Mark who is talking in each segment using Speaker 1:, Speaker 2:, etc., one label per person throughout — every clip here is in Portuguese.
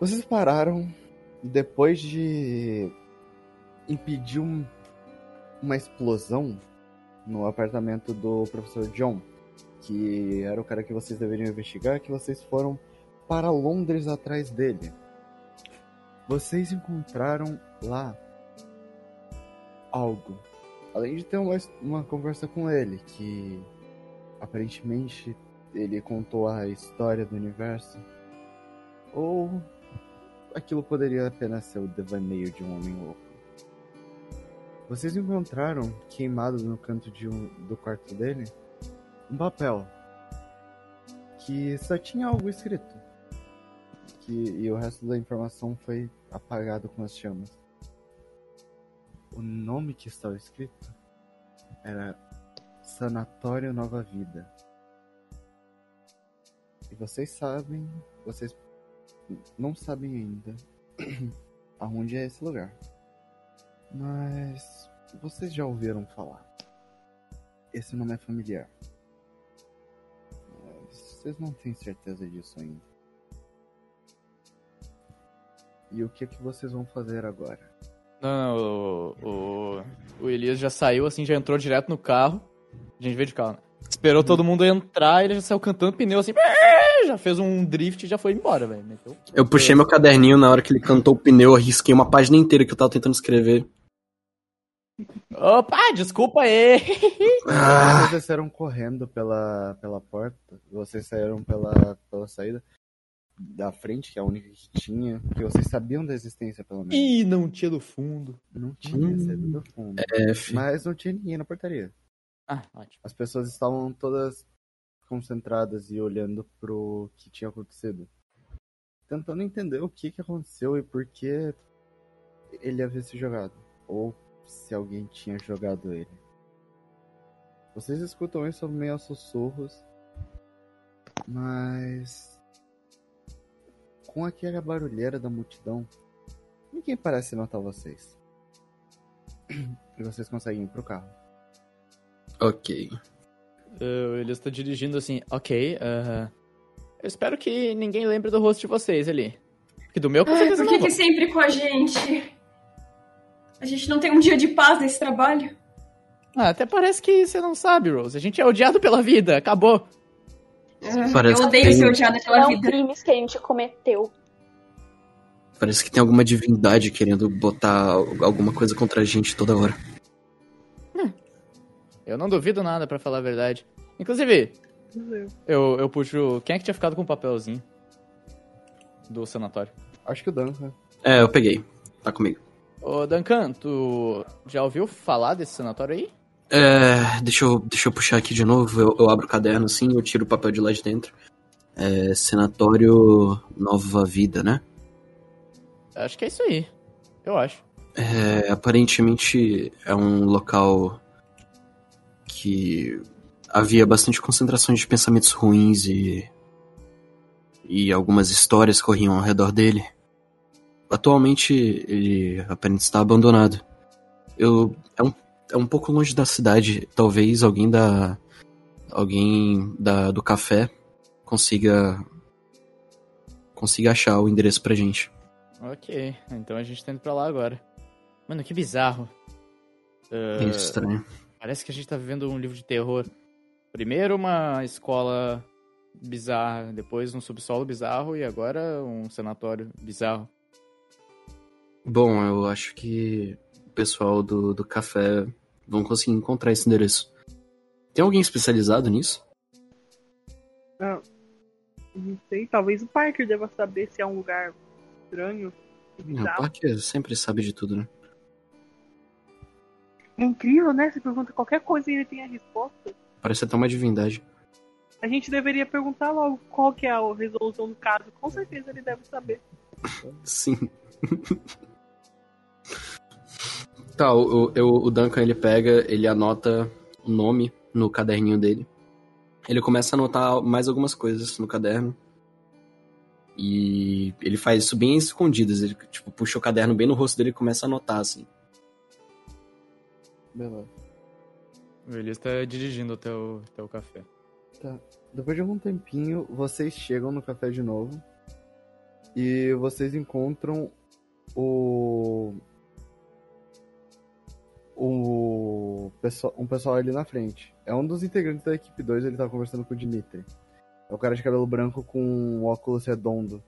Speaker 1: Vocês pararam depois de impedir um- uma explosão no apartamento do professor John, que era o cara que vocês deveriam investigar, que vocês foram para Londres atrás dele. Vocês encontraram lá algo. Além de ter uma, uma conversa com ele, que aparentemente ele contou a história do universo. Ou aquilo poderia apenas ser o devaneio de um homem louco. Vocês encontraram, queimado no canto de um, do quarto dele, um papel que só tinha algo escrito. Que, e o resto da informação foi apagado com as chamas. O nome que estava escrito era Sanatório Nova Vida. E vocês sabem, vocês não sabem ainda aonde é esse lugar. Mas vocês já ouviram falar. Esse nome é familiar. Mas vocês não têm certeza disso ainda. E o que, que vocês vão fazer agora?
Speaker 2: Não, não, o, o, o Elias já saiu, assim, já entrou direto no carro. A gente veio de carro, né? Esperou todo mundo entrar, ele já saiu cantando pneu, assim, já fez um drift e já foi embora, velho. Meteu-
Speaker 3: Eu puxei meu caderninho na hora que ele cantou o pneu, eu risquei uma página inteira que eu tava tentando escrever.
Speaker 2: Opa, desculpa aí!
Speaker 3: Ah,
Speaker 1: Vocês saíram correndo pela, pela porta, vocês saíram pela, pela saída da frente, que é a única que tinha, que vocês sabiam da existência, pelo menos.
Speaker 2: Ih, não tinha do fundo.
Speaker 1: Não tinha
Speaker 3: Hum.
Speaker 1: saído do fundo.
Speaker 3: F.
Speaker 1: Mas não tinha ninguém na portaria.
Speaker 2: Ah, ótimo.
Speaker 1: As pessoas estavam todas concentradas e olhando pro que tinha acontecido. Tentando entender o que, que aconteceu e por que ele havia se jogado. Ou se alguém tinha jogado ele. Vocês escutam isso meio a sussurros. Mas. Com aquela barulheira da multidão, ninguém parece notar vocês. E vocês conseguem ir pro carro.
Speaker 3: Ok.
Speaker 2: Eh, o Elias tá dirigindo assim, ok, aham. Eu espero que ninguém lembre do rosto de vocês ali. Que do meu, com
Speaker 4: Ai,
Speaker 2: certeza
Speaker 4: por
Speaker 2: não
Speaker 4: que, que
Speaker 2: vão.
Speaker 4: é sempre com a gente? A gente não tem um dia de paz nesse trabalho.
Speaker 2: Ah, até parece que você não sabe, Rose. A gente é odiado pela vida, acabou. É.
Speaker 3: Parece
Speaker 4: eu odeio
Speaker 3: que tem-
Speaker 4: ser odiada pela
Speaker 5: Não
Speaker 4: vida.
Speaker 5: crimes É um que a gente cometeu.
Speaker 3: Parece que tem alguma divindade querendo botar al- alguma coisa contra a gente toda hora.
Speaker 2: Eu não duvido nada, pra falar a verdade. Inclusive, eu, eu puxo. Quem é que tinha ficado com o papelzinho? Do sanatório.
Speaker 1: Acho que o né? Dança.
Speaker 3: É, eu peguei. Tá comigo.
Speaker 2: Ô, Duncan, tu já ouviu falar desse sanatório aí?
Speaker 3: É, deixa eu, deixa eu puxar aqui de novo. Eu, eu abro o caderno assim, eu tiro o papel de lá de dentro. É, Senatório Nova Vida, né?
Speaker 2: Acho que é isso aí. Eu acho.
Speaker 3: É, aparentemente é um local que havia bastante concentrações de pensamentos ruins e e algumas histórias corriam ao redor dele. Atualmente ele aparentemente está abandonado. Eu é um, é um pouco longe da cidade, talvez alguém da alguém da do café consiga consiga achar o endereço pra gente.
Speaker 2: Ok, então a gente tá indo pra lá agora. Mano, que bizarro. Ah,
Speaker 3: É estranho.
Speaker 2: Parece que a gente tá vivendo um livro de terror. Primeiro uma escola bizarra, depois um subsolo bizarro e agora um sanatório bizarro.
Speaker 3: Bom, eu acho que o pessoal do, do café vão conseguir encontrar esse endereço. Tem alguém especializado nisso?
Speaker 6: Não sei, talvez o Parker deva saber se é um lugar estranho.
Speaker 3: Não, O
Speaker 6: bizarro.
Speaker 3: Parker sempre sabe de tudo, né?
Speaker 6: É incrível, né? Você pergunta qualquer coisa e ele tem a resposta.
Speaker 3: Parece até uma divindade.
Speaker 6: A gente deveria perguntar logo qual que é a resolução do caso. Com certeza ele deve saber.
Speaker 3: Sim. tá, o, o- eu- o Duncan ele pega, ele anota o nome no caderninho dele. Ele começa a anotar mais algumas coisas no caderno. E ele faz isso bem escondidas. Ele tipo, puxa o caderno bem no rosto dele e começa a anotar, assim.
Speaker 1: Beleza.
Speaker 2: O Elias tá dirigindo até o, até o café.
Speaker 1: Depois de algum tempinho, vocês chegam no café de novo. E vocês encontram o. O. pessoal- Um pessoal ali na frente. É um dos integrantes da equipe 2, ele tá conversando com o Dimitri. É o cara de cabelo branco com um óculos redondo.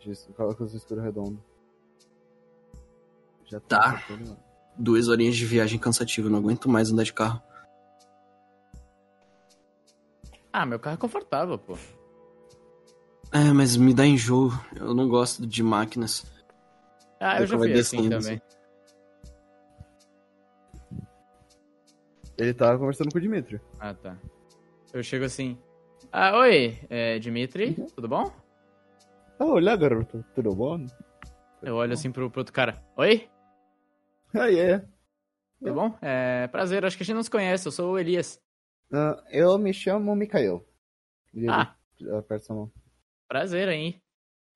Speaker 1: Diz- com óculos escuro redondo. Já
Speaker 3: Tá.
Speaker 1: acertando, né?
Speaker 3: Duas horinhas de viagem cansativa, não aguento mais andar de carro.
Speaker 2: Ah, meu carro é confortável, pô.
Speaker 3: É, mas me dá enjoo. Eu não gosto de máquinas.
Speaker 2: Ah, eu já
Speaker 3: Vai
Speaker 2: fui assim
Speaker 3: descendo,
Speaker 2: também.
Speaker 1: Ele tá conversando com o Dimitri.
Speaker 2: Ah, tá. Eu chego assim. Ah, oi, é, Dimitri, tudo bom?
Speaker 1: Ah, olha, garoto, tudo bom?
Speaker 2: Eu olho assim pro, pro outro cara. Oi,
Speaker 1: Ah, é.
Speaker 2: tudo bom? É, prazer, acho que a gente não se conhece, eu sou o Elias.
Speaker 1: Ah, eu me chamo Mikael. E ele
Speaker 2: Ah,
Speaker 1: aperta a mão.
Speaker 2: prazer aí.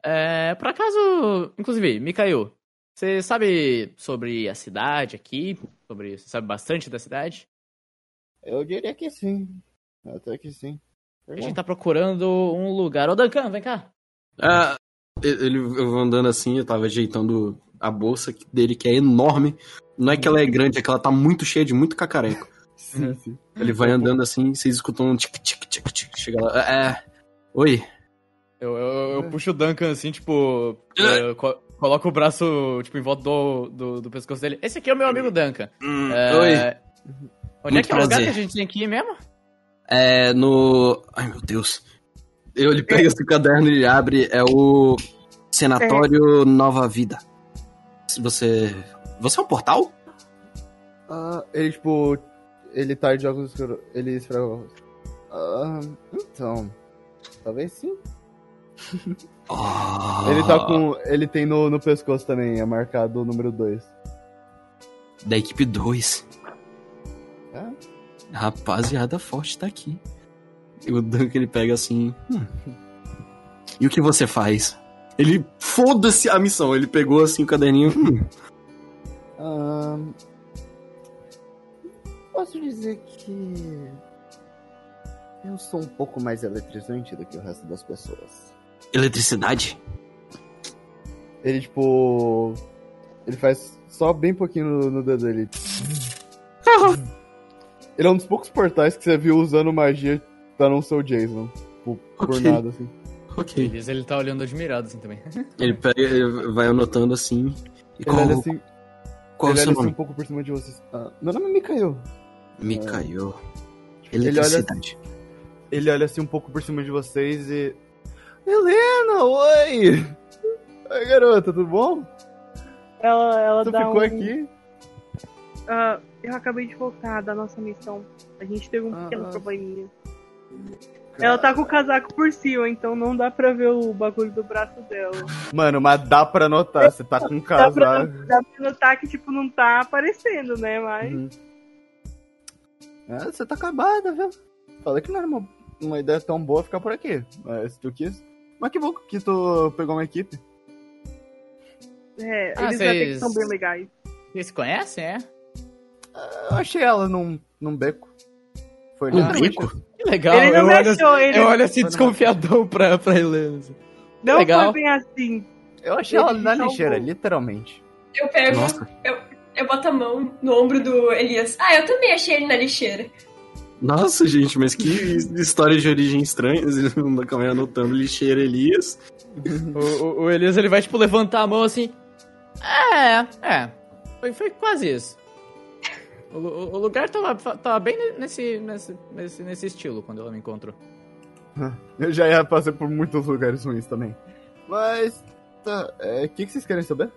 Speaker 2: É, por acaso, inclusive, Mikael, você sabe sobre a cidade aqui? Sobre, você sabe bastante da cidade?
Speaker 1: Eu diria que sim. Até que sim.
Speaker 2: A gente tá procurando um lugar. Ô, Duncan, vem cá.
Speaker 3: Ah, ele eu vou andando assim, eu tava ajeitando a bolsa dele, que é enorme. Não é que ela é grande, é que ela tá muito cheia de muito cacareco.
Speaker 1: Sim, sim.
Speaker 3: Ele vai andando assim, vocês escutam um tic-tic-tic-tic, chega lá. É. Oi.
Speaker 2: Eu, eu,
Speaker 6: É.
Speaker 2: eu puxo o Duncan assim, tipo.
Speaker 3: É.
Speaker 2: eh, co- coloco o braço, tipo, em volta do, do, do pescoço dele. Esse aqui é o meu amigo Duncan.
Speaker 3: Hum,
Speaker 2: Eh,
Speaker 3: Oi.
Speaker 2: Onde é
Speaker 3: Muito
Speaker 2: que é o lugar
Speaker 3: prazer.
Speaker 2: que a gente tem aqui mesmo?
Speaker 3: É no. Ai meu Deus. Eu, ele pega esse caderno e ele abre. É o Senatório Nova Vida. Se Você. Você é um portal?
Speaker 1: Ah, ele, tipo, ele tá de óculos escuros. Ele esfrega o óculos. Ah, então. Talvez sim.
Speaker 3: Ah.
Speaker 1: Ele tá com. Ele tem no, no pescoço também, é marcado o número 2.
Speaker 3: Da equipe 2.
Speaker 1: Ah.
Speaker 3: Rapaziada forte tá aqui. E o Duncan ele pega assim. "Hum. E o que você faz? Ele foda-se a missão. Ele pegou assim o caderninho. "Hum,
Speaker 1: Ah, posso dizer que. Eu sou um pouco mais eletrizante do que o resto das pessoas.
Speaker 3: eletricidade?
Speaker 1: Ele, tipo. Ele faz só bem pouquinho no, no dedo dele. ele é um dos poucos portais que você viu usando magia pra não ser o Jason. Tipo, por
Speaker 3: Ok.
Speaker 1: nada, assim.
Speaker 3: Ok.
Speaker 2: Elias, ele tá olhando admirado assim também.
Speaker 3: Ele pega, ele vai anotando assim. E
Speaker 1: Ele
Speaker 3: qual,
Speaker 1: olha assim,
Speaker 3: qual é o
Speaker 1: ele
Speaker 3: seu
Speaker 1: olha assim
Speaker 3: nome?
Speaker 1: um pouco por cima de vocês. Ah, meu nome é Mikael.
Speaker 3: Me caiu.
Speaker 1: É. olha-
Speaker 3: tá Eletricidade.
Speaker 1: Ele olha assim um pouco por cima de vocês e. Helena, oi! Oi, garota, tudo bom?
Speaker 6: Ela, ela
Speaker 1: Tu
Speaker 6: dá
Speaker 1: ficou
Speaker 6: um-
Speaker 1: aqui?
Speaker 6: Ah, eu acabei de voltar da nossa missão. A gente teve um
Speaker 1: Ah,
Speaker 6: pequeno
Speaker 1: ah.
Speaker 6: probleminha. Ela tá com o casaco por cima, então não dá pra ver o bagulho do braço dela.
Speaker 1: Mano, mas dá pra notar, você tá com um
Speaker 6: Dá pra,
Speaker 1: casaco.
Speaker 6: dá pra notar que, tipo, não tá aparecendo, né? Mas.
Speaker 1: Uhum. Ah, você tá acabada, viu? Falei que não era uma, uma ideia tão boa ficar por aqui. Mas se tu quis. Mas que bom que tu pegou uma equipe.
Speaker 6: É,
Speaker 2: Ah,
Speaker 6: eles até que
Speaker 2: vocês-
Speaker 6: são bem legais.
Speaker 2: Vocês se conhecem, é?
Speaker 1: Eu achei ela num, num beco. Foi
Speaker 3: Um
Speaker 1: lá.
Speaker 3: beco?
Speaker 2: Que legal.
Speaker 6: ele não
Speaker 2: eu,
Speaker 6: me
Speaker 2: olho, assim-
Speaker 6: achou, ele
Speaker 2: eu olho assim
Speaker 1: Foi no-
Speaker 2: desconfiadão pra, pra assim. Elias.
Speaker 6: não
Speaker 2: legal.
Speaker 6: foi bem assim.
Speaker 1: Eu achei ela
Speaker 6: Ele
Speaker 1: na
Speaker 6: salvou.
Speaker 1: lixeira, literalmente.
Speaker 4: Eu pego,
Speaker 3: Nossa.
Speaker 4: eu boto a mão no ombro do Elias. Ah, eu também achei ele na
Speaker 2: É.
Speaker 4: lixeira.
Speaker 3: Nossa, gente, mas que história de origem estranha. Nunca vai anotando lixeira Elias.
Speaker 2: O, o, o Elias ele vai, tipo, levantar a mão assim. É, é. Foi, foi quase isso. O, lu- o lugar tava, tava bem nesse, nesse, nesse, nesse estilo quando ela me encontrou.
Speaker 1: Eu já ia passar por muitos lugares ruins também. Mas. Tá. é, O que, que vocês querem saber?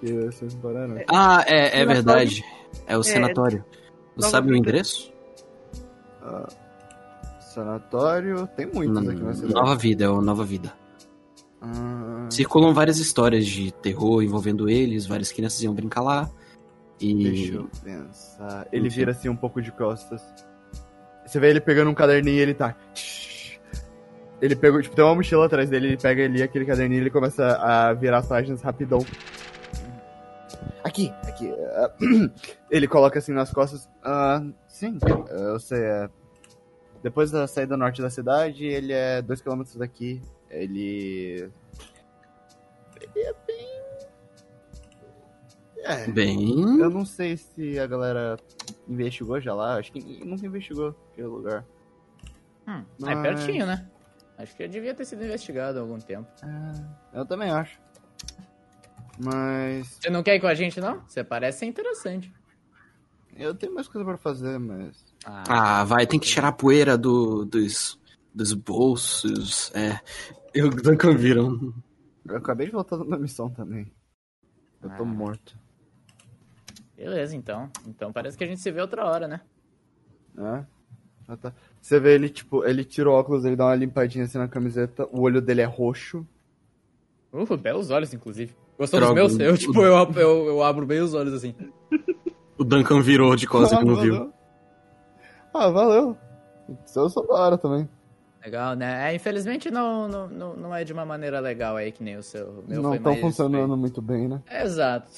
Speaker 1: Que vocês né? pararam.
Speaker 3: Ah, é, é
Speaker 6: Sanatório.
Speaker 3: verdade. É o sanatório. Você
Speaker 6: Nova
Speaker 3: sabe o
Speaker 6: Vida.
Speaker 3: endereço?
Speaker 1: Sanatório. Tem muitos
Speaker 3: Não,
Speaker 1: aqui na cidade.
Speaker 3: Nova Vida, é o Nova Vida.
Speaker 1: Ah,
Speaker 3: Circulam várias histórias de terror envolvendo eles, várias crianças iam brincar lá.
Speaker 1: Deixa
Speaker 3: E.
Speaker 1: eu pensar. Ele vira assim um pouco de costas. Você vê ele pegando um caderninho e ele tá. Ele pegou, tipo, tem uma mochila atrás dele, ele pega ali aquele caderninho e ele começa a virar as páginas rapidão. Aqui, aqui. ah, Ele coloca assim nas costas. Ah, sim, eu sei. é, Depois da saída norte da cidade, ele é 2km daqui. Ele. Ele é bem. É.
Speaker 3: Bem.
Speaker 1: Eu não sei se a galera investigou já lá. Acho que ninguém- nunca investigou aquele lugar.
Speaker 2: Hum,
Speaker 1: Mas-
Speaker 2: É pertinho, né? Acho que devia ter sido investigado há algum tempo.
Speaker 1: É, eu também acho. Mas.
Speaker 2: Você não quer ir com a gente, não? Você parece ser interessante.
Speaker 1: Eu tenho mais coisa pra fazer, mas.
Speaker 3: Ah, vai, tem que tirar a poeira do, dos, dos bolsos. É. Eu nunca viram.
Speaker 1: Eu acabei de voltar da missão também. Eu tô
Speaker 2: Ah.
Speaker 1: morto.
Speaker 2: Beleza, então. Então parece que a gente se vê outra hora, né?
Speaker 1: né? Ah, tá. Você vê ele, tipo, ele tira o óculos, ele dá uma limpadinha assim na camiseta, o olho dele é roxo.
Speaker 2: Uh, belos olhos, inclusive. Gostou
Speaker 3: Droga.
Speaker 2: dos meus? Eu, tipo, eu, eu, eu abro bem os olhos assim.
Speaker 3: O Duncan virou de costas e não
Speaker 1: valeu.
Speaker 3: viu.
Speaker 1: Ah, valeu. Eu sou da hora também.
Speaker 2: Legal, né? É, infelizmente não, não, não, não é de uma maneira legal aí que nem o seu. O meu
Speaker 1: Não
Speaker 2: foi
Speaker 1: estão
Speaker 2: mais-
Speaker 1: funcionando muito bem, né?
Speaker 2: Exato.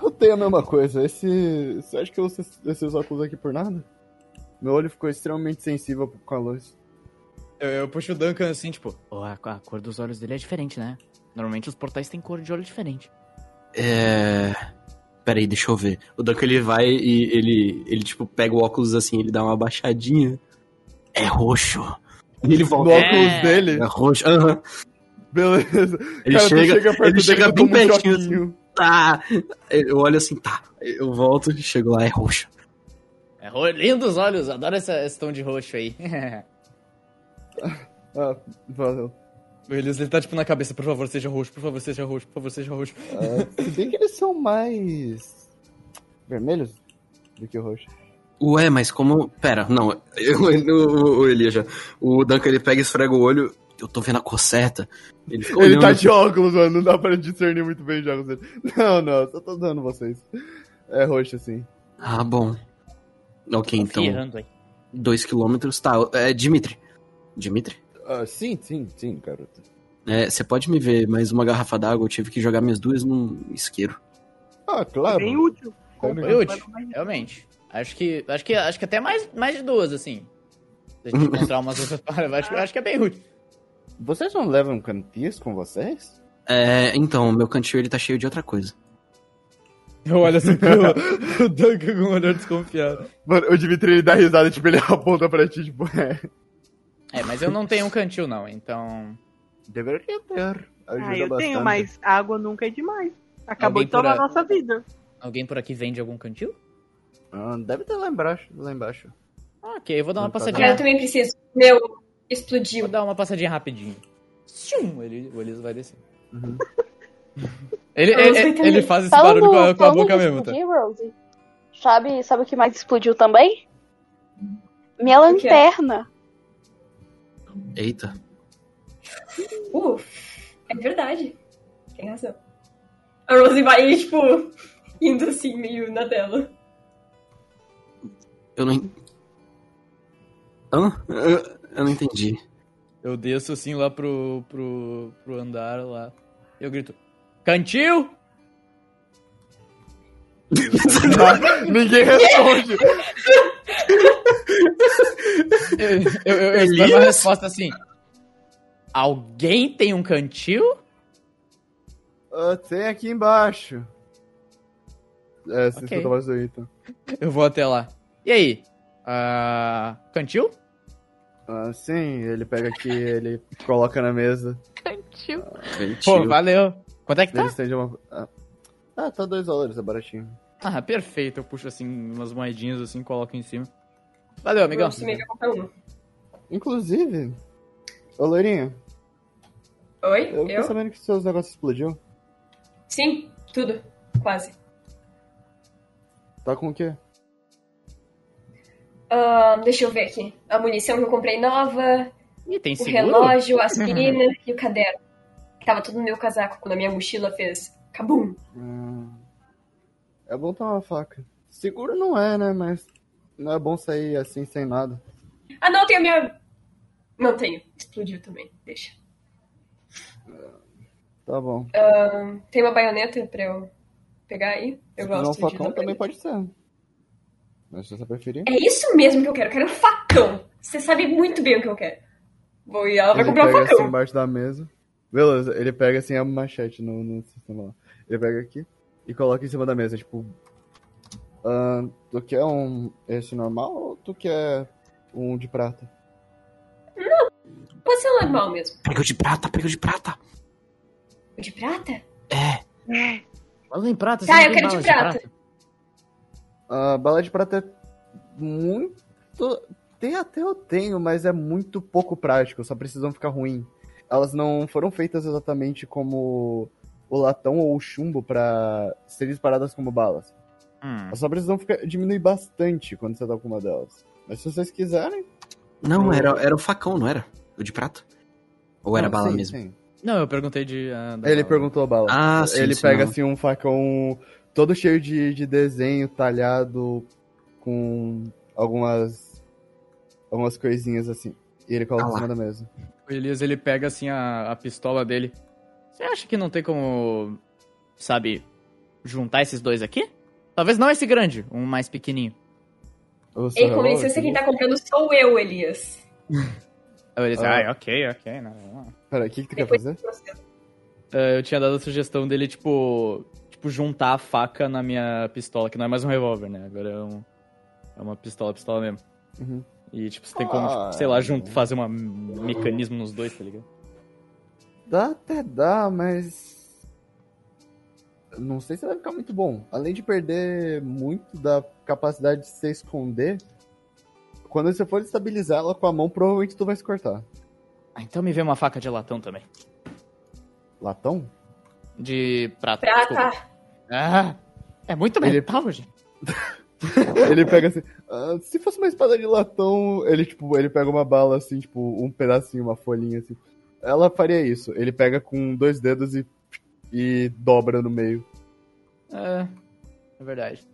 Speaker 1: Eu tenho a mesma coisa. Esse. Você acha que eu uso esses- esses óculos aqui por nada? Meu olho ficou extremamente sensível com a luz.
Speaker 2: Eu, eu puxo o Duncan assim, tipo. "Ó, a, a cor dos olhos dele é diferente, né? Normalmente os portais têm cor de olho diferente.
Speaker 3: É. Peraí, deixa eu ver. O Duncan ele vai e ele, ele tipo, pega o óculos assim, ele dá uma baixadinha. É roxo. E ele
Speaker 1: No
Speaker 3: volta. É,
Speaker 1: óculos dele?
Speaker 3: roxo. Aham.
Speaker 1: Beleza.
Speaker 3: Ele
Speaker 1: Cara, tu
Speaker 3: chega,
Speaker 1: perto
Speaker 3: ele
Speaker 1: dele,
Speaker 3: chega
Speaker 1: eu
Speaker 3: bem
Speaker 1: tomo um
Speaker 3: pertinho assim.
Speaker 1: choquinho.
Speaker 3: Tá. Eu olho assim, tá. Eu volto, chego lá, é roxo.
Speaker 2: É ro- lindos olhos, adoro essa, esse tom de roxo aí.
Speaker 1: Ah, valeu.
Speaker 2: o Elias, ele tá tipo na cabeça, por favor, seja roxo, por favor, seja roxo, por favor, seja roxo.
Speaker 1: Ah, se bem que eles são mais. vermelhos do que roxo.
Speaker 3: Ué, mas como. Pera, não. Eu, o, o Elias já. O Duncan ele pega e esfrega o olho. Eu tô vendo a cor certa. Ele, fica
Speaker 1: Ele
Speaker 3: olhando. assim.
Speaker 1: tá de óculos, mano. Não dá pra discernir muito bem os óculos dele. Não, não. Só tô dando vocês. É roxo, assim.
Speaker 3: Ah, bom. Ok, então.
Speaker 2: Ferrando aí.
Speaker 3: Dois quilômetros, tá. É, Dimitri. Dimitri?
Speaker 1: Ah, sim, sim, sim, garoto.
Speaker 3: É, Você pode me ver mais uma garrafa d'água? Eu tive que jogar minhas duas num isqueiro.
Speaker 1: Ah, claro.
Speaker 6: Bem útil.
Speaker 2: Foi útil, realmente. Acho que, acho que, acho que até mais, mais de duas, assim. Se a gente encontrar umas outras palavras, acho, que- acho que é bem útil.
Speaker 1: Vocês não levam cantias com vocês?
Speaker 3: É, então, meu cantinho ele tá cheio de outra coisa.
Speaker 2: Eu olho assim pro, pro Duncan com um olhar desconfiado.
Speaker 1: Mano, o Dimitri ele dá risada, tipo, ele aponta pra ti, tipo, é.
Speaker 2: É, mas eu não tenho um cantil, não, então.
Speaker 1: Deveria ter.
Speaker 6: Ah, eu tenho, mas água nunca é demais. Acabou
Speaker 2: Alguém
Speaker 6: de salvar a
Speaker 2: por a-
Speaker 6: nossa vida.
Speaker 2: Alguém por aqui vende algum cantil?
Speaker 1: Ah, deve ter lá embaixo. Lá embaixo.
Speaker 2: Ah, Ok, eu vou dar uma
Speaker 1: Não tá
Speaker 2: passadinha.
Speaker 4: Cara, eu também preciso. Meu
Speaker 2: Vou
Speaker 4: explodiu.
Speaker 2: dar uma passadinha rapidinho. Tchum, ele, o Elias vai descer. Ele,
Speaker 4: Eu
Speaker 2: ele-
Speaker 4: sei
Speaker 2: ele
Speaker 4: também.
Speaker 2: faz esse
Speaker 5: Falando-
Speaker 2: barulho com a, com a
Speaker 5: falando
Speaker 2: boca
Speaker 5: de
Speaker 2: mesmo, tá?
Speaker 5: explodir, Rose, sabe, sabe o que mais explodiu também? Minha
Speaker 4: O que é?
Speaker 5: lanterna.
Speaker 3: Eita.
Speaker 4: Uh, é verdade. Tem razão. A Rose vai, tipo, indo assim, meio na tela.
Speaker 3: Eu não. en- Hã? Eu, eu não entendi.
Speaker 2: Eu desço assim lá pro, pro, pro andar lá. Eu grito: Cantil!
Speaker 1: Ninguém responde.
Speaker 2: Eu, eu, eu, eu espero uma resposta assim. Alguém tem um cantil?
Speaker 1: Ah, tem aqui embaixo. É, você
Speaker 2: Ok.
Speaker 1: escuta a voz do Ethan.
Speaker 2: Eu vou até lá. E aí? Ah, cantil?
Speaker 1: Ah, sim, ele pega aqui, ele coloca na mesa.
Speaker 5: Cantil.
Speaker 2: Pô,
Speaker 3: Cantil.
Speaker 2: valeu. Quanto é que
Speaker 1: Ele
Speaker 2: tá?
Speaker 1: estende uma. Ah, ah, tá dois dólares, é baratinho.
Speaker 2: Ah, perfeito. Eu puxo assim umas moedinhas assim, coloco em cima. Valeu, amigão.
Speaker 4: Rose também quer comprar uma.
Speaker 1: Inclusive. Ô, Loirinha,
Speaker 4: Oi?
Speaker 1: eu
Speaker 4: Eu?
Speaker 1: tô sabendo que seus negócios explodiu.
Speaker 4: Sim, tudo. Quase.
Speaker 1: Tá com o quê?
Speaker 4: Ah, deixa eu ver aqui. A munição que eu comprei nova,
Speaker 2: Ih, tem
Speaker 4: o
Speaker 2: seguro?
Speaker 4: relógio, a aspirina e o caderno. Tava tudo no meu casaco quando a minha mochila fez. Cabum!
Speaker 1: Ah, é bom tomar uma faca. Seguro não é, né? Mas não é bom sair assim sem nada.
Speaker 4: Ah, não, tem a minha. Não tenho. Explodiu também. Deixa.
Speaker 1: Tá bom.
Speaker 4: Tem uma baioneta pra eu pegar aí? Eu
Speaker 1: Se não
Speaker 4: gosto de.
Speaker 1: facão também pode ser. Mas se você preferir.
Speaker 4: É isso mesmo que eu quero. Eu quero um facão. Você sabe muito bem o que eu quero. Bom, e ela vai
Speaker 1: ele
Speaker 4: comprar um
Speaker 1: pega assim
Speaker 4: facão.
Speaker 1: embaixo da mesa. Beleza, ele pega assim a machete no, no sistema lá. Ele pega aqui e coloca em cima da mesa, tipo. ah, tu quer um esse normal ou tu quer um de prata? assim.
Speaker 4: Pode ser um normal mesmo.
Speaker 3: Pega o de prata, pega o de prata.
Speaker 4: O de prata?
Speaker 3: É.
Speaker 2: Mas em prata,
Speaker 4: Tá,
Speaker 2: você não
Speaker 4: eu
Speaker 2: tem
Speaker 4: quero de
Speaker 2: bala
Speaker 4: prata.
Speaker 1: Ah, bala de prata é muito. Tem até eu tenho, mas é muito pouco prático, só precisam ficar ruim. Elas não foram feitas exatamente como o latão ou o chumbo pra serem disparadas como balas.
Speaker 2: Hum.
Speaker 1: Elas só precisam ficar, diminuir bastante quando você tá com uma delas. Mas se vocês quiserem.
Speaker 3: Não,
Speaker 1: Eu-
Speaker 3: era, era o facão, não era? O de prata? Ou era
Speaker 1: Não,
Speaker 3: bala
Speaker 1: sim,
Speaker 3: mesmo?
Speaker 1: sim.
Speaker 2: Não, eu perguntei de. ah, da
Speaker 1: Ele
Speaker 2: bala.
Speaker 1: perguntou a bala.
Speaker 3: Ah, sim.
Speaker 1: ele
Speaker 3: sim,
Speaker 1: pega
Speaker 3: não.
Speaker 1: assim um facão todo cheio de, de desenho talhado com algumas algumas coisinhas assim. E ele coloca
Speaker 3: Ah
Speaker 1: em
Speaker 3: lá.
Speaker 1: cima da mesa.
Speaker 2: O Elias, ele pega assim a, a pistola dele. Você acha que não tem como, sabe, juntar esses dois aqui? Talvez não esse grande, um mais pequenininho.
Speaker 1: Ô, seu
Speaker 4: Ei, com
Speaker 1: relógio,
Speaker 4: licença, quem tá comprando sou eu, Elias.
Speaker 2: Aí o Elias,
Speaker 1: Ah.
Speaker 2: ah, ok, ok. não, não, não."
Speaker 1: Pera, o que, que tu quer
Speaker 4: Depois
Speaker 1: fazer?
Speaker 2: Eh, eu tinha dado a sugestão dele, tipo, tipo, juntar a faca na minha pistola, que não é mais um revólver, né? Agora é, um, é uma pistola, pistola mesmo.
Speaker 1: Uhum.
Speaker 2: E, tipo, você tem como,
Speaker 1: Ah,
Speaker 2: tipo, sei lá,
Speaker 1: é.
Speaker 2: junto, fazer uma- um mecanismo nos dois, tá ligado?
Speaker 1: Dá até dá, mas. Não sei se vai ficar muito bom. Além de perder muito da capacidade de se esconder, quando você for estabilizar ela com a mão, provavelmente tu vai se cortar.
Speaker 2: Ah, então me vê uma faca de latão também.
Speaker 1: Latão?
Speaker 2: De prata. desculpa.
Speaker 4: Prata.
Speaker 2: Ah, é muito
Speaker 1: Ele-
Speaker 2: metal, gente.
Speaker 1: Ele pega assim. "Ah, se fosse uma espada de latão, ele, tipo, ele pega uma bala assim, tipo, um pedacinho, uma folhinha assim. Ela faria isso. Ele pega com dois dedos e, e dobra no meio.
Speaker 2: É, é verdade.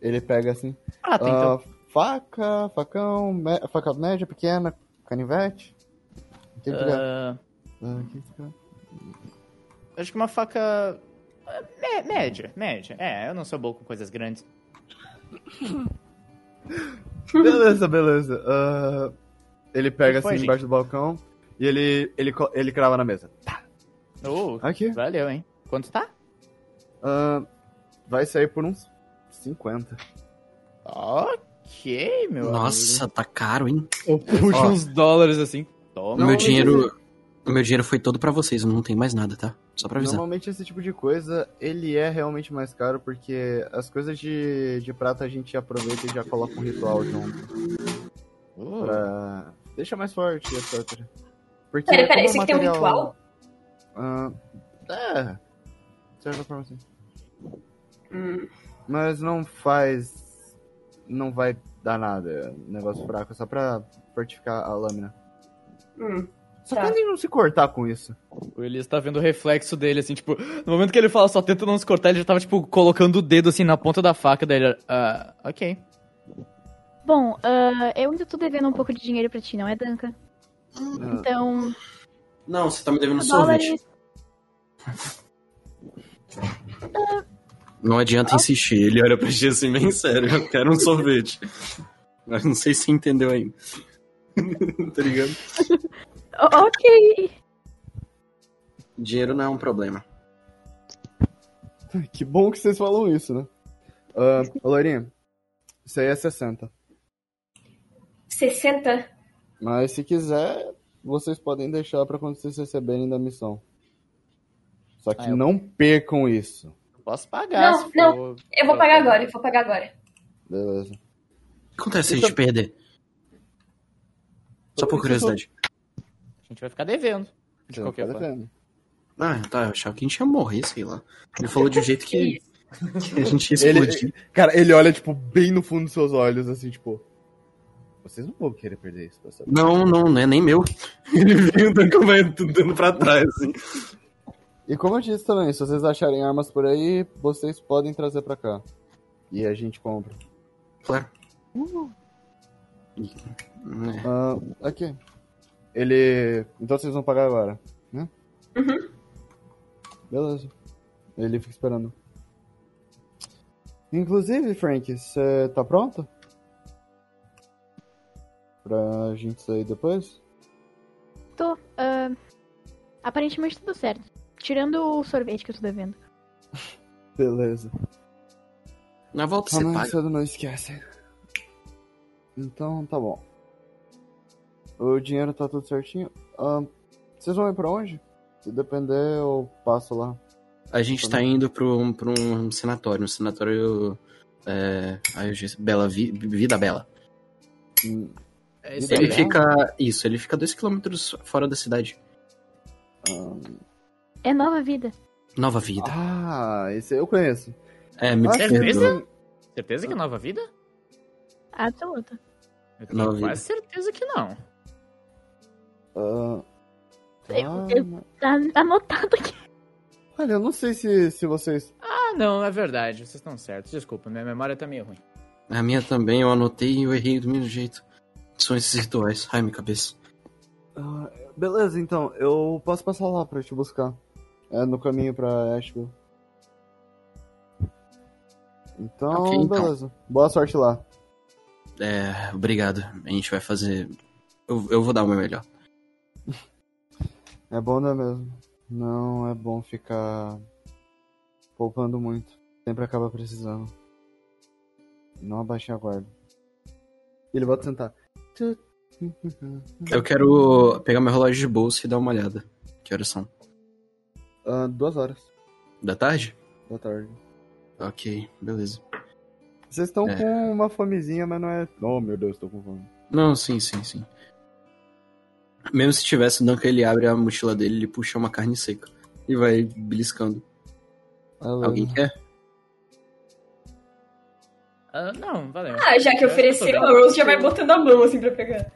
Speaker 1: Ele pega assim.
Speaker 2: Prata, então.
Speaker 1: ah, faca, facão, me- faca média, pequena, canivete. O que que tu quer?
Speaker 2: Ah,
Speaker 1: Ah, o que que tu quer?
Speaker 2: acho que uma faca. ah, mé- Média, média. É, eu não sou bom com coisas grandes.
Speaker 1: Beleza, beleza. Ah, ele pega
Speaker 2: Que foi,
Speaker 1: assim
Speaker 2: gente?
Speaker 1: embaixo do balcão e ele, ele, co- ele crava na mesa.
Speaker 2: Oh,
Speaker 1: Aqui.
Speaker 2: valeu, hein? Quanto tá?
Speaker 1: Ah, vai sair por uns 50.
Speaker 2: Ok, meu
Speaker 3: Nossa, tá caro, hein?
Speaker 2: Eu puxo
Speaker 1: Ó.
Speaker 2: uns dólares assim.
Speaker 3: O
Speaker 2: Toma.
Speaker 3: meu dinheiro. O meu dinheiro foi todo pra vocês, eu não tem mais nada, tá? Só pra avisar.
Speaker 1: Normalmente esse tipo de coisa, ele é realmente mais caro, porque as coisas de, de prata a gente aproveita e já coloca um ritual junto.
Speaker 2: Oh,
Speaker 1: Pra... Deixa mais forte, etc. Porque
Speaker 4: Pera, pera,
Speaker 1: como
Speaker 4: esse aqui tem um ritual?
Speaker 1: Ah, é. De certa forma sim.
Speaker 4: Hum.
Speaker 1: Mas não faz. Não vai dar nada. é um Negócio fraco, só pra fortificar a lâmina.
Speaker 4: Hum.
Speaker 1: Só
Speaker 4: Tá.
Speaker 1: pra nem não se cortar com isso.
Speaker 2: O Elias tá vendo o reflexo dele, assim, tipo, no momento que ele fala, só tenta não se cortar, ele já tava, tipo, colocando o dedo assim na ponta da faca dele. Ah, ok.
Speaker 7: Bom, ah, eu ainda tô devendo um pouco de dinheiro pra ti, não é, Danca?
Speaker 1: Ah,
Speaker 7: Então,
Speaker 3: Não, você tá me devendo sorvete.
Speaker 7: dólares.
Speaker 3: Não adianta insistir, ele olha pra ti assim, bem sério, eu quero um sorvete. Mas não sei se você entendeu ainda. tá ligado?
Speaker 7: O- ok.
Speaker 3: Dinheiro não é um problema.
Speaker 1: que bom que vocês falam isso, né? Ah, ô, Loirinha, isso aí é 60.
Speaker 4: 60.
Speaker 1: Mas se quiser, vocês podem deixar pra quando vocês receberem da missão. Só que
Speaker 2: Ah, eu-
Speaker 1: não percam isso.
Speaker 2: Posso pagar.
Speaker 4: Não,
Speaker 2: se
Speaker 4: não.
Speaker 2: for-
Speaker 4: Eu vou
Speaker 1: Tá,
Speaker 4: pagar agora, eu vou pagar agora.
Speaker 1: Beleza.
Speaker 3: O que acontece se a gente perder? Só por curiosidade.
Speaker 2: A gente vai ficar devendo. De
Speaker 1: Você não
Speaker 2: qualquer
Speaker 1: tá
Speaker 2: forma.
Speaker 1: devendo.
Speaker 3: Ah, tá, eu achava que a gente ia morrer, sei lá. Ele falou de um jeito que,
Speaker 4: Isso.
Speaker 3: que a gente ia
Speaker 1: Ele-
Speaker 3: explodir.
Speaker 1: Cara, ele olha, tipo, bem no fundo dos seus olhos, assim, tipo. Vocês não vão querer perder isso, pessoal.
Speaker 3: Não, não, não é nem meu. Ele veio dando, vai dando pra trás, assim.
Speaker 1: E como eu disse também, se vocês acharem armas por aí, vocês podem trazer pra cá. E a gente compra.
Speaker 3: Claro. É.
Speaker 1: Ah, aqui. Ele. Então vocês vão pagar agora, né?
Speaker 4: Uhum.
Speaker 1: Beleza. Ele fica esperando. Inclusive, Frank, você tá pronto? Pra gente sair depois?
Speaker 7: Tô, Ah, aparentemente tudo certo. Tirando o sorvete que eu tô devendo.
Speaker 1: Beleza.
Speaker 3: Na volta
Speaker 1: Só
Speaker 3: você
Speaker 1: não,
Speaker 3: paga.
Speaker 1: cedo não esquece. Então, tá bom. O dinheiro tá tudo certinho. Ahn, vocês vão ir pra onde? Se depender, eu passo lá.
Speaker 3: A gente tá indo pra um, pra um sanatório. Um sanatório. É, aí eu disse, Bela Vi- Vida Bela.
Speaker 1: Hum,
Speaker 2: É
Speaker 1: isso
Speaker 3: Ele
Speaker 1: Bela?
Speaker 3: fica. Isso, ele fica dois quilômetros fora da cidade.
Speaker 1: ahn,
Speaker 7: É nova vida.
Speaker 3: Nova Vida.
Speaker 1: Ah, esse eu conheço.
Speaker 3: é, me
Speaker 1: Ah,
Speaker 3: perdoa.
Speaker 1: certeza?
Speaker 2: Certeza que é Nova Vida?
Speaker 7: Absoluta.
Speaker 2: Eu
Speaker 3: tenho Nova
Speaker 2: quase certeza que não.
Speaker 1: Ahn,
Speaker 7: Eu-
Speaker 1: ah,
Speaker 7: eu-
Speaker 1: mas-
Speaker 7: Tá anotado aqui.
Speaker 1: Olha, eu não sei se, se vocês.
Speaker 2: Ah, não, é verdade. Vocês estão certos. Desculpa, minha memória tá meio ruim.
Speaker 3: A minha também, eu anotei e eu errei do mesmo jeito. São esses rituais. Ai, minha cabeça.
Speaker 1: Ah, beleza, então, eu posso passar lá pra te buscar. É no caminho pra Asheville. Então,
Speaker 3: Ok, então.
Speaker 1: beleza. Boa sorte lá.
Speaker 3: É, obrigado. A gente vai fazer. Eu, eu vou dar o meu melhor.
Speaker 1: É bom, não é mesmo? Não é bom ficar poupando muito. Sempre acaba precisando. Não abaixe a guarda. Ele volta a sentar. Tu-
Speaker 3: Eu quero pegar meu relógio de bolsa e dar uma olhada. Que horas são?
Speaker 1: Ah, duas horas
Speaker 3: Da tarde?
Speaker 1: da tarde.
Speaker 3: Ok, beleza.
Speaker 1: Vocês estão
Speaker 3: É.
Speaker 1: com uma fomezinha, mas não é. Oh meu Deus, tô com fome.
Speaker 3: Não, sim, sim, sim. Mesmo se tivesse, o Duncan ele abre a mochila dele, ele puxa uma carne seca e vai beliscando.
Speaker 1: Alô.
Speaker 3: Alguém quer?
Speaker 2: Ah, não, valeu.
Speaker 4: Ah, já
Speaker 1: É,
Speaker 4: que
Speaker 2: Eu tô bem.
Speaker 1: tá
Speaker 4: ofereceu, a Rose já vai botando a mão assim pra pegar.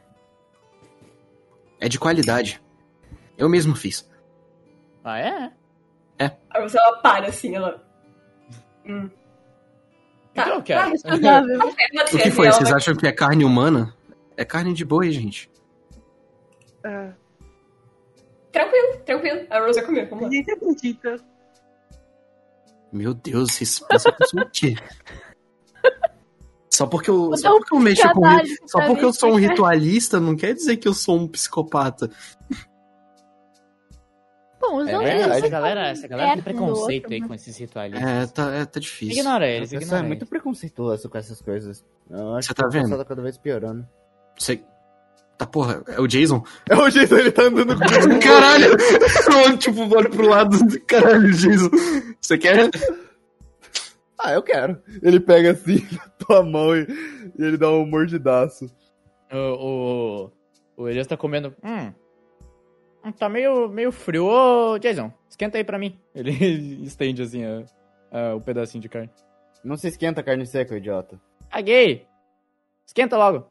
Speaker 3: É de qualidade. Eu mesmo fiz.
Speaker 2: Ah, é?
Speaker 4: Tá. A Rose ela para assim, ela. Hum. Tá.
Speaker 2: Então eu quero.
Speaker 7: Saudável.
Speaker 4: É, mas
Speaker 3: O que
Speaker 4: assim,
Speaker 3: foi?
Speaker 4: ela
Speaker 3: Vocês
Speaker 4: vai-
Speaker 3: acham que é carne humana? É carne de boi, gente.
Speaker 6: Ah,
Speaker 4: Tranquilo, tranquilo. A Rose vai comer, vamos lá.
Speaker 6: gente acredita.
Speaker 3: Meu Deus, vocês pensam que eu sou o quê? Só porque eu,
Speaker 7: Vou
Speaker 3: só
Speaker 7: dar um
Speaker 3: porque eu mexo com
Speaker 7: caralho
Speaker 3: ri- Tipo, Só
Speaker 7: pra
Speaker 3: porque
Speaker 7: mim,
Speaker 3: eu sou um
Speaker 7: cara.
Speaker 3: ritualista, não quer dizer que eu sou um psicopata.
Speaker 7: Bom, os
Speaker 2: É
Speaker 7: outros.
Speaker 2: verdade,
Speaker 7: são
Speaker 2: galera,
Speaker 1: Tá
Speaker 2: essa galera tem
Speaker 7: perto um do
Speaker 2: preconceito
Speaker 7: outro,
Speaker 2: aí
Speaker 7: mas-
Speaker 2: com esses ritualistas.
Speaker 3: É, tá, é, tá difícil.
Speaker 2: Ignora
Speaker 1: O
Speaker 2: eles,
Speaker 1: pessoal
Speaker 2: ignora
Speaker 1: é
Speaker 2: eles.
Speaker 1: muito preconceituoso com essas coisas. Eu acho
Speaker 3: Você
Speaker 1: que
Speaker 3: tá
Speaker 1: o pessoal
Speaker 3: vendo?
Speaker 1: tá cada vez piorando.
Speaker 3: Você. Tá porra, é o Jason?
Speaker 1: É o jeito ele tá andando com
Speaker 3: Caralho! Eu, tipo, olho pro lado. Caralho, Jason. Você quer?
Speaker 1: Ah, eu quero. Ele pega assim na tua mão e, e ele dá um mordidaço.
Speaker 2: O, o, o Elias tá comendo. Hum. hum, Tá meio, meio frio. Ô, Jason, esquenta aí pra mim. Ele estende assim a- a- o pedacinho de carne.
Speaker 1: Não se esquenta carne seca, idiota.
Speaker 2: Ah, gay! Esquenta logo!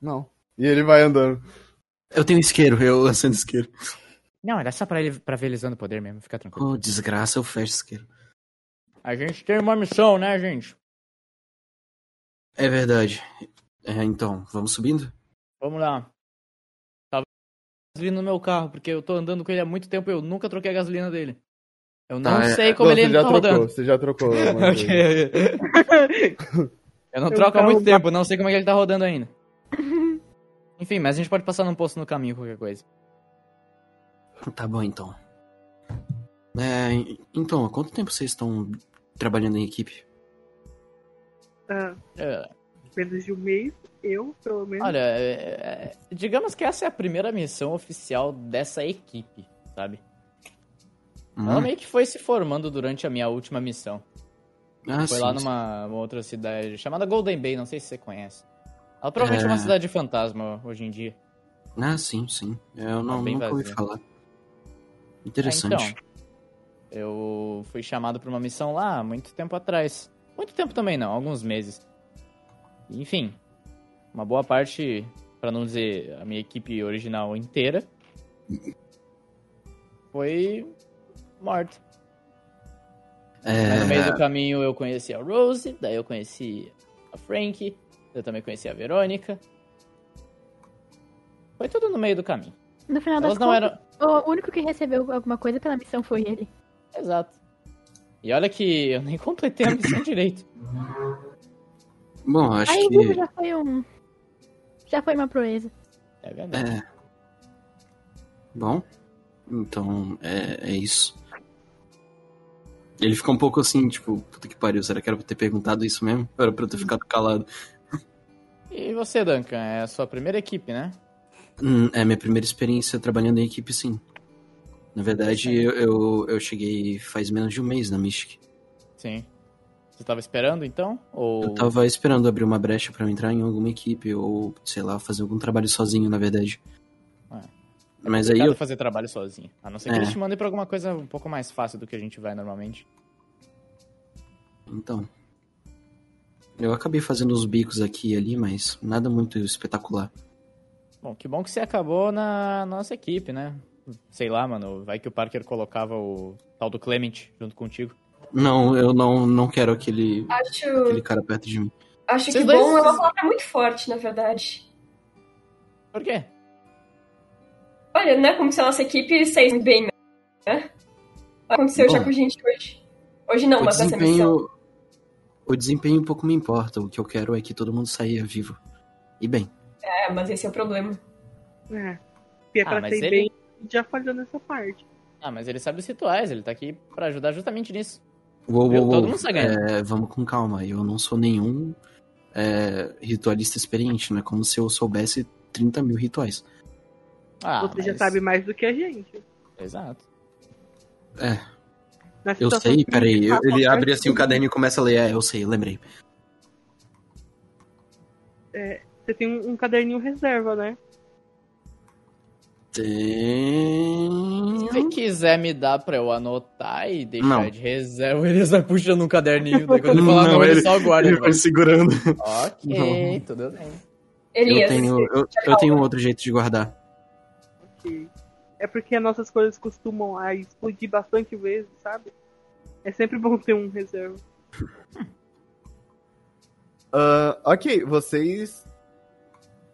Speaker 1: Não. E ele vai andando.
Speaker 3: Eu tenho isqueiro, eu acendo isqueiro.
Speaker 2: Não, era só pra, ele, pra ver eles dando poder mesmo, fica tranquilo.
Speaker 3: Oh, desgraça, eu fecho isqueiro.
Speaker 2: A gente tem uma missão, né, gente?
Speaker 3: É verdade. É, então, vamos subindo?
Speaker 2: Vamos lá. Tava gasolina no meu carro, porque eu tô andando com ele há muito tempo e eu nunca troquei a gasolina dele. Eu não
Speaker 3: Tá, é-
Speaker 2: sei como
Speaker 1: Ah, Não,
Speaker 2: ele
Speaker 1: você já
Speaker 2: ainda tá
Speaker 1: trocou,
Speaker 2: rodando.
Speaker 1: você já trocou. alguma coisa.
Speaker 2: Ok. Eu não
Speaker 6: Eu
Speaker 2: troco há
Speaker 6: tava- um
Speaker 2: muito tempo, não sei como é que ele tá rodando ainda. Enfim, mas a gente pode passar num posto no caminho, qualquer coisa.
Speaker 3: Tá bom, então. É, então, há quanto tempo vocês estão trabalhando em equipe?
Speaker 6: Ah,
Speaker 2: É,
Speaker 6: menos de um mês, eu, pelo menos.
Speaker 2: olha, é, é, digamos que essa é a primeira missão oficial dessa equipe, sabe? Ela
Speaker 3: Hum?
Speaker 2: meio que foi se formando durante a minha última missão.
Speaker 3: Ah,
Speaker 2: Foi
Speaker 3: sim,
Speaker 2: lá
Speaker 3: sim.
Speaker 2: numa uma outra cidade chamada Golden Bay, não sei se você conhece. Ela provavelmente é, uma
Speaker 3: É.
Speaker 2: cidade de fantasma hoje em dia.
Speaker 3: Ah, sim, sim. Eu não,
Speaker 2: Tá bem
Speaker 3: nunca ouvi
Speaker 2: vazio.
Speaker 3: falar.
Speaker 2: É,
Speaker 3: Interessante.
Speaker 2: então, eu fui chamado pra uma missão lá há muito tempo atrás. Muito tempo também não, alguns meses. Enfim, uma boa parte, pra não dizer a minha equipe original inteira, foi morta. Aí Tá no meio
Speaker 3: é,
Speaker 2: do caminho eu conheci a Rose, daí eu conheci a Frank, eu também conheci a Verônica. Foi tudo no meio do caminho.
Speaker 7: No final das
Speaker 2: Elas não
Speaker 7: contas,
Speaker 2: eram.
Speaker 7: o único que recebeu alguma coisa pela missão foi ele.
Speaker 2: Exato. E olha que eu nem completei a missão direito.
Speaker 3: bom, acho
Speaker 7: Aí
Speaker 3: que.
Speaker 7: já foi um. Já foi uma proeza.
Speaker 2: É verdade.
Speaker 3: É. Bom, Então, é, é isso. Ele fica um pouco assim, tipo, puta que pariu, será que era pra eu ter perguntado isso mesmo? Era pra eu ter ficado calado.
Speaker 2: E você, Duncan, é a sua primeira equipe, né?
Speaker 3: Hum, é minha primeira experiência trabalhando em equipe, sim. Na verdade, eu, eu, eu cheguei faz menos de um mês na Mystic.
Speaker 2: Sim. Você tava esperando, então? Ou...
Speaker 3: Eu tava esperando abrir uma brecha pra eu entrar em alguma equipe ou, sei lá, fazer algum trabalho sozinho, na verdade.
Speaker 2: É.
Speaker 3: Mas aí
Speaker 2: Complicado
Speaker 3: eu.
Speaker 2: fazer trabalho sozinho. A não ser que
Speaker 3: É.
Speaker 2: eles te mandem pra alguma coisa um pouco mais fácil do que a gente vai normalmente.
Speaker 3: Então. Eu acabei fazendo uns bicos aqui e ali, mas nada muito espetacular.
Speaker 2: Bom, que bom que você acabou na nossa equipe, né? Sei lá, mano, vai que o Parker colocava o tal do Clement junto contigo.
Speaker 3: Não, eu não, não quero aquele,
Speaker 4: Acho,
Speaker 3: aquele cara perto de mim.
Speaker 4: acho que
Speaker 2: Vocês dois-
Speaker 4: bom é uma palavra muito forte, na verdade.
Speaker 2: Por quê?
Speaker 4: Olha, né, como se a nossa equipe saísse bem, né? Aconteceu já
Speaker 3: Bom.
Speaker 4: com gente hoje. Hoje não,
Speaker 3: o
Speaker 4: mas nessa missão.
Speaker 3: desempenho. O desempenho um pouco me importa. O que eu quero é que todo mundo saia vivo. E bem.
Speaker 4: É, mas esse é o problema.
Speaker 6: É. Se é
Speaker 2: Ah,
Speaker 6: pra
Speaker 2: mas
Speaker 6: ser
Speaker 2: ele-
Speaker 6: bem, já falhou nessa parte.
Speaker 2: Ah, mas ele sabe os rituais, ele tá aqui pra ajudar justamente nisso.
Speaker 3: Uou,
Speaker 2: Viu?
Speaker 3: uou,
Speaker 2: Todo
Speaker 3: uou.
Speaker 2: mundo sai ganhando.
Speaker 3: É, vamos com calma. Eu não sou nenhum é, ritualista experiente, não é como se eu soubesse 30 mil rituais.
Speaker 2: Ah,
Speaker 6: Você já
Speaker 2: mas-
Speaker 6: sabe mais do que a gente.
Speaker 2: Exato.
Speaker 6: Na
Speaker 3: Eu
Speaker 6: situação
Speaker 3: sei,
Speaker 6: que
Speaker 3: peraí.
Speaker 6: tá
Speaker 3: eu- ele
Speaker 6: acontecendo,
Speaker 3: abre assim o caderno e começa a ler. É, eu sei, lembrei.
Speaker 6: Você tem um, um caderninho reserva, né?
Speaker 3: Tem...
Speaker 2: Se você quiser me dar pra eu anotar e deixar
Speaker 3: Não.
Speaker 2: de reserva, ele vai puxando um caderninho. Daí quando ele falar
Speaker 3: Não,
Speaker 2: não, ele
Speaker 3: ele-
Speaker 2: só guarda.
Speaker 3: Ele vai segurando.
Speaker 2: Ok, tudo bem.
Speaker 3: Eu
Speaker 4: Elias,
Speaker 3: tenho, eu, eu tenho outro jeito de guardar.
Speaker 6: Que é porque as nossas coisas costumam a explodir bastante vezes, sabe? É sempre bom ter um reserva.
Speaker 1: Ah, ok, vocês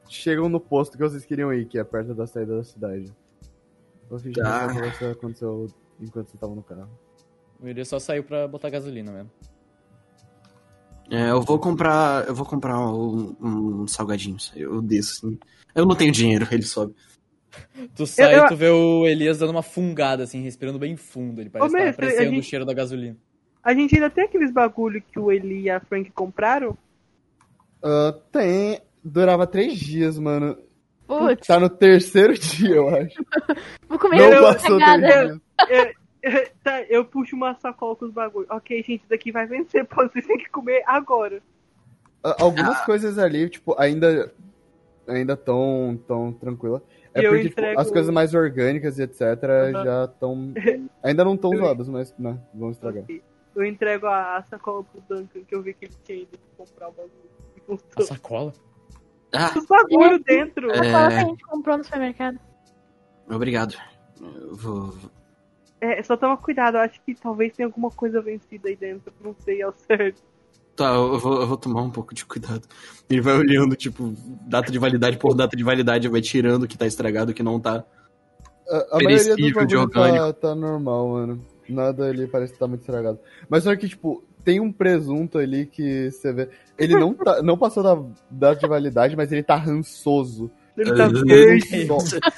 Speaker 1: chegam no posto que vocês queriam ir, que é perto da saída da cidade. Vou fingir que
Speaker 3: Tá.
Speaker 1: essa conversa aconteceu enquanto você tava no carro.
Speaker 2: Ele só saiu pra botar gasolina mesmo.
Speaker 3: É, eu vou comprar. Eu vou comprar um, um salgadinhos. Eu desço assim. Eu não tenho dinheiro, ele sobe.
Speaker 2: Tu sai
Speaker 6: eu-
Speaker 2: e tu vê o Elias dando uma fungada, assim, respirando bem fundo. Ele parece
Speaker 6: Ô,
Speaker 2: que tá
Speaker 6: mestre, a
Speaker 2: apreciando o
Speaker 6: gente-
Speaker 2: cheiro da gasolina.
Speaker 6: A gente ainda tem aqueles bagulho que o Eli e a Frank compraram?
Speaker 1: Ah, tem. Durava três dias, mano.
Speaker 7: Putz,
Speaker 1: Tá no terceiro dia, eu acho.
Speaker 7: vou comer
Speaker 1: Não
Speaker 7: uma
Speaker 1: passou três
Speaker 7: cagada.
Speaker 1: dias.
Speaker 6: tá, eu puxo uma sacola com os bagulhos. Ok, gente, isso daqui vai vencer, pô, vocês têm que comer agora.
Speaker 1: Ah, Algumas coisas ali, tipo, ainda ainda tão, tão tranquila. É
Speaker 6: Eu
Speaker 1: porque tipo,
Speaker 6: entrego-
Speaker 1: as coisas mais orgânicas e etc
Speaker 6: Aham.
Speaker 1: já estão. Ainda não estão zoadas, mas né, vão estragar.
Speaker 6: Ok. Eu entrego a, a sacola pro Duncan, que eu vi que ele tinha ido comprar o bagulho. E com
Speaker 2: A
Speaker 6: os-
Speaker 2: sacola?
Speaker 3: Ah, é,
Speaker 6: Os bagulho dentro.
Speaker 7: Ela fala que
Speaker 5: assim,
Speaker 7: a gente comprou no supermercado.
Speaker 3: obrigado. Eu vou.
Speaker 6: É, só toma cuidado, eu acho que talvez tenha alguma coisa vencida aí dentro. Não sei ao certo.
Speaker 3: Tá, eu vou, eu vou tomar um pouco de cuidado. Ele vai olhando, tipo, data de validade por data de validade, vai tirando o que tá estragado, o que não tá.
Speaker 1: A, a maioria dos
Speaker 3: Perecível de
Speaker 1: bagulho tá,
Speaker 3: orgânico.
Speaker 1: tá normal, mano. Nada ali parece que tá muito estragado. Mas só que, tipo, tem um presunto ali que você vê. Ele não, tá- não passou da data de validade, mas ele tá rançoso.
Speaker 6: Ele tá
Speaker 3: Ah,
Speaker 6: verde.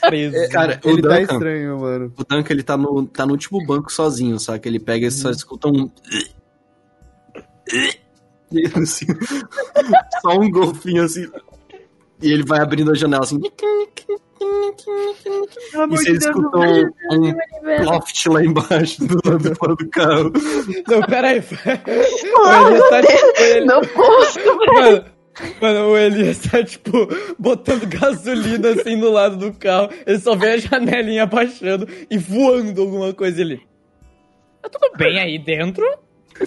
Speaker 2: Preso.
Speaker 3: Cara, o
Speaker 1: Ele tá
Speaker 3: Duncan,
Speaker 1: estranho, mano.
Speaker 3: o Duncan, ele tá no, tá no último banco sozinho, saca? Ele pega e
Speaker 6: Uhum.
Speaker 3: só escuta um. E ele, assim, só um golfinho assim. E ele vai abrindo a janela assim.
Speaker 6: Pelo
Speaker 3: E
Speaker 6: amor
Speaker 3: você
Speaker 6: de Deus,
Speaker 3: escutou
Speaker 6: não-
Speaker 3: um loft lá embaixo do lado de fora do carro.
Speaker 2: Não, peraí. o Elias tá tipo. Ele...
Speaker 5: Não posso.
Speaker 2: Mano, mano, o Elias tá tipo botando gasolina assim no lado do carro. Ele só vê a janelinha abaixando e voando alguma coisa ali. Tá tudo bem aí dentro?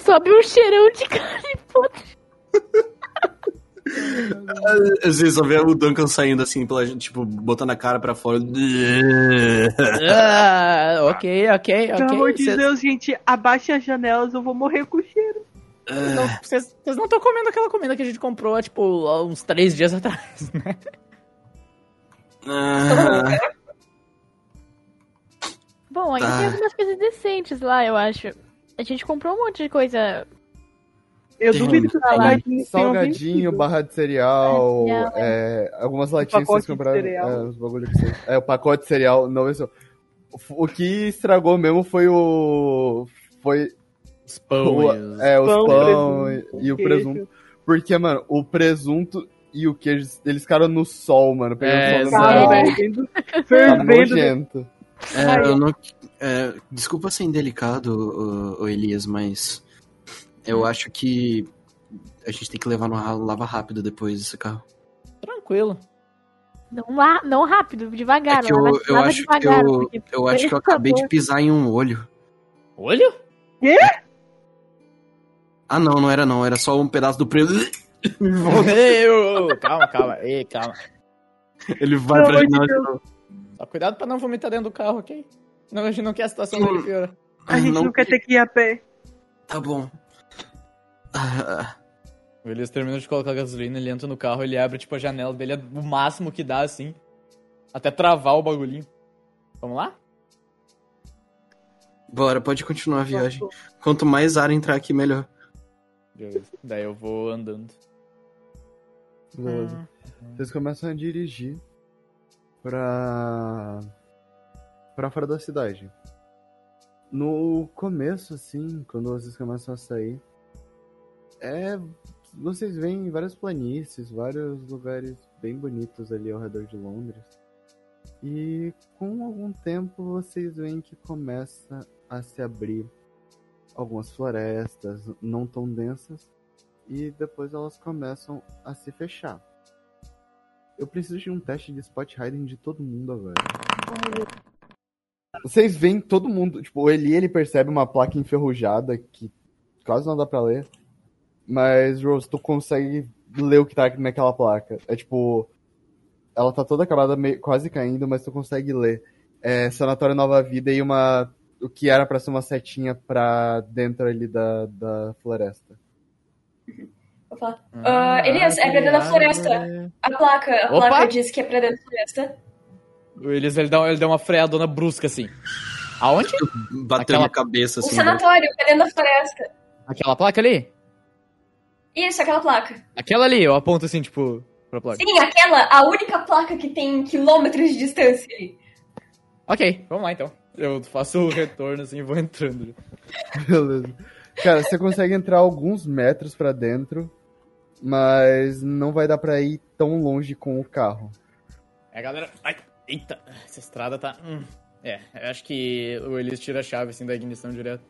Speaker 7: Sobe um cheirão de carne podre.
Speaker 3: Às vezes só vê o Duncan saindo assim, pela, tipo, botando a cara pra fora.
Speaker 6: Uhum.
Speaker 2: Ah, ok, ok,
Speaker 6: Pelo amor
Speaker 2: ok.
Speaker 6: de Deus, gente, abaixem as janelas, eu vou morrer com cheiro.
Speaker 2: Vocês não estão comendo aquela comida que a gente comprou, tipo, há uns três dias atrás, né?
Speaker 3: Ah,
Speaker 7: Bom, ainda
Speaker 3: Tá.
Speaker 7: tem algumas coisas decentes lá, eu acho. A gente comprou um monte de coisa.
Speaker 6: Eu
Speaker 3: Tem
Speaker 6: duvido que o
Speaker 3: salgadinho,
Speaker 6: salgadinho tenha
Speaker 1: Tá Salgadinho,
Speaker 6: vencido.
Speaker 1: barra de cereal,
Speaker 7: Barra de cereal,
Speaker 1: é, algumas latinhas que
Speaker 6: Um
Speaker 1: vocês
Speaker 6: pacote de
Speaker 1: compraram.
Speaker 6: cereal.
Speaker 1: É, os bagulho que vocês. É, o pacote de cereal, não esse. O que estragou mesmo foi o. Foi
Speaker 2: Os pão.
Speaker 1: O- é, os
Speaker 6: Pão,
Speaker 1: pão,
Speaker 6: presunto,
Speaker 1: e o
Speaker 6: queijo.
Speaker 1: presunto. Porque, mano, o presunto e o queijo, eles ficaram no sol, mano.
Speaker 2: É,
Speaker 1: Pegando sol no
Speaker 2: exato.
Speaker 6: Cara,
Speaker 1: verão.
Speaker 6: fervendo,
Speaker 1: Tá
Speaker 6: fervendo.
Speaker 1: nojento.
Speaker 3: É, eu não- é, desculpa ser indelicado, o, Elias, mas eu acho que a gente tem que levar no ra- lava rápido depois esse carro.
Speaker 2: Tranquilo.
Speaker 7: Não, lá- não rápido, devagar.
Speaker 3: É que eu,
Speaker 7: lava,
Speaker 3: eu
Speaker 7: lava
Speaker 3: acho que
Speaker 7: devagar.
Speaker 3: eu,
Speaker 7: porque
Speaker 3: eu acho que eu
Speaker 7: por
Speaker 3: acabei de
Speaker 7: favor.
Speaker 3: pisar em um olho.
Speaker 2: Olha!
Speaker 3: Ah, não, não era não, era só um pedaço do preso.
Speaker 2: Meu! Calma, calma. Ei, calma.
Speaker 3: Ele vai
Speaker 6: Pelo
Speaker 3: pra
Speaker 6: amor de
Speaker 3: nós.
Speaker 2: Só Tá, cuidado pra não vomitar dentro do carro, ok? Não, a gente não quer a situação dele pior.
Speaker 6: A gente não, quer ter que ir a pé.
Speaker 3: Tá bom. Ah,
Speaker 2: O Elias termina de colocar a gasolina, ele entra no carro, ele abre, tipo, a janela dele, é o máximo que dá, assim. Até travar o bagulhinho. Vamos lá?
Speaker 3: bora, pode continuar a viagem. Quanto mais ar entrar aqui, melhor.
Speaker 2: Beleza. Daí eu vou andando.
Speaker 1: Beleza. Vocês começam a dirigir pra. pra fora da cidade. No começo, assim, quando vocês começam a sair, é. Vocês veem várias planícies, vários lugares bem bonitos ali ao redor de Londres. E com algum tempo vocês veem que começa a se abrir algumas florestas não tão densas e depois elas começam a se fechar. Eu preciso de um teste de spot hiding de todo mundo agora. Vocês veem todo mundo, tipo, o Eli ele percebe uma placa enferrujada que quase não dá pra ler. Mas, Rose, tu consegue ler o que tá naquela placa. É tipo. Ela tá toda acabada, meio, quase caindo, mas tu consegue ler. É Sanatório Nova Vida e uma. O que era pra ser uma setinha pra dentro ali da, da floresta.
Speaker 4: Vou falar. Ah, Elias, é pra dentro da floresta. A placa, a
Speaker 2: Opa!
Speaker 4: placa diz que é pra dentro da floresta.
Speaker 2: O Elias, ele dá, um, ele dá uma freadona brusca, assim. Aonde?
Speaker 3: Bateu
Speaker 2: Aquela-
Speaker 3: na cabeça,
Speaker 4: O
Speaker 3: assim. né?
Speaker 4: sanatório, é pra dentro da floresta.
Speaker 2: Aquela placa ali?
Speaker 4: Isso, aquela placa.
Speaker 2: Aquela ali, eu aponto assim, tipo, pra placa.
Speaker 4: Sim, aquela, a única placa que tem quilômetros de distância ali.
Speaker 2: Ok, vamos lá então. Eu faço o retorno assim e vou entrando.
Speaker 1: Beleza. Cara, você consegue entrar alguns metros pra dentro, mas não vai dar pra ir tão longe com o carro.
Speaker 2: É, galera. Ai, eita, essa estrada tá. hum. É, eu acho que o Elias tira a chave assim da ignição direto.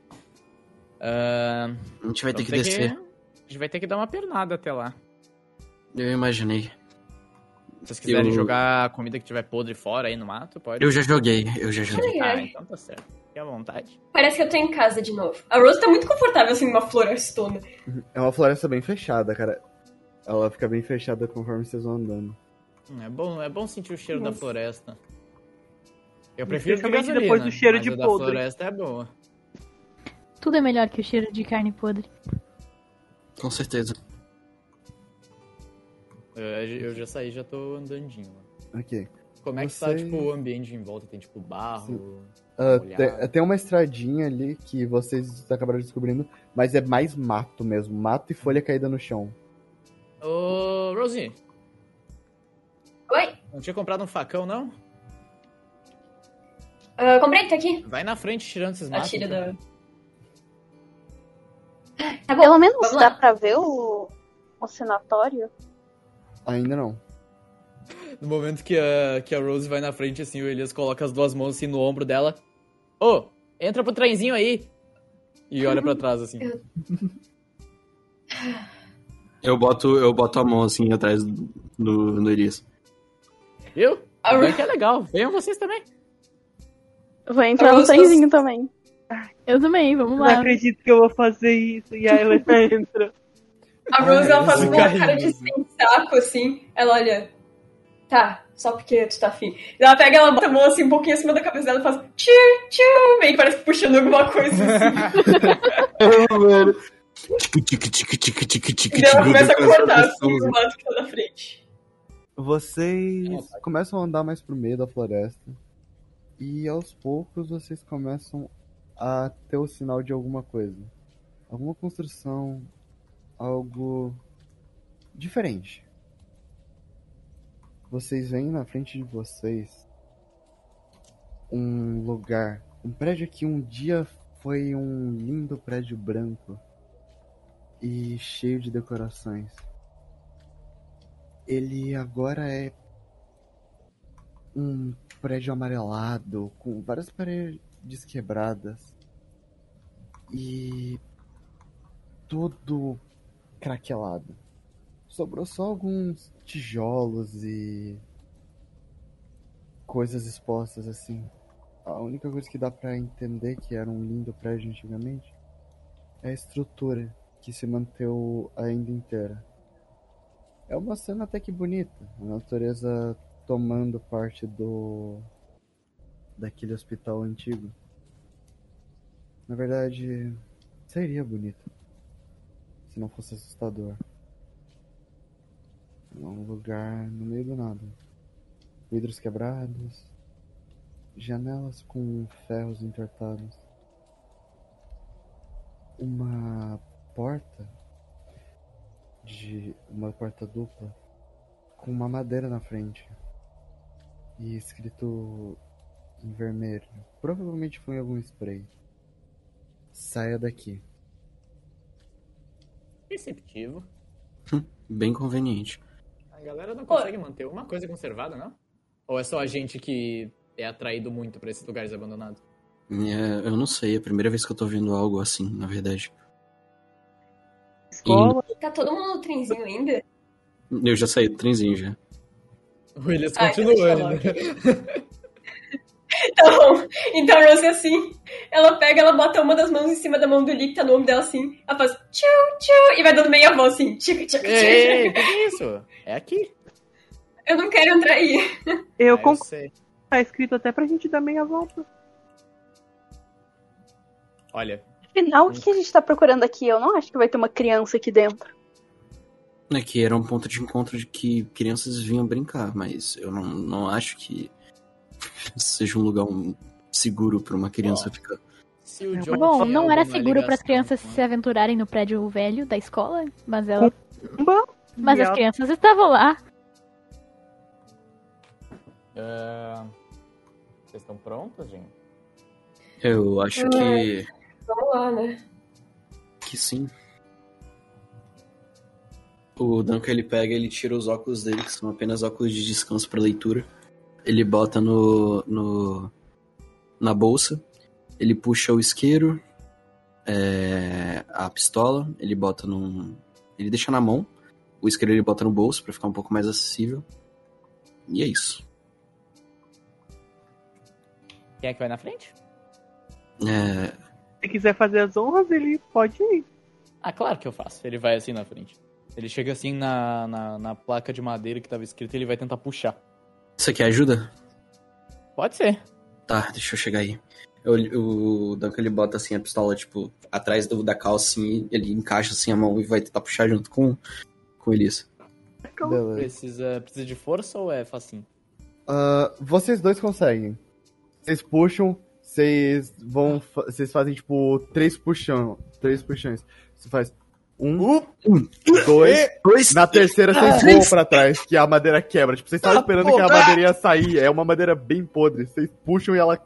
Speaker 2: Ah,
Speaker 3: A gente vai ter
Speaker 2: vamos
Speaker 3: que descer.
Speaker 2: A gente vai ter que dar uma pernada até lá.
Speaker 3: Eu imaginei.
Speaker 2: Se vocês quiserem
Speaker 3: Eu-
Speaker 2: jogar a comida que tiver podre fora aí no mato, pode.
Speaker 3: Eu já joguei, eu já joguei.
Speaker 4: Ai,
Speaker 6: é.
Speaker 2: Ah,
Speaker 4: ai.
Speaker 2: então tá certo. Fique à vontade.
Speaker 4: Parece que eu tô em casa de novo. A Rose tá muito confortável assim numa florestona.
Speaker 1: É uma floresta bem fechada, cara. Ela fica bem fechada conforme vocês vão andando.
Speaker 2: Hum, É bom, é bom sentir o cheiro da
Speaker 4: Nossa.
Speaker 2: floresta. Eu prefiro de
Speaker 6: Especialmente
Speaker 2: gasolina,
Speaker 6: depois do cheiro
Speaker 2: mas
Speaker 6: de
Speaker 2: a da
Speaker 6: podre.
Speaker 2: floresta é boa.
Speaker 7: Tudo é melhor que o cheiro de carne podre.
Speaker 3: Com certeza.
Speaker 2: Eu, eu já saí, já tô andandinho lá.
Speaker 1: Ok.
Speaker 2: Como é que
Speaker 1: Você-
Speaker 2: tá, tipo, o ambiente em volta? Tem, tipo, barro...
Speaker 1: Ah,
Speaker 2: molhado.
Speaker 1: te- tem uma estradinha ali que vocês acabaram descobrindo, mas é mais mato mesmo. Mato e folha caída no chão.
Speaker 2: Ô, Rosie,
Speaker 4: Oi,
Speaker 2: não tinha comprado um facão, não?
Speaker 4: ah, comprei, tá aqui.
Speaker 2: Vai na frente tirando esses
Speaker 4: A
Speaker 2: matos. então.
Speaker 4: tira
Speaker 2: cara.
Speaker 4: da. Tá bom,
Speaker 5: Pelo menos
Speaker 4: vamos
Speaker 5: dá
Speaker 4: lá.
Speaker 5: pra ver o, o sanatório.
Speaker 1: Ainda não.
Speaker 2: No momento que a, que a Rose vai na frente, assim, o Elias coloca as duas mãos, assim, no ombro dela. Ô, entra pro trenzinho aí! E olha pra trás, assim.
Speaker 3: Eu boto, eu boto a mão assim atrás do, do do Elias.
Speaker 2: Viu?
Speaker 4: A
Speaker 2: Vem
Speaker 4: Rose...
Speaker 2: que é legal. Venham vocês também.
Speaker 5: Vou entrar no
Speaker 4: Rosas-
Speaker 5: trenzinho também.
Speaker 7: Eu também, vamos
Speaker 6: Não
Speaker 7: lá.
Speaker 6: acredito que eu vou fazer isso. E a Helena entra.
Speaker 4: A Rose, ela faz
Speaker 2: Esse
Speaker 4: uma cara
Speaker 2: carrinho.
Speaker 4: de sem saco, assim. Ela olha. Tá, só porque tu tá afim. Ela pega, ela bota a mão assim um pouquinho acima da cabeça dela e faz tchiu, tchiu, meio que parece que puxando alguma coisa assim.
Speaker 3: Tic, tic, tic, tic, tic, tic,
Speaker 4: e daí ela começa a
Speaker 3: tic, tic,
Speaker 4: cortar assim,
Speaker 3: tic,
Speaker 4: o mato que tá na frente.
Speaker 1: Vocês começam a andar mais pro meio da floresta. E aos poucos vocês começam a ter o sinal de alguma coisa. Alguma construção. Algo diferente. Vocês veem na frente de vocês um lugar, um prédio que um dia foi um lindo prédio branco e cheio de decorações. Ele agora é um prédio amarelado com várias paredes quebradas e todo craquelado. Sobrou só alguns tijolos e coisas expostas assim. A única coisa que dá pra entender que era um lindo prédio antigamente é a estrutura que se manteu ainda inteira. É uma cena até que bonita, a natureza tomando parte do daquele hospital antigo. Na verdade, seria bonito se não fosse assustador. É um lugar no meio do nada. Vidros quebrados, janelas com ferros entortados, uma porta de uma porta dupla com uma madeira na frente e escrito em vermelho. Provavelmente foi algum spray. Saia daqui.
Speaker 2: Receptivo.
Speaker 3: Bem conveniente.
Speaker 2: A galera não
Speaker 4: Pô.
Speaker 2: consegue manter uma coisa conservada, não? Ou é só a gente que é atraído muito pra esses lugares abandonados?
Speaker 3: É, eu não sei, é a primeira vez que eu tô vendo algo assim, na verdade.
Speaker 6: Escola,
Speaker 4: Tá todo mundo no trenzinho ainda?
Speaker 3: Eu já saí do trenzinho já.
Speaker 2: O Elias
Speaker 4: Ah, então
Speaker 2: continua. né?
Speaker 4: deixa
Speaker 2: ele-
Speaker 4: Então, então a Rose é assim. Ela pega, ela bota uma das mãos em cima da mão do Lee, que tá no ombro dela assim. Ela faz tchau, tchau, e vai dando meia voz assim. Tchic, tchic,
Speaker 2: Ei,
Speaker 4: tchic.
Speaker 2: o que é isso? É aqui.
Speaker 4: Eu não quero entrar aí.
Speaker 6: eu
Speaker 2: Ah,
Speaker 6: concordo.
Speaker 2: sei.
Speaker 6: Tá escrito até pra gente dar meia volta.
Speaker 2: Olha,
Speaker 5: Afinal, o que a gente tá procurando aqui? Eu não acho que vai ter uma criança aqui dentro.
Speaker 3: É que era um ponto de encontro de que crianças vinham brincar, mas eu não, não acho que seja um lugar um- seguro pra uma criança ficar.
Speaker 2: se o
Speaker 6: Bom,
Speaker 2: John
Speaker 7: Bom,
Speaker 2: tiver
Speaker 7: não era
Speaker 2: alguma
Speaker 7: seguro para as
Speaker 2: ligação
Speaker 7: crianças
Speaker 5: né?
Speaker 2: com-
Speaker 7: se aventurarem no prédio velho da escola, mas ela,
Speaker 6: Bom,
Speaker 7: mas
Speaker 6: e
Speaker 7: as
Speaker 6: ela-
Speaker 7: crianças estavam lá.
Speaker 2: Ah, Vocês estão prontos, gente?
Speaker 3: Eu acho que,
Speaker 4: Vamos lá, né?
Speaker 3: que sim. O Duncan ele pega, ele tira os óculos dele, que são apenas óculos de descanso pra leitura. Ele bota no, no na bolsa, ele puxa o isqueiro, é, a pistola, ele bota num. Ele deixa na mão, o isqueiro ele bota no bolso pra ficar um pouco mais acessível. E é isso.
Speaker 2: Quem é que vai na frente?
Speaker 3: É,
Speaker 6: Se quiser fazer as honras, ele pode ir.
Speaker 2: Ah, claro que eu faço. Ele vai assim na frente. Ele chega assim na, na, na placa de madeira que tava escrita e ele vai tentar puxar.
Speaker 3: você quer ajuda?
Speaker 2: Pode ser.
Speaker 3: Tá, deixa eu chegar aí. Eu- o Duncan ele bota assim a pistola, tipo, atrás do, da calça, assim, ele encaixa assim a mão e vai tentar puxar junto com, com o Elias.
Speaker 6: Então,
Speaker 1: Beleza.
Speaker 2: Precisa, precisa de força ou é facinho?
Speaker 1: Ah, vocês dois conseguem. Vocês puxam, vocês vão. fa- Vocês fazem tipo três puxão. Três puxões. Você faz um, dois.
Speaker 3: Dois.
Speaker 1: Na terceira vocês voam pra trás, que a madeira quebra. Tipo, vocês estavam esperando que a madeira ia sair. É uma madeira bem podre. Vocês puxam e ela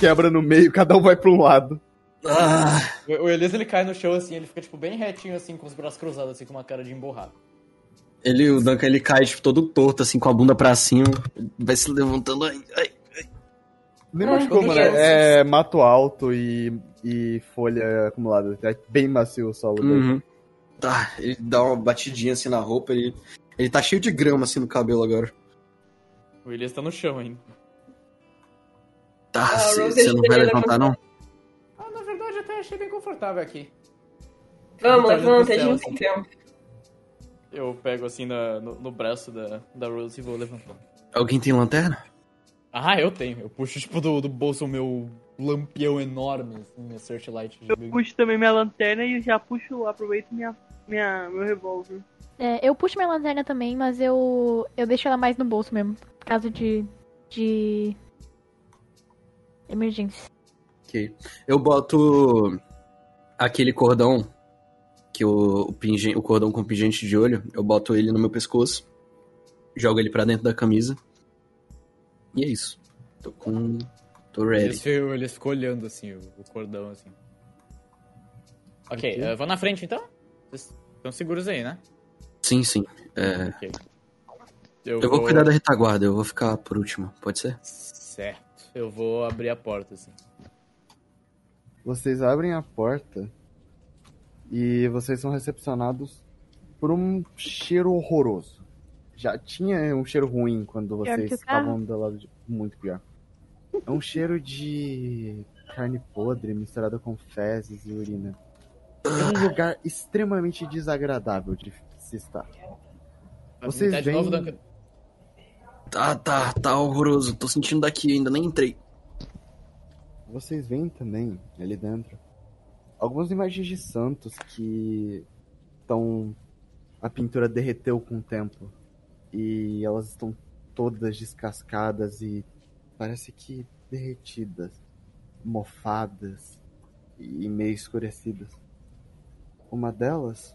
Speaker 1: quebra no meio, cada um vai pra um lado.
Speaker 3: Ah,
Speaker 2: O Elias ele cai no chão assim, ele fica tipo bem retinho assim, com os braços cruzados, assim, com uma cara de emborrado.
Speaker 3: ele, o Duncan ele cai, tipo, todo torto, assim, com a bunda pra cima. Vai se levantando. Ai, ai.
Speaker 1: Nem
Speaker 2: Ah,
Speaker 1: machucou,
Speaker 2: como
Speaker 1: mano.
Speaker 2: já
Speaker 1: É mato alto e, e folha acumulada. É bem macio o solo dele.
Speaker 3: Tá, ele dá uma batidinha assim na roupa, ele. Ele tá cheio de grama assim no cabelo agora.
Speaker 2: O Elias tá no chão ainda.
Speaker 3: Tá,
Speaker 4: Ah,
Speaker 3: você
Speaker 4: Rose,
Speaker 3: você não vai
Speaker 4: ele tá
Speaker 3: levantar, não?
Speaker 2: Ah, na verdade até achei bem confortável aqui.
Speaker 4: Vamos,
Speaker 2: Tá indo
Speaker 4: levanta, a
Speaker 2: pro céu,
Speaker 4: gente
Speaker 2: assim.
Speaker 4: tem um tempo.
Speaker 2: Eu pego assim na- no, no braço da, da Rose e vou levantando.
Speaker 3: Alguém tem lanterna?
Speaker 2: Ah, eu tenho. Eu puxo tipo do, do bolso o meu lampião enorme, assim, minha searchlight.
Speaker 6: eu
Speaker 2: gigante.
Speaker 6: puxo também minha lanterna e já puxo, aproveito minha, minha, meu revólver.
Speaker 7: É, eu puxo minha lanterna também, mas eu eu deixo ela mais no bolso mesmo, por causa de de emergência.
Speaker 3: Ok. Eu boto aquele cordão que o, o, pingen- o cordão com pingente de olho, eu boto ele no meu pescoço, jogo ele pra dentro da camisa. E é isso. Tô com Tô
Speaker 2: Eles,
Speaker 3: ready.
Speaker 2: ficam- eles ficam olhando assim, o, o cordão assim. Ok, eh, vão na frente então? Vocês estão seguros aí, né?
Speaker 3: Sim, sim. É,
Speaker 2: Ok.
Speaker 3: eu vou cuidar da retaguarda, eu vou ficar por último, pode ser?
Speaker 2: Certo. Eu vou abrir a porta assim.
Speaker 1: Vocês abrem a porta e vocês são recepcionados por um cheiro horroroso. Já tinha um cheiro ruim quando
Speaker 7: Pior
Speaker 1: vocês
Speaker 7: que o carro?
Speaker 1: estavam do lado de. Muito pior. É um cheiro de carne podre misturada com fezes e urina. É um lugar extremamente desagradável de se estar.
Speaker 2: Vai
Speaker 1: Vocês
Speaker 2: vomitar de
Speaker 1: veem-
Speaker 2: novo, Duncan?
Speaker 3: Tá, tá, tá horroroso. Tô sentindo daqui ainda, nem entrei.
Speaker 1: Vocês veem também, ali dentro, algumas imagens de santos que estão. A pintura derreteu com o tempo. E elas estão todas descascadas e parece que derretidas, mofadas e meio escurecidas. Uma delas,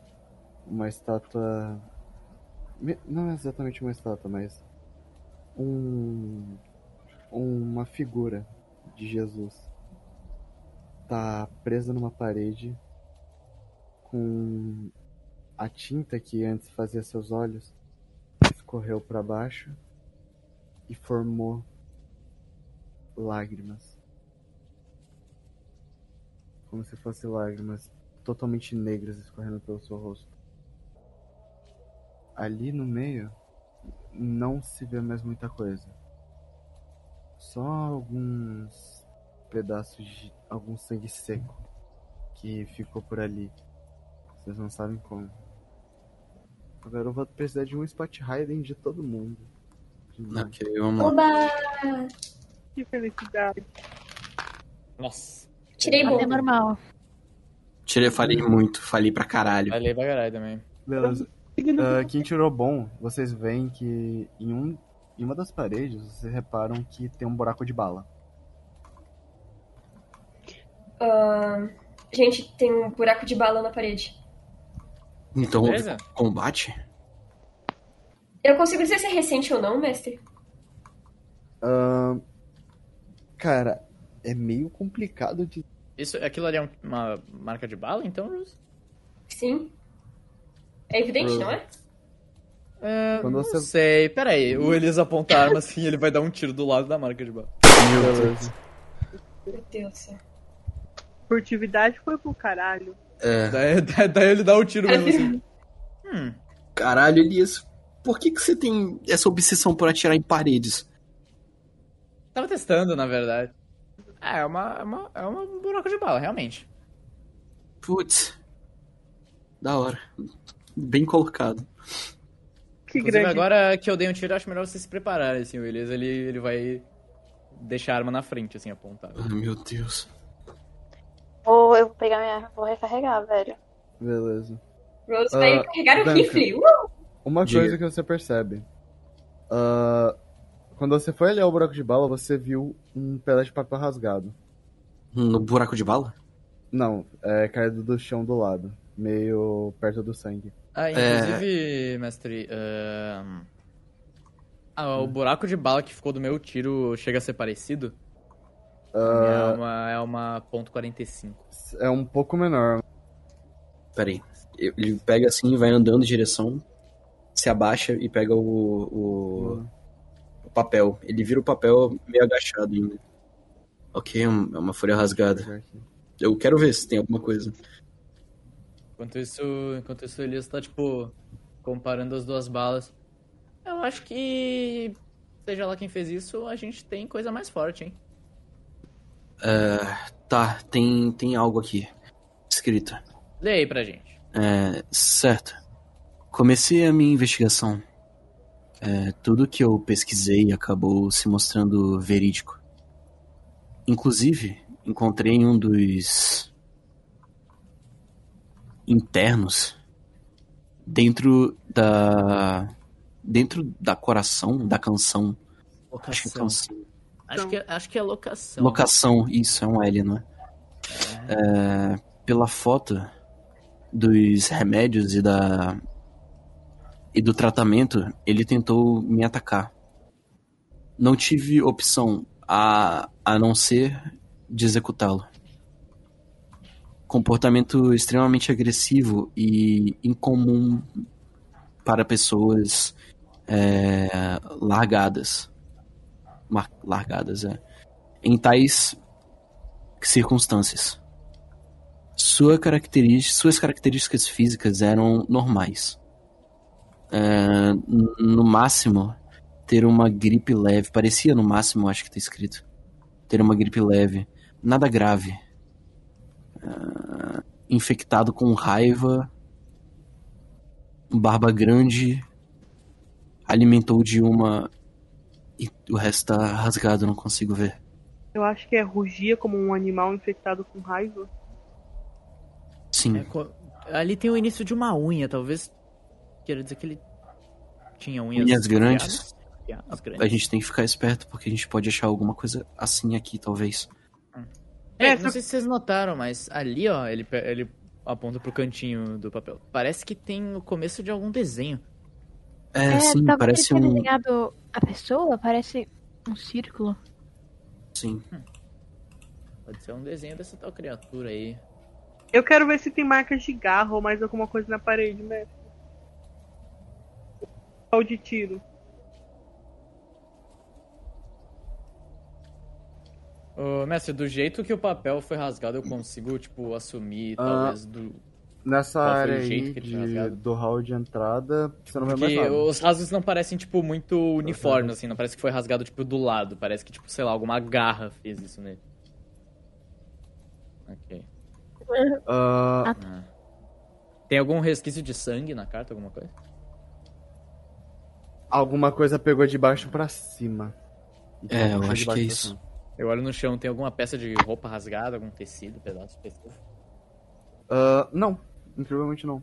Speaker 1: uma estátua. me- Não é exatamente uma estátua, mas. Um. Uma figura de Jesus tá presa numa parede com a tinta que antes fazia seus olhos escorreu para baixo e formou lágrimas. Como se fossem lágrimas totalmente negras escorrendo pelo seu rosto. Ali no meio não se vê mais muita coisa só alguns pedaços de algum sangue seco que ficou por ali. Vocês não sabem como. Agora eu vou precisar de um spot hiding de todo mundo. De mim.
Speaker 3: Ok, vamos lá.
Speaker 4: Oba!
Speaker 6: Que felicidade.
Speaker 2: Nossa.
Speaker 4: Tirei
Speaker 7: Mas é
Speaker 4: bom.
Speaker 7: normal.
Speaker 3: Tirei, falei muito, falei pra caralho.
Speaker 2: Vai ler pra caralho também.
Speaker 1: Beleza.
Speaker 6: Significa
Speaker 1: Ah, quem tirou bom, vocês veem que em, um, em uma das paredes vocês reparam que tem um buraco de bala.
Speaker 4: Gente, tem um buraco de bala na parede.
Speaker 3: Então,
Speaker 2: Beleza?
Speaker 3: combate?
Speaker 4: Eu consigo dizer se é recente ou não, mestre?
Speaker 1: Cara, é meio complicado de.
Speaker 2: Isso, aquilo ali é um- uma marca de bala, então, Rose?
Speaker 4: Sim. É evidente, não é?
Speaker 2: É,
Speaker 1: Quando
Speaker 2: não
Speaker 1: você-
Speaker 2: sei, peraí. O Elias aponta a arma assim ele vai dar um tiro do lado da marca de bala.
Speaker 1: Beleza.
Speaker 4: Meu Deus do céu.
Speaker 6: Furtividade foi pro caralho.
Speaker 3: É.
Speaker 2: Daí, daí- daí ele dá o tiro mesmo assim. Hum,
Speaker 3: Caralho, Elias, por que, que você tem essa obsessão por atirar em paredes?
Speaker 2: tava testando, na verdade. Ah, é uma, é uma, é uma buraco de bala, realmente.
Speaker 3: Putz. Da hora. Bem colocado.
Speaker 6: Que
Speaker 2: Inclusive,
Speaker 6: grande.
Speaker 2: agora que eu dei um tiro, eu acho melhor vocês se prepararem, assim. O Elias, ele, ele vai deixar a arma na frente, assim, apontada.
Speaker 3: Ai, meu Deus.
Speaker 5: Vou, eu vou pegar minha. Vou recarregar, velho.
Speaker 1: Beleza.
Speaker 4: Rose
Speaker 1: Ah,
Speaker 4: vai carregar o
Speaker 1: Duncan.
Speaker 4: rifle. Uh!
Speaker 1: Uma
Speaker 3: Diga.
Speaker 1: coisa que você percebe. Ah, quando você foi olhar o buraco de bala, você viu um pedaço de papel rasgado.
Speaker 3: No buraco de bala?
Speaker 1: Não, é caído do chão do lado. Meio perto do sangue.
Speaker 2: Ah, inclusive, mestre... ahn, ah, o buraco de bala que ficou do meu tiro chega a ser parecido?
Speaker 1: Ah.
Speaker 2: É uma, é uma ponto .45.
Speaker 1: É um pouco menor.
Speaker 3: Pera aí. Ele pega assim, vai andando em direção, se abaixa e pega o, o- o papel. Ele vira o papel meio agachado ainda. Ok, é um- é uma folha rasgada. Eu quero ver se tem alguma coisa.
Speaker 2: Enquanto isso, enquanto isso, o Elias tá, tipo, comparando as duas balas. Eu acho que, seja lá quem fez isso, a gente tem coisa mais forte, hein?
Speaker 3: Tá, tem, tem algo aqui escrito.
Speaker 2: Lê aí pra gente.
Speaker 3: É, certo. Comecei a minha investigação. É, tudo que eu pesquisei acabou se mostrando verídico. Inclusive, encontrei um dos internos dentro da dentro da coração da canção. Acho que é
Speaker 2: Locação.
Speaker 3: canção.
Speaker 2: Acho que, acho que é locação.
Speaker 3: Locação, isso, é um L, não é? É, pela foto dos remédios e da e do tratamento, ele tentou me atacar. Não tive opção a, a não ser de executá-lo. Comportamento extremamente agressivo e incomum para pessoas é, largadas. Mar- largadas, é. Em tais circunstâncias. Sua característica, suas características físicas eram normais. É, n- no máximo, ter uma gripe leve. Parecia no máximo, acho que tá escrito. Ter uma gripe leve. Nada grave. Ah, infectado com raiva. Barba grande. Alimentou de uma. E o resto tá rasgado, não consigo ver.
Speaker 6: Eu acho que é rugia como um animal infectado com raiva.
Speaker 3: Sim.
Speaker 8: É, co- ali tem o início de uma unha, talvez. Queira dizer que ele tinha unhas,
Speaker 3: Unhas grandes.
Speaker 8: afiadas, afiadas
Speaker 3: A
Speaker 8: grandes.
Speaker 3: gente tem que ficar esperto porque a gente pode achar alguma coisa assim aqui, talvez.
Speaker 8: É,
Speaker 6: É,
Speaker 8: não
Speaker 6: só-
Speaker 8: sei se vocês notaram, mas ali, ó, ele, pe- ele aponta pro cantinho do papel. Parece que tem o começo de algum desenho.
Speaker 3: É, sim,
Speaker 7: talvez
Speaker 3: parece
Speaker 7: ele tenha
Speaker 3: um.
Speaker 7: desenhado a pessoa, parece um círculo.
Speaker 3: Sim.
Speaker 8: Pode ser um desenho dessa tal criatura aí.
Speaker 6: Eu quero ver se tem marcas de garra ou mais alguma coisa na parede, né? Pau de tiro.
Speaker 2: Ô, mestre, do jeito que o papel foi rasgado, eu consigo, tipo, assumir,
Speaker 1: Ah.
Speaker 2: talvez, do...
Speaker 1: Nessa
Speaker 2: Qual Tá, foi o
Speaker 1: área
Speaker 2: jeito
Speaker 1: aí
Speaker 2: que ele
Speaker 1: de-
Speaker 2: tinha rasgado?
Speaker 1: do hall de entrada, você não vê é mais
Speaker 2: Porque
Speaker 1: nada.
Speaker 2: os rasgos não parecem, tipo, muito uniformes, assim. Não parece que foi rasgado, tipo, do lado. Parece que, tipo, sei lá, alguma garra fez isso nele. Ok.
Speaker 1: Ah,
Speaker 2: Tem algum resquício de sangue na carta, alguma coisa?
Speaker 1: alguma coisa pegou de baixo pra cima. Então,
Speaker 3: É, eu
Speaker 1: puxou de
Speaker 3: acho que
Speaker 1: baixo
Speaker 3: é
Speaker 1: pra
Speaker 3: isso.
Speaker 1: cima.
Speaker 2: Eu olho no chão, tem alguma peça de roupa rasgada, algum tecido, pedaço de tecido?
Speaker 1: Ah, não, incrivelmente não.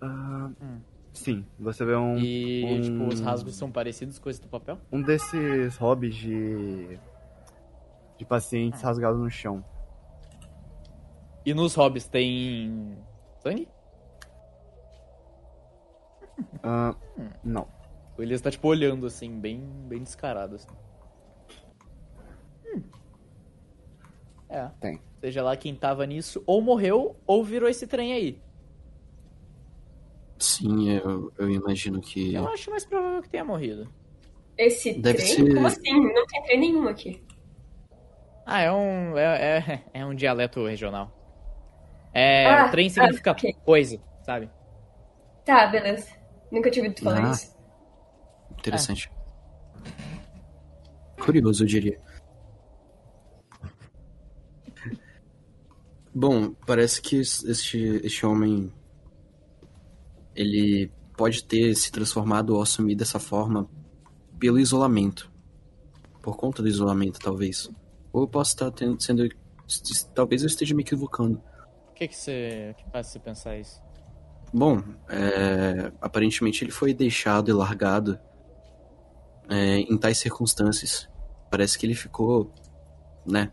Speaker 1: Ah, Sim, você vê um,
Speaker 2: E,
Speaker 1: Hum.
Speaker 2: tipo, os rasgos são parecidos com esse do papel?
Speaker 1: um desses hobbies de, de pacientes rasgados no chão.
Speaker 2: E nos hobbies tem sangue?
Speaker 1: Ah, não.
Speaker 2: O Elias tá, tipo, olhando, assim, bem, bem descarado, assim. Hum. É.
Speaker 1: Tem.
Speaker 2: Seja lá quem tava nisso, ou morreu, ou virou esse trem aí.
Speaker 3: Sim, eu, eu imagino que.
Speaker 2: Eu acho mais provável que tenha morrido.
Speaker 4: Esse
Speaker 3: Deve
Speaker 4: trem?
Speaker 3: ser-
Speaker 4: Como assim? Não tem trem nenhum aqui.
Speaker 2: Ah, é um. É, é, é um dialeto regional. É.
Speaker 4: Ah,
Speaker 2: trem significa
Speaker 4: ah, ok.
Speaker 2: coisa, sabe?
Speaker 4: Tá, beleza. Nunca tive ouvido falar
Speaker 3: Ah.
Speaker 4: isso.
Speaker 3: Interessante. Curioso, eu diria. Bom, parece que es- este, este homem ele pode ter se transformado ou assumido dessa forma pelo isolamento. Por conta do isolamento, talvez. Ou eu posso estar tendo, sendo. s- s- Talvez eu esteja me equivocando.
Speaker 2: O que que você. O que faz você pensar isso?
Speaker 3: Bom, é, aparentemente ele foi deixado e largado é, em tais circunstâncias. Parece que ele ficou, né,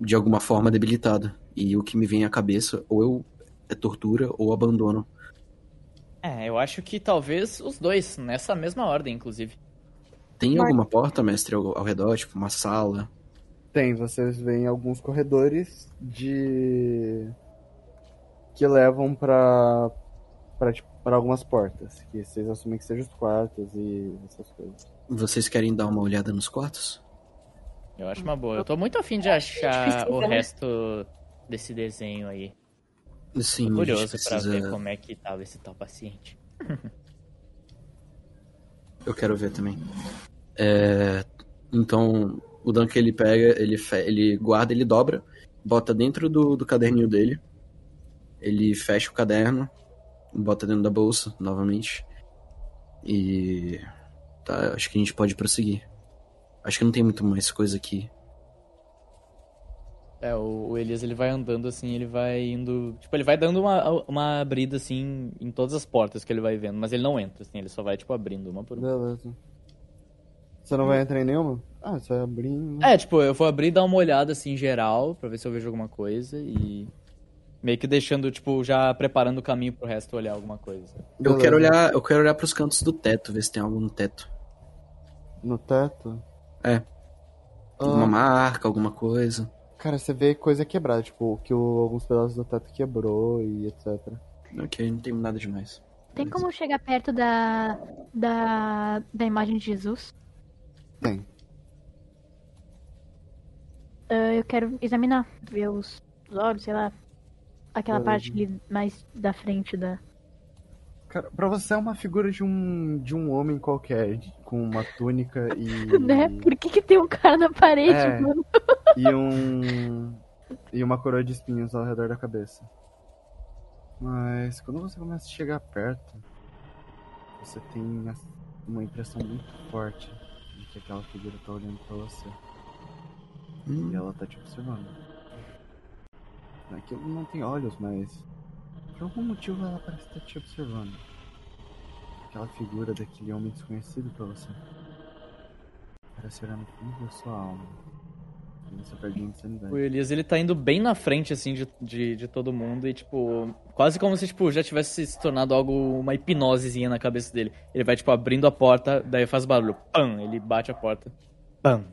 Speaker 3: de alguma forma debilitado. E o que me vem à cabeça, ou eu é tortura ou abandono.
Speaker 2: É, eu acho que talvez os dois, nessa mesma ordem, inclusive.
Speaker 3: Tem
Speaker 6: Mas-
Speaker 3: alguma porta, mestre, ao, ao redor, tipo uma sala?
Speaker 1: Tem, vocês veem alguns corredores de. que levam pra. pra, tipo, pra algumas portas. Que vocês assumem que sejam os quartos e essas coisas.
Speaker 3: Vocês querem dar uma olhada nos quartos?
Speaker 2: Eu acho uma boa. Eu tô muito afim de
Speaker 4: difícil,
Speaker 2: achar o
Speaker 4: né?
Speaker 2: resto desse desenho aí.
Speaker 3: Sim, a gente
Speaker 2: Curioso pra
Speaker 3: precisa.
Speaker 2: ver como é que tava esse tal paciente.
Speaker 3: Eu quero ver também. É, então, o Dan que ele pega, ele, fe- ele guarda, ele dobra, bota dentro do, do caderninho dele. Ele fecha o caderno, bota dentro da bolsa novamente. E. Tá, acho que a gente pode prosseguir. Acho que não tem muito mais coisa aqui.
Speaker 2: É, o, o Elias ele vai andando assim, ele vai indo. Tipo, ele vai dando uma, uma abrida assim em todas as portas que ele vai vendo, mas ele não entra, assim, ele só vai, tipo, abrindo uma por uma.
Speaker 1: Beleza. Você não vai entrar em nenhuma? Ah, você vai abrir.
Speaker 2: É, tipo, eu vou abrir e dar uma olhada assim em geral, pra ver se eu vejo alguma coisa e. Meio que deixando, tipo, já preparando o caminho pro resto olhar alguma coisa. sabe?
Speaker 3: Eu
Speaker 1: Beleza.
Speaker 3: quero olhar, eu quero olhar pros cantos do teto, ver se tem algo no teto.
Speaker 1: No teto?
Speaker 3: É. Uma
Speaker 1: Ah,
Speaker 3: marca, alguma coisa.
Speaker 1: cara, você vê coisa quebrada, tipo, que o- alguns pedaços do teto quebrou e etc.
Speaker 3: Ok, não tem nada demais.
Speaker 7: Tem como chegar perto da, da, da imagem de Jesus?
Speaker 1: Tem.
Speaker 7: Ah, eu quero examinar, ver os, os olhos, sei lá.
Speaker 1: Hum.
Speaker 7: Aquela parte ali mais da frente da.
Speaker 1: Cara, pra você é uma figura de um, de um homem qualquer, de- com uma túnica e.
Speaker 7: Né? Por que, que tem um cara na parede,
Speaker 1: Hum. É.
Speaker 7: mano?
Speaker 1: e um. E uma coroa de espinhos ao redor da cabeça. Mas quando você começa a chegar perto, você tem as- uma impressão muito forte de que aquela figura tá olhando pra você.
Speaker 3: Hum.
Speaker 1: E ela tá te observando. Aquilo não tem olhos, mas. Por algum motivo ela parece estar te observando. Aquela figura daquele homem desconhecido pra você. Parece olhar no fundo da sua alma. E você perde a insanidade.
Speaker 2: O Elias, ele tá indo bem na frente, assim, de, de, de todo mundo e, tipo, quase como se, tipo, já tivesse se tornado algo, uma hipnosezinha na cabeça dele. Ele vai, tipo, abrindo a porta, daí faz barulho. Pam! Ele bate a porta. Pam!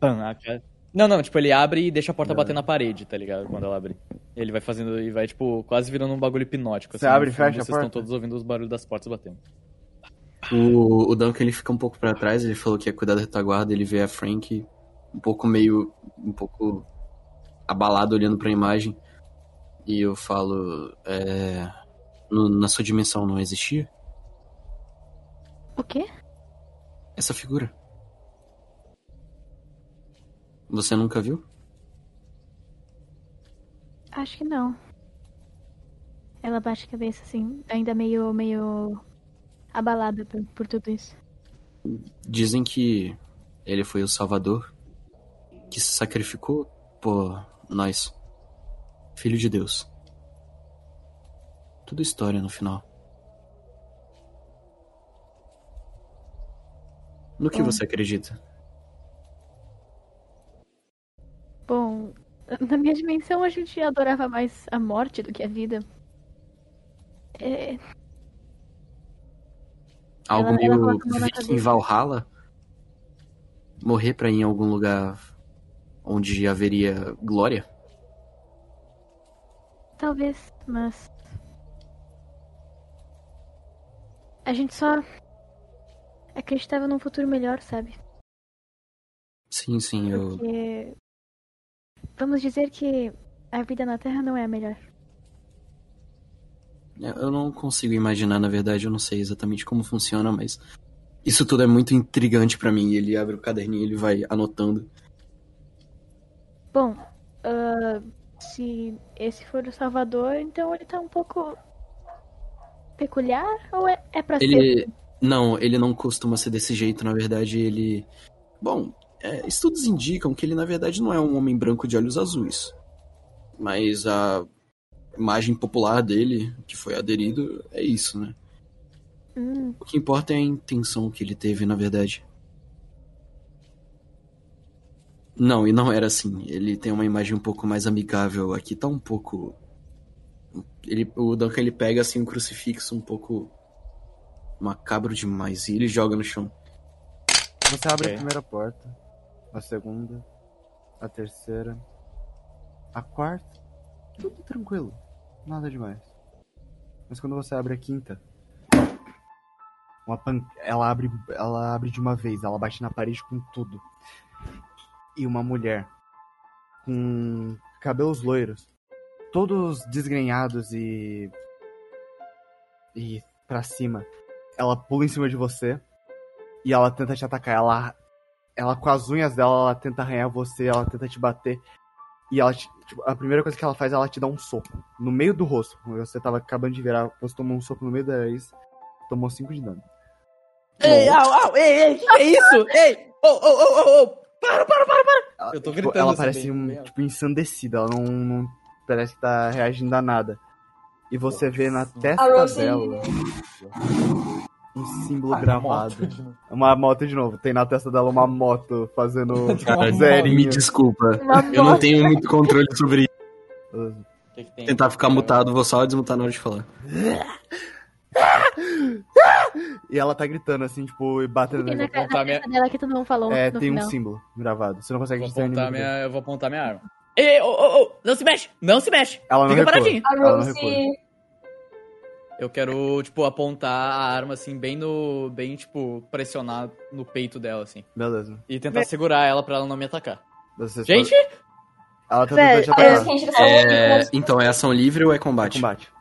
Speaker 2: Pam! A cara... Não, não, tipo, ele abre e deixa a porta bater na parede, tá ligado? Quando ela abre. Ele vai fazendo, e vai, tipo, quase virando um bagulho hipnótico.
Speaker 1: Você abre
Speaker 2: no
Speaker 1: e fecha a
Speaker 2: vocês
Speaker 1: porta?
Speaker 2: estão todos ouvindo os barulhos das portas batendo.
Speaker 3: O, o Duncan ele fica um pouco pra trás, ele falou que ia cuidar da retaguarda, ele vê a Frank um pouco meio. um pouco abalado olhando pra imagem. E eu falo. É, no- na sua dimensão não existia?
Speaker 7: O quê?
Speaker 3: Essa figura? Você nunca viu?
Speaker 7: Acho que não. Ela baixa a cabeça assim, ainda meio, meio abalada por, por tudo isso.
Speaker 3: Dizem que ele foi o Salvador que se sacrificou por nós. Filho de Deus. Tudo história no final. No que
Speaker 7: É.
Speaker 3: você acredita?
Speaker 7: Bom, na minha dimensão a gente adorava mais a morte do que a vida. É,
Speaker 3: Algo
Speaker 7: Ela- ela
Speaker 3: meio
Speaker 7: coloca a mão na
Speaker 3: viking
Speaker 7: cabeça.
Speaker 3: Valhalla? Morrer pra ir em algum lugar onde haveria glória?
Speaker 7: talvez, mas. A gente só acreditava num futuro melhor, sabe?
Speaker 3: Sim, sim, eu
Speaker 7: Porque. Vamos dizer que a vida na Terra não é a melhor.
Speaker 3: É, Eu não consigo imaginar, na verdade, eu não sei exatamente como funciona, mas isso tudo é muito intrigante pra mim. Ele abre o caderninho, ele vai anotando.
Speaker 7: Bom, ah, se esse for o Salvador, então ele tá um pouco peculiar ou é, é pra ser?
Speaker 3: Ele não, ele não costuma ser desse jeito, na verdade, ele Bom, é, estudos indicam que ele na verdade não é um homem branco de olhos azuis. Mas a imagem popular dele, que foi aderido, é isso, né?
Speaker 7: Hum,
Speaker 3: O que importa é a intenção que ele teve, na verdade. Não, e não era assim. Ele tem uma imagem um pouco mais amigável. Aqui tá um pouco. Ele, o Duncan ele pega assim um crucifixo um pouco macabro demais e ele joga no chão.
Speaker 1: Você abre
Speaker 2: Ok.
Speaker 1: a primeira porta, a segunda, a terceira, a quarta, tudo tranquilo, nada demais. Mas quando você abre a quinta, uma pan... ela abre, ela abre de uma vez, ela bate na parede com tudo. E uma mulher com cabelos loiros, todos desgrenhados e e pra cima, ela pula em cima de você. E ela tenta te atacar. Ela, ela com as unhas dela, ela tenta arranhar você, ela tenta te bater. E ela te- tipo, a primeira coisa que ela faz é ela te dá um soco no meio do rosto. Quando Você tava acabando de virar, você tomou um soco no meio da nariz, tomou 5 de dano.
Speaker 2: Ei, au, au, ei, ei, que é isso? Ei! Ô, ô, ô, ô, ô! Para, para, para, para!
Speaker 1: Ela,
Speaker 2: Eu
Speaker 1: tipo,
Speaker 2: tô gritando
Speaker 1: Ela
Speaker 2: assim,
Speaker 1: parece
Speaker 2: bem-
Speaker 1: um,
Speaker 2: bem alto.
Speaker 1: tipo, ensandecida, ela não, não parece que tá reagindo a nada. E você vê na testa
Speaker 4: A Rosie-
Speaker 1: dela um símbolo
Speaker 2: Ah,
Speaker 1: gravado.
Speaker 2: moto.
Speaker 1: Uma moto de novo. Tem na testa dela uma moto fazendo
Speaker 2: Cara,
Speaker 1: zerinho.
Speaker 3: Me desculpa,
Speaker 7: uma
Speaker 3: eu não
Speaker 7: morte.
Speaker 3: tenho muito controle sobre isso.
Speaker 2: O que, que tem?
Speaker 3: Tentar ficar mutado, vou só desmutar na hora de falar.
Speaker 1: E ela tá gritando assim, tipo, e batendo
Speaker 7: Fiquei
Speaker 1: no
Speaker 7: na
Speaker 2: vou
Speaker 7: cara
Speaker 2: apontar
Speaker 7: na
Speaker 2: minha-
Speaker 7: testa dela que tu não falou
Speaker 1: É,
Speaker 7: no
Speaker 1: tem
Speaker 7: final.
Speaker 1: um símbolo gravado. Você não consegue
Speaker 2: Vou
Speaker 1: registrar
Speaker 2: apontar
Speaker 1: ninguém.
Speaker 2: minha, eu vou apontar minha arma. Ei, ô, ô, ô, não se mexe! Não se mexe!
Speaker 1: Ela não
Speaker 2: Fica
Speaker 1: recua.
Speaker 2: paradinha.
Speaker 4: A
Speaker 1: Ela não
Speaker 4: Rose.
Speaker 1: recua.
Speaker 2: Eu quero, tipo, apontar a arma, assim, bem no. Bem, tipo, pressionar no peito dela, assim.
Speaker 1: Beleza.
Speaker 2: E tentar segurar ela pra ela não me atacar.
Speaker 1: Vocês
Speaker 2: Gente!
Speaker 1: podem- Ela tá
Speaker 7: Velho,
Speaker 1: tentando te
Speaker 4: A Rose
Speaker 1: atacar.
Speaker 4: que a É, gente não falou
Speaker 3: É,
Speaker 4: aqui,
Speaker 3: então, é ação livre ou é
Speaker 1: É
Speaker 3: combate?
Speaker 1: combate.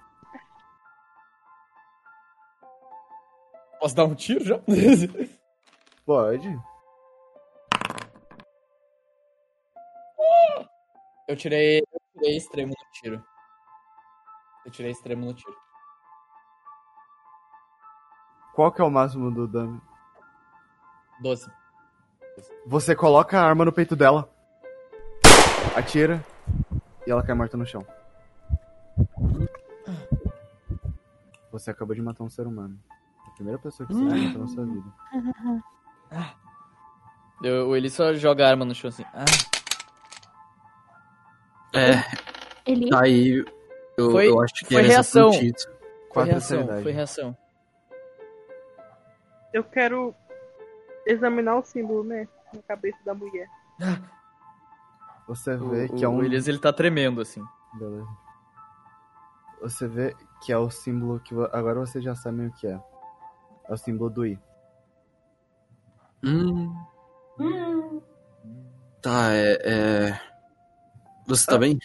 Speaker 2: Posso dar um tiro já?
Speaker 1: Pode.
Speaker 2: eu tirei. Eu tirei extremo no tiro. Eu tirei extremo no tiro.
Speaker 1: Qual que é o máximo do dano?
Speaker 2: 12.
Speaker 1: Você coloca a arma no peito dela. Atira. E ela cai morta no chão. Você acabou de matar um ser humano. A primeira pessoa que você
Speaker 2: Hum.
Speaker 1: matou na sua vida.
Speaker 2: Eu, o Eli só joga a arma no chão assim. Ah,
Speaker 3: É,
Speaker 7: Ele
Speaker 3: tá aí. Eu,
Speaker 2: Foi-
Speaker 3: eu acho que
Speaker 2: foi
Speaker 3: era
Speaker 2: reação.
Speaker 3: exatamente isso.
Speaker 2: foi
Speaker 1: Quatro
Speaker 2: reação,
Speaker 1: sanidade.
Speaker 2: foi reação.
Speaker 6: Eu quero examinar o símbolo, né? Na cabeça da mulher.
Speaker 1: Você vê
Speaker 2: O,
Speaker 1: que é um.
Speaker 2: o Elias ele tá tremendo, assim.
Speaker 1: Beleza. Você vê que é o símbolo que vo- agora você já sabe o que é. É o símbolo do I.
Speaker 3: Hum,
Speaker 4: Hum,
Speaker 3: tá, é. é- Você
Speaker 4: Ah.
Speaker 3: tá bem?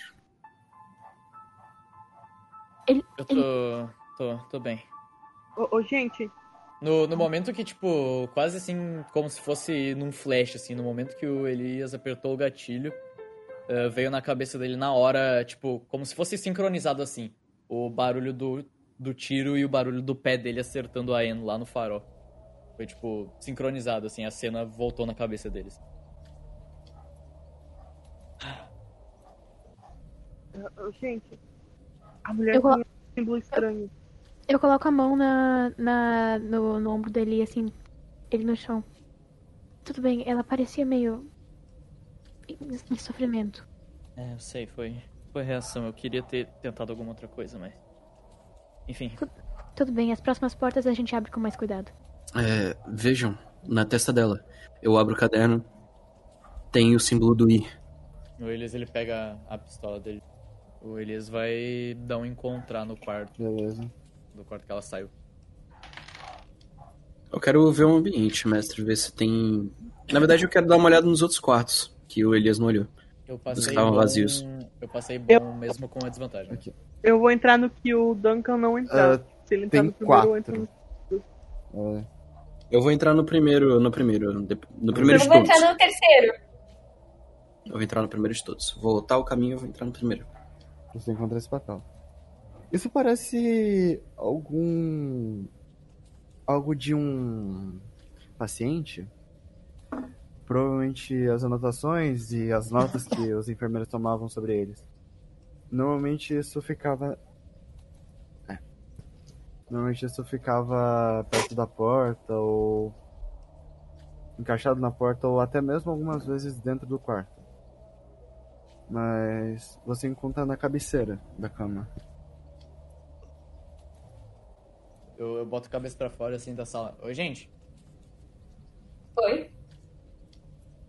Speaker 2: Eu tô. tô, tô bem.
Speaker 6: Ô, ô, gente,
Speaker 2: No, no momento que, tipo, quase assim, como se fosse num flash, assim, no momento que o Elias apertou o gatilho, eh, veio na cabeça dele na hora, tipo, como se fosse sincronizado assim. O barulho do, do tiro e o barulho do pé dele acertando a Anne lá no farol. Foi, tipo, sincronizado, assim, a cena voltou na cabeça deles.
Speaker 6: ô, gente. A mulher
Speaker 7: Eu
Speaker 6: tem
Speaker 7: vou-
Speaker 6: um símbolo estranho.
Speaker 7: Eu coloco a mão na, na, no, no ombro dele, assim, ele no chão. Tudo bem, ela parecia meio. em, em sofrimento.
Speaker 2: É, eu sei, foi, foi reação. Eu queria ter tentado alguma outra coisa, mas. Enfim.
Speaker 7: Tudo bem, as próximas portas a gente abre com mais cuidado.
Speaker 3: É, vejam, na testa dela. Eu abro o caderno. Tem o símbolo do I.
Speaker 2: O Elias ele pega a pistola dele. O Elias vai dar um encontrar no quarto,
Speaker 1: Beleza.
Speaker 2: do quarto que ela saiu.
Speaker 3: Eu quero ver o ambiente, mestre, ver se tem. Na verdade, eu quero dar uma olhada nos outros quartos, que o Elias não olhou.
Speaker 2: Eu passei
Speaker 3: estavam
Speaker 2: bom,
Speaker 3: vazios.
Speaker 2: Eu passei bom
Speaker 6: Eu-
Speaker 2: mesmo com a desvantagem.
Speaker 6: Eu vou entrar no que o Duncan não entrar. Se ele entrar
Speaker 1: Ah, tem
Speaker 6: no primeiro,
Speaker 1: quatro.
Speaker 6: eu entro no...
Speaker 1: É,
Speaker 3: Eu vou entrar no primeiro. No primeiro. de- No
Speaker 4: eu
Speaker 3: primeiro de
Speaker 4: vou
Speaker 3: todos.
Speaker 4: entrar no terceiro.
Speaker 3: Eu vou entrar no primeiro de todos. Vou voltar o caminho eu vou entrar no primeiro.
Speaker 1: você encontra esse papel. Isso parece algum. algo de um paciente. Provavelmente as anotações e as notas que os enfermeiros tomavam sobre eles. Normalmente isso ficava. É. Normalmente isso ficava perto da porta ou. encaixado na porta ou até mesmo algumas vezes dentro do quarto. Mas você encontra na cabeceira da cama.
Speaker 2: Eu, eu boto a cabeça pra fora assim da sala. Ô, gente,
Speaker 4: Oi?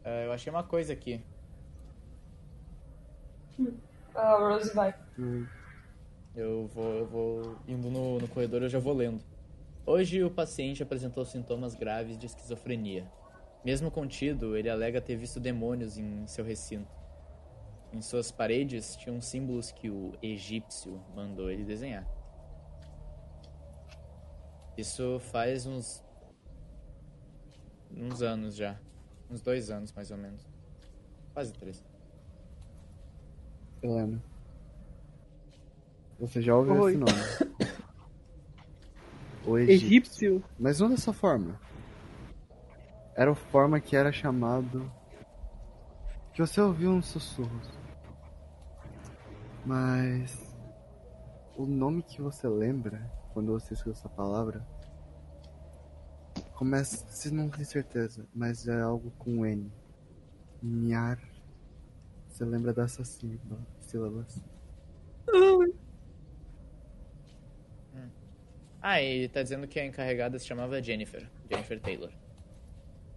Speaker 2: eh, eu achei uma coisa aqui.
Speaker 4: A Ah, Rose vai.
Speaker 2: Eu vou, eu vou indo no, no corredor, eu já vou lendo. Hoje o paciente apresentou sintomas graves de esquizofrenia. Mesmo contido, ele alega ter visto demônios em seu recinto. Em suas paredes tinham símbolos que o egípcio mandou ele desenhar. Isso faz uns. uns anos já. Uns dois anos mais ou menos. Quase três.
Speaker 1: Helena. Você já ouviu
Speaker 6: Oi.
Speaker 1: esse nome? O Egito.
Speaker 6: Egípcio?
Speaker 1: Mas não dessa forma. Era a forma que era chamado. Que você ouviu uns sussurros. Mas. O nome que você lembra quando você escuta essa palavra. Começa. Você não tem certeza, mas é algo com N. Niar. Você lembra dessa sílaba, sílabas.
Speaker 2: Ah, e tá dizendo que a encarregada se chamava Jennifer. Jennifer Taylor.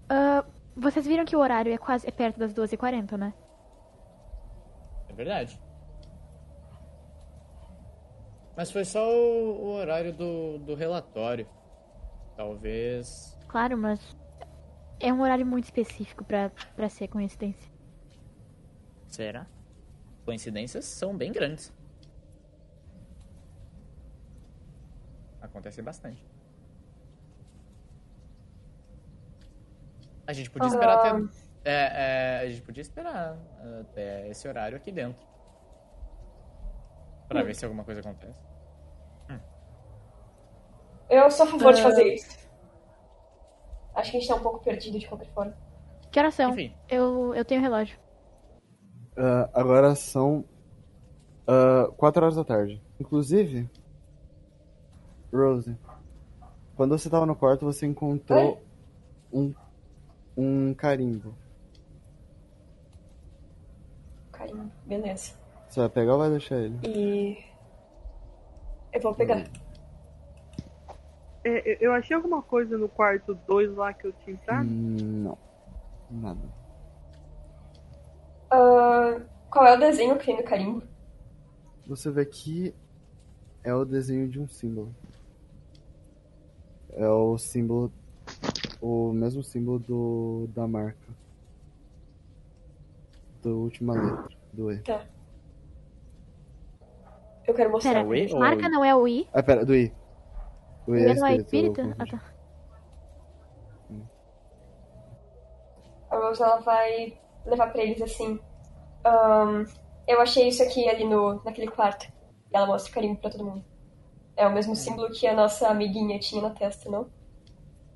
Speaker 7: Ah, vocês viram que o horário é quase é perto das 12h40, né?
Speaker 2: É verdade. Mas foi só o, o horário do, do relatório. Talvez.
Speaker 7: Claro, mas é um horário muito específico pra, pra ser coincidência.
Speaker 2: Será? Coincidências são bem grandes. Acontecem bastante. A gente podia esperar até. É, é, a gente podia esperar é, até esse horário aqui dentro. Pra ver se alguma coisa acontece.
Speaker 4: Eu sou a favor de fazer isso. Acho que a gente tá um pouco perdido de qualquer forma.
Speaker 7: Que horas são?
Speaker 2: Enfim.
Speaker 7: Eu, eu tenho relógio.
Speaker 1: Ah, agora são ah, quatro horas da tarde. Inclusive, Rose, quando você tava no quarto, você encontrou um, um carimbo.
Speaker 4: Carinho, beleza.
Speaker 1: Você vai pegar ou vai deixar ele?
Speaker 4: E. Eu vou pegar.
Speaker 6: É, eu- eu achei alguma coisa no quarto 2 lá que eu tinha entrado.
Speaker 1: Hum, Não. Nada.
Speaker 4: Ah, qual é o desenho que tem no carimbo?
Speaker 1: Você vê que é o desenho de um símbolo. É o símbolo. O mesmo símbolo do, da marca. Da última letra, do E.
Speaker 4: Eu quero mostrar.
Speaker 7: Pera,
Speaker 2: o E ou
Speaker 7: marca
Speaker 2: é o I?
Speaker 7: não é o I?
Speaker 1: Ah, pera, do I. Do
Speaker 7: O
Speaker 1: I
Speaker 7: I
Speaker 1: é
Speaker 7: não é
Speaker 1: espírito.
Speaker 7: espírita?
Speaker 1: eu
Speaker 7: Ah,
Speaker 1: confundi.
Speaker 4: A
Speaker 7: tá.
Speaker 4: Rose ela vai levar pra eles assim. "Ahn, eu achei isso aqui ali no, naquele quarto. E ela mostra o carimbo pra todo mundo. É o mesmo símbolo que a nossa amiguinha tinha na testa, não?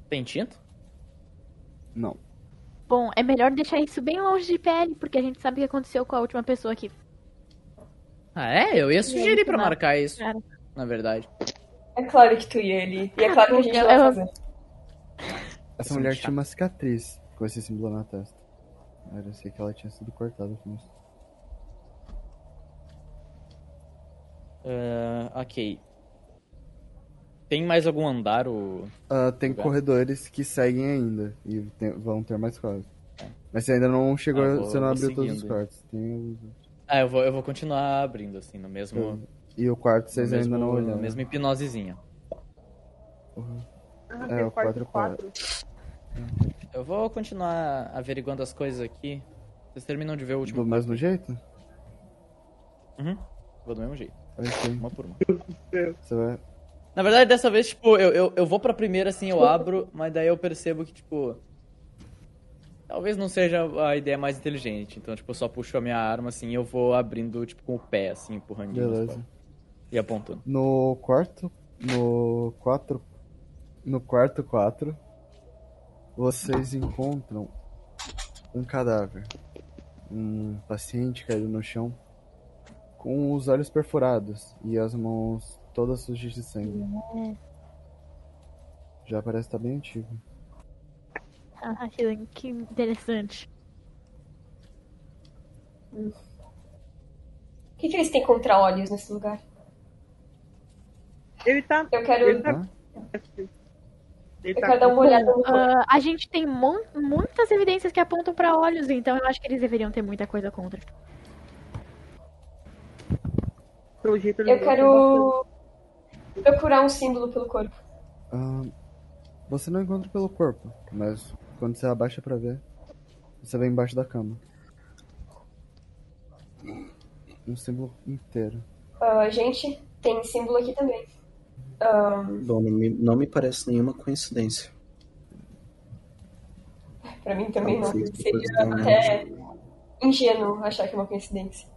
Speaker 2: Tem tinta?
Speaker 1: Não.
Speaker 7: Bom, é melhor deixar isso bem longe de pele, porque a gente sabe o que aconteceu com a última pessoa aqui.
Speaker 2: Ah, é? Eu ia sugerir pra
Speaker 7: não.
Speaker 2: marcar isso,
Speaker 7: Cara.
Speaker 2: na verdade.
Speaker 4: É claro que tu ia ali. E é claro que a gente
Speaker 7: Eu-
Speaker 4: não vai
Speaker 7: eu-
Speaker 4: fazer.
Speaker 1: Essa
Speaker 2: Sim,
Speaker 1: mulher
Speaker 2: chato.
Speaker 1: tinha uma cicatriz com esse símbolo na testa. Era sei que ela tinha sido cortada com isso.
Speaker 2: Ah, ok. Tem mais algum andar, o...
Speaker 1: Ah, tem
Speaker 2: Lugar.
Speaker 1: corredores que seguem ainda e tem- vão ter mais quartos. Mas você ainda não chegou,
Speaker 2: Ah, eu vou-
Speaker 1: você não
Speaker 2: vou
Speaker 1: abriu todos
Speaker 2: seguindo.
Speaker 1: os quartos. Tem os-
Speaker 2: Ah, eu vou, eu vou continuar abrindo, assim, no mesmo...
Speaker 1: E o quarto
Speaker 2: No
Speaker 1: vocês
Speaker 2: mesmo,
Speaker 1: ainda não né?
Speaker 2: na
Speaker 1: olharam.
Speaker 2: mesma hipnosezinha.
Speaker 6: Ah,
Speaker 1: É,
Speaker 6: tem
Speaker 1: o
Speaker 6: quarto
Speaker 1: quatro
Speaker 6: 4.
Speaker 2: Eu vou continuar averiguando as coisas aqui. Vocês terminam de ver o último.
Speaker 1: Tipo, Do mesmo jeito?
Speaker 2: Uhum. Vou do mesmo jeito,
Speaker 1: Ok.
Speaker 2: uma por uma.
Speaker 1: Você vai...
Speaker 2: Na verdade, dessa vez, tipo, eu, eu, eu vou pra primeira, assim, eu abro, mas daí eu percebo que, tipo. Talvez não seja a ideia mais inteligente. Então, tipo, eu só puxo a minha arma, assim, e eu vou abrindo, tipo, com o pé, assim, empurrando.
Speaker 1: Beleza.
Speaker 2: E apontando.
Speaker 1: No quarto. No quatro. No quarto 4. Vocês encontram um cadáver. Um paciente caído no chão. Com os olhos perfurados e as mãos todas sujas de sangue. Já parece estar bem antigo.
Speaker 7: Ah, Sheila, que interessante.
Speaker 4: O que, que eles têm contra olhos nesse lugar?
Speaker 6: Ele tá.
Speaker 4: Eu quero,
Speaker 6: Ele
Speaker 4: eu
Speaker 6: tá.
Speaker 1: Hã?
Speaker 6: Ele tá
Speaker 4: quero dar uma olhada no corpo.
Speaker 7: Ah, a gente tem mon- muitas evidências que apontam pra olhos, então eu acho que eles deveriam ter muita coisa contra.
Speaker 6: Pelo jeito, ele
Speaker 4: Eu
Speaker 6: gosta bastante.
Speaker 4: quero procurar um símbolo pelo corpo.
Speaker 1: Ah, você não encontra pelo corpo, mas quando você abaixa pra ver, você vê embaixo da cama. Um símbolo inteiro.
Speaker 4: Ah, gente, tem símbolo aqui também.
Speaker 3: Bom, não me, não me parece nenhuma coincidência.
Speaker 4: Pra mim também não.
Speaker 3: Talvez depois
Speaker 4: Seria
Speaker 3: da-
Speaker 4: até ingênuo achar que é uma coincidência.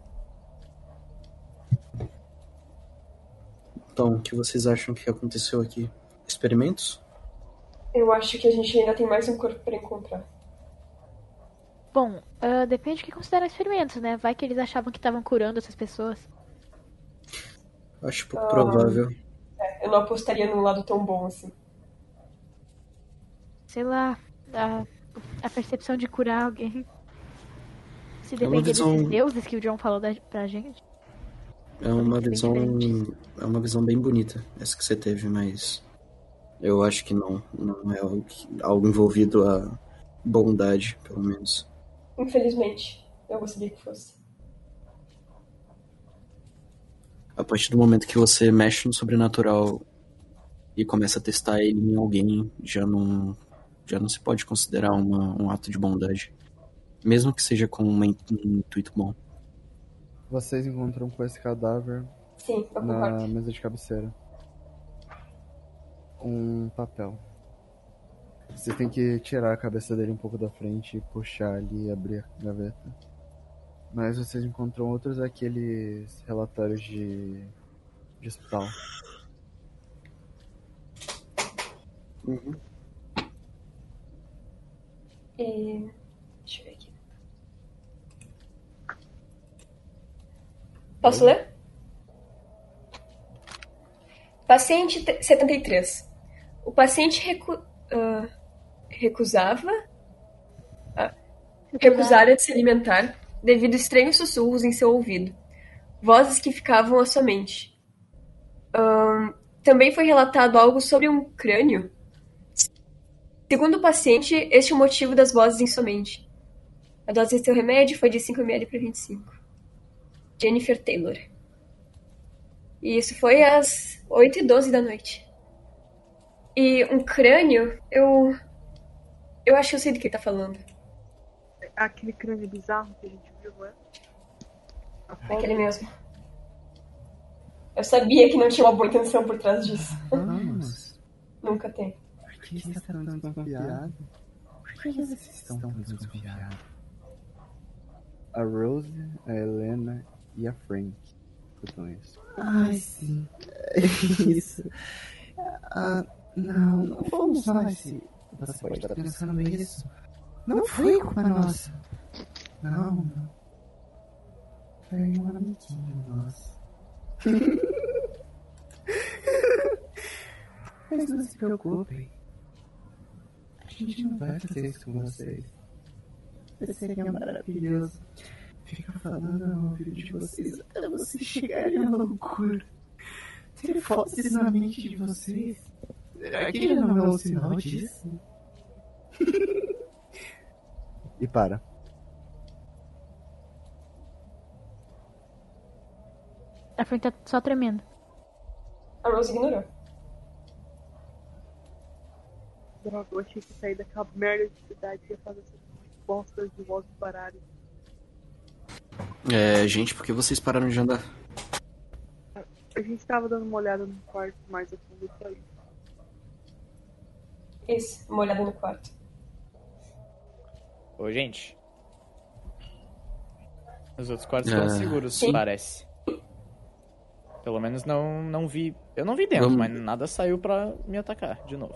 Speaker 3: Então, o que vocês acham que aconteceu aqui? Experimentos?
Speaker 4: Eu acho que a gente ainda tem mais um corpo pra encontrar.
Speaker 7: Bom, ah, depende do que consideram experimentos, né? Vai que eles achavam que estavam curando essas pessoas.
Speaker 3: Acho pouco provável.
Speaker 4: Eu não apostaria num lado tão bom assim.
Speaker 7: Sei lá, a, a percepção de curar alguém. Se
Speaker 3: uma
Speaker 7: depender
Speaker 3: visão-
Speaker 7: desses deuses que o John falou da, pra gente.
Speaker 3: É uma
Speaker 7: Ah, bem
Speaker 3: visão.
Speaker 7: diferente.
Speaker 3: É uma visão bem bonita, essa que você teve, mas eu acho que não. Não é algo, que- algo envolvido a bondade, pelo menos.
Speaker 4: Infelizmente, eu gostaria que fosse.
Speaker 3: A partir do momento que você mexe no sobrenatural e começa a testar ele em alguém, já não. Já não se pode considerar uma- um ato de bondade. Mesmo que seja com uma in- um intuito bom.
Speaker 1: Vocês encontram com esse cadáver
Speaker 4: Sim, eu concordo.
Speaker 1: na mesa de cabeceira. Um papel. Você tem que tirar a cabeça dele um pouco da frente e puxar ali e abrir a gaveta. Mas vocês encontram outros aqueles relatórios de, de hospital.
Speaker 4: E... Deixa eu ver aqui. Posso ler? Paciente te- 73. O paciente recu... ah, recusava ah, recusara de se alimentar devido a estranhos sussurros em seu ouvido, vozes que ficavam à sua mente. Ahn, também foi relatado algo sobre um crânio. Segundo o paciente, este é o motivo das vozes em sua mente. A dose de seu remédio foi de 5ml para 25. Jennifer Taylor. E isso foi às 8 e 12 da noite. E um crânio, eu. Eu acho que eu sei do que ele tá falando.
Speaker 6: Aquele crânio bizarro que a gente viu, né? A foto.
Speaker 4: Aquele mesmo. Eu sabia que não tinha uma boa intenção por trás disso.
Speaker 1: Vamos!
Speaker 4: Nunca tem.
Speaker 1: Por que você está tão desconfiado? Por que vocês estão tão desconfiados? A Rose, a Helena e a Frank escutam isso.
Speaker 9: Ai, sim. É Isso. Ah, não, não fomos nós. se Você pode estar pensando isso. Não foi culpa nossa. Não, não. Foi um amiguinho nosso. Mas não se preocupem. A gente não vai fazer isso com vocês. Você seria maravilhoso. Fica falando no ouvido de vocês até vocês chegarem à loucura. Ter fósseis na mente de vocês. Será que não é um sinal disso?
Speaker 1: E para.
Speaker 7: A frente tá só tremendo.
Speaker 4: A Rose ignorou.
Speaker 6: Droga, eu achei que sair daquela merda de cidade ia fazer essas bostas de vozes pararem.
Speaker 3: É, gente, por que vocês pararam de andar?
Speaker 6: A gente tava dando uma olhada no quarto mais a fundo pra isso.
Speaker 4: Isso, uma olhada no quarto.
Speaker 8: Ô, gente. Os outros quartos
Speaker 3: Ah.
Speaker 8: estão seguros,
Speaker 4: Sim.
Speaker 8: parece. Pelo menos não, não vi. Eu não vi dentro,
Speaker 3: Vamos-
Speaker 8: mas nada saiu pra me atacar de novo.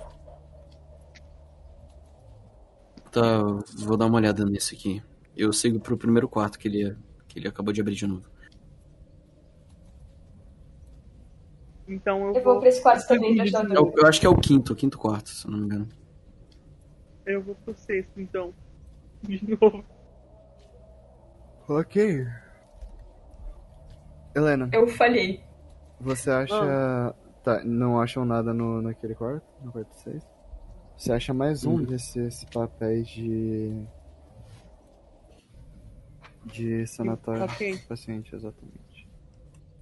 Speaker 3: Tá, vou dar uma olhada nesse aqui. Eu sigo pro primeiro quarto que ele, que ele acabou de abrir de novo.
Speaker 6: Então eu,
Speaker 4: Eu vou pra esse quarto também pra ajudar
Speaker 3: É o-
Speaker 4: o
Speaker 3: eu acho que é o quinto, o quinto quarto, se eu não me engano.
Speaker 6: eu vou pro sexto, então. De novo.
Speaker 1: Ok. Helena,
Speaker 4: Eu falhei.
Speaker 1: você acha. Tá, não acham nada no, naquele quarto? No quarto 6? Você acha mais um
Speaker 3: Uhum.
Speaker 1: desses papéis de. De sanatório
Speaker 6: Ok.
Speaker 1: de paciente, exatamente.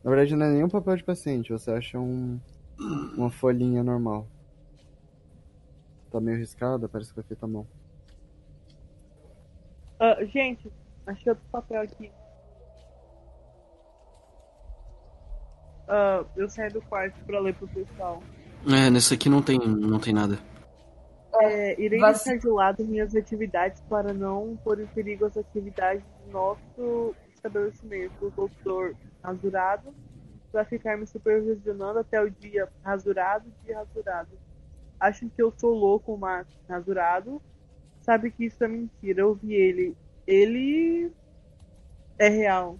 Speaker 1: Na verdade, não é nenhum papel de paciente, você acha um. Uma folhinha normal. Tá meio riscada, parece que foi feita à mão.
Speaker 6: Ah, gente, achei outro papel aqui. Ah, eu saí do quarto pra ler pro pessoal.
Speaker 3: É, nesse aqui não tem, não tem nada.
Speaker 6: É, irei
Speaker 4: Vac-
Speaker 6: deixar de lado minhas atividades para não pôr em perigo as atividades do nosso estabelecimento. O doutor rasurado vai ficar me supervisionando até o dia rasurado de rasurado. Acham que eu sou louco, mas rasurado sabe que isso é mentira. Eu vi ele. Ele é real.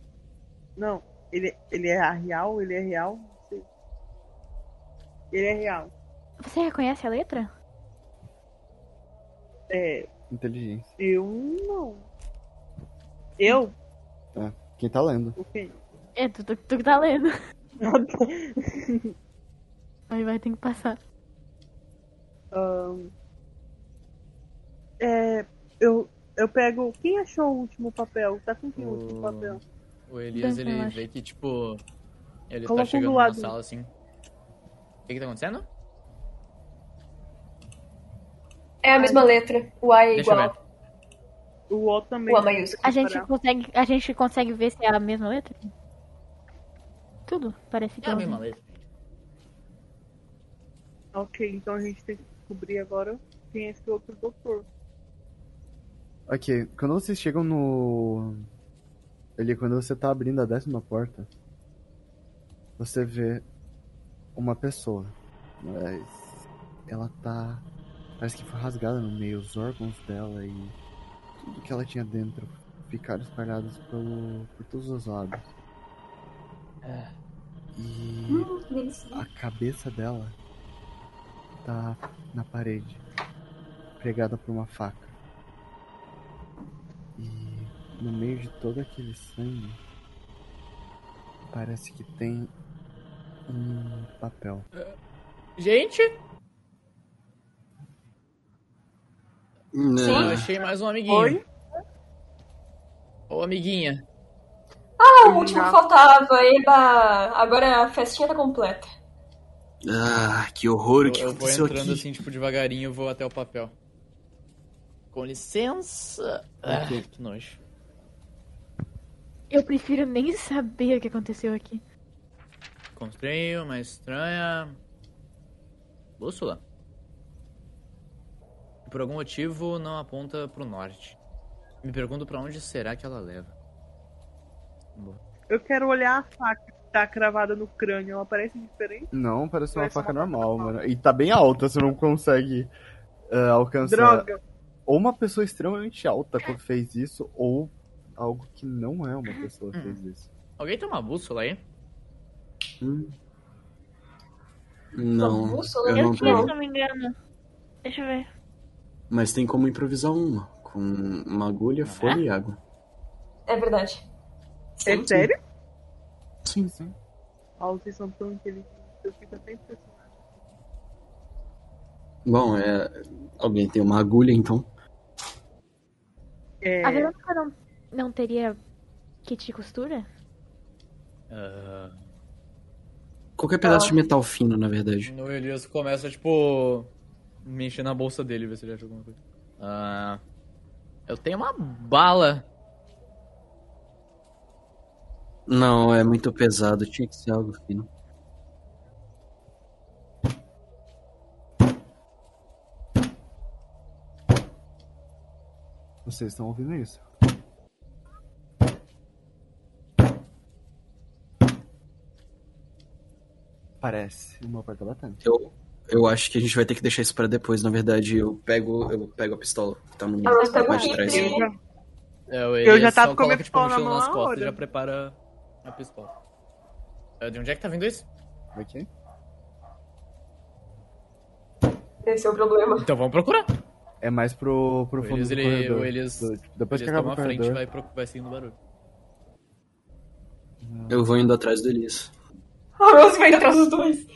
Speaker 6: Não, ele, ele é a real? Ele é real? Não sei. Ele é real.
Speaker 7: Você reconhece a letra?
Speaker 6: É,
Speaker 1: Inteligência.
Speaker 6: Eu não. Eu?
Speaker 1: Quem tá lendo?
Speaker 6: O quê?
Speaker 7: É, tu, tu, tu que tá lendo. Aí vai ter que passar.
Speaker 6: Ahn, é, eu, eu pego. Quem achou o último papel? Tá com quem o último
Speaker 2: O-
Speaker 6: papel?
Speaker 2: O Elias,
Speaker 7: Bem,
Speaker 2: ele
Speaker 7: relaxa.
Speaker 2: vê que, tipo, ele
Speaker 6: Coloca um
Speaker 2: tá chegando
Speaker 6: Então, do
Speaker 2: na
Speaker 6: lado.
Speaker 2: sala assim. O que que tá acontecendo?
Speaker 4: É a mesma letra. O A é
Speaker 2: Deixa eu
Speaker 4: igual.
Speaker 6: O O também.
Speaker 4: O A maiúsculo.
Speaker 7: A gente,
Speaker 6: Separar.
Speaker 7: consegue, a gente consegue ver se é a mesma letra? Tudo parece que
Speaker 2: É a
Speaker 7: é
Speaker 2: mesma letra.
Speaker 6: Ok, então a gente tem que descobrir agora quem é esse outro doutor.
Speaker 1: Ok, quando vocês chegam no. Ali, quando você tá abrindo a décima porta, você vê uma pessoa, mas ela tá. Parece que foi rasgada no meio, os órgãos dela e tudo que ela tinha dentro ficaram espalhados pelo, por todos os lados. E
Speaker 4: Hum, que delícia.
Speaker 1: a cabeça dela tá na parede, pregada por uma faca. E no meio de todo aquele sangue, parece que tem um papel.
Speaker 2: Gente,
Speaker 3: Né,
Speaker 2: eu achei mais um amiguinho.
Speaker 6: Oi?
Speaker 2: Ô, amiguinha.
Speaker 4: Ah, o último que faltava. Eba! Agora a festinha tá completa.
Speaker 3: Ah, que horror,
Speaker 2: Eu,
Speaker 3: o que
Speaker 2: eu vou
Speaker 3: aconteceu aqui?
Speaker 2: entrando assim, tipo, devagarinho, eu vou até o papel. Com licença. Ah, que nojo.
Speaker 7: Eu prefiro nem saber o que aconteceu aqui.
Speaker 2: Encontrei uma estranha. Bússola. Que Por algum motivo não aponta pro norte. Me pergunto pra onde será que ela leva.
Speaker 6: Eu quero olhar a faca que tá cravada no crânio. Ela parece diferente?
Speaker 1: Não, parece uma
Speaker 6: Parece
Speaker 1: faca
Speaker 6: uma faca
Speaker 1: normal, mano. E tá bem alta, você não consegue ah, alcançar.
Speaker 6: Droga!
Speaker 1: Ou uma pessoa extremamente alta que fez isso, ou algo que não é uma pessoa que
Speaker 6: Hum.
Speaker 1: fez isso.
Speaker 2: Alguém tem uma bússola aí?
Speaker 4: Uma
Speaker 3: Não,
Speaker 4: bússola?
Speaker 3: eu
Speaker 7: Eu
Speaker 3: não
Speaker 7: tinha,
Speaker 3: tenho.
Speaker 7: se não me engano. Deixa eu ver.
Speaker 3: Mas tem como improvisar uma. Com uma agulha, folha e água.
Speaker 4: É verdade.
Speaker 6: É sério?
Speaker 3: Sim, sim.
Speaker 6: Ah, vocês são tão inteligentes. Eu fico até impressionado.
Speaker 3: Bom, é. Alguém tem uma agulha, então.
Speaker 6: É,
Speaker 7: A Verônica não, não teria kit de costura?
Speaker 3: Qualquer pedaço de metal fino, na verdade.
Speaker 2: No Elias começa, tipo, me encher na bolsa dele, ver se ele acha alguma coisa. Ah, eu tenho uma bala.
Speaker 3: Não, é muito pesado, tinha que ser algo fino.
Speaker 1: Vocês estão ouvindo isso? Parece uma porta batendo.
Speaker 3: Eu, eu acho que a gente vai ter que deixar isso pra depois, na verdade. Eu pego, eu pego a pistola que tá no
Speaker 4: Ah, mas
Speaker 3: na
Speaker 4: pega
Speaker 3: parte
Speaker 4: o
Speaker 3: de trás.
Speaker 4: rifle.
Speaker 6: eu já-
Speaker 2: É, o Elias
Speaker 6: já tava
Speaker 2: só
Speaker 6: com a minha
Speaker 2: coloca, tipo, a
Speaker 6: pistola na
Speaker 2: mochila
Speaker 6: mão
Speaker 2: nas
Speaker 6: na
Speaker 2: costas
Speaker 6: hora.
Speaker 2: e já prepara a pistola. Ah, De onde é que tá vindo isso?
Speaker 1: Ok?
Speaker 4: Esse é o problema.
Speaker 2: Então vamos procurar.
Speaker 1: É mais pro, pro
Speaker 2: O
Speaker 1: fundo
Speaker 2: Elias,
Speaker 1: do
Speaker 2: ele-
Speaker 1: corredor.
Speaker 2: o Elias-
Speaker 1: Do- tipo, depois
Speaker 2: Elias
Speaker 1: que acaba
Speaker 2: toma
Speaker 1: o
Speaker 2: a frente
Speaker 1: corredor.
Speaker 2: e vai, pro- vai seguindo o barulho.
Speaker 3: Eu vou indo atrás do Elias.
Speaker 4: A Rose vai indo atrás dos dois.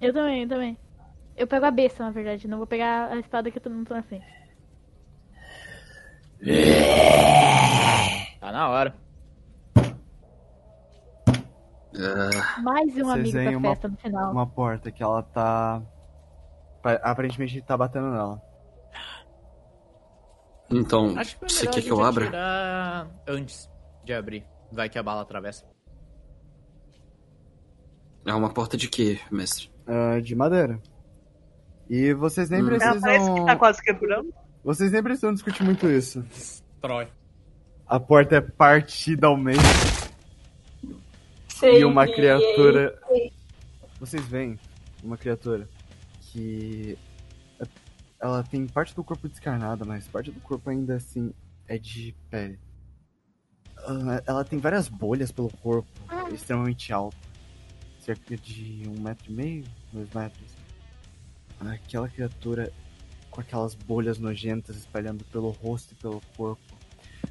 Speaker 7: Eu também, eu também. Eu pego a besta, na verdade. Não vou pegar a espada que todo mundo tá na frente.
Speaker 2: Tá na hora.
Speaker 7: Mais um
Speaker 1: Vocês
Speaker 7: amigo
Speaker 1: veem
Speaker 7: pra
Speaker 1: uma-
Speaker 7: festa no final.
Speaker 1: Uma porta que ela tá. pa- Aparentemente tá batendo nela.
Speaker 3: Então,
Speaker 2: Acho que é
Speaker 3: você
Speaker 2: melhor a
Speaker 3: quer
Speaker 2: gente
Speaker 3: que eu abra?
Speaker 2: atirar antes de abrir. Vai que a bala atravessa.
Speaker 3: É uma porta de quê, mestre?
Speaker 1: Ah, de madeira. E vocês nem
Speaker 3: Hum.
Speaker 6: Ela parece que
Speaker 1: precisam.
Speaker 6: tá quase quebrando.
Speaker 1: Vocês nem precisam discutir muito isso.
Speaker 2: Troy.
Speaker 1: A porta é partida ao meio.
Speaker 4: Sei
Speaker 1: e uma
Speaker 4: que-
Speaker 1: criatura. Vocês veem uma criatura que ela tem parte do corpo descarnada, mas parte do corpo ainda assim é de pele. Ela- Ela tem várias bolhas pelo corpo,
Speaker 4: Ah.
Speaker 1: extremamente alta, cerca de um metro e meio, dois metros. Aquela criatura com aquelas bolhas nojentas espalhando pelo rosto e pelo corpo,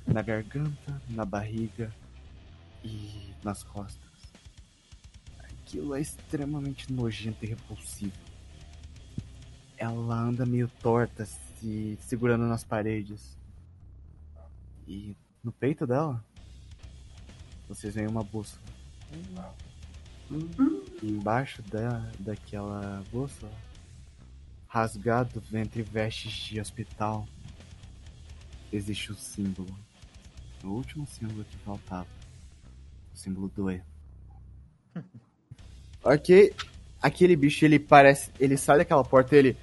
Speaker 1: na garganta, na barriga e nas costas. Aquilo é extremamente nojento e repulsivo. Ela anda meio torta, se segurando nas paredes. E no peito dela, vocês veem uma bússola. E embaixo da, daquela bússola, rasgado entre vestes de hospital, existe o símbolo. O último símbolo que faltava. O símbolo do E. ok. Aquele bicho, ele parece. Ele sai daquela porta e ele.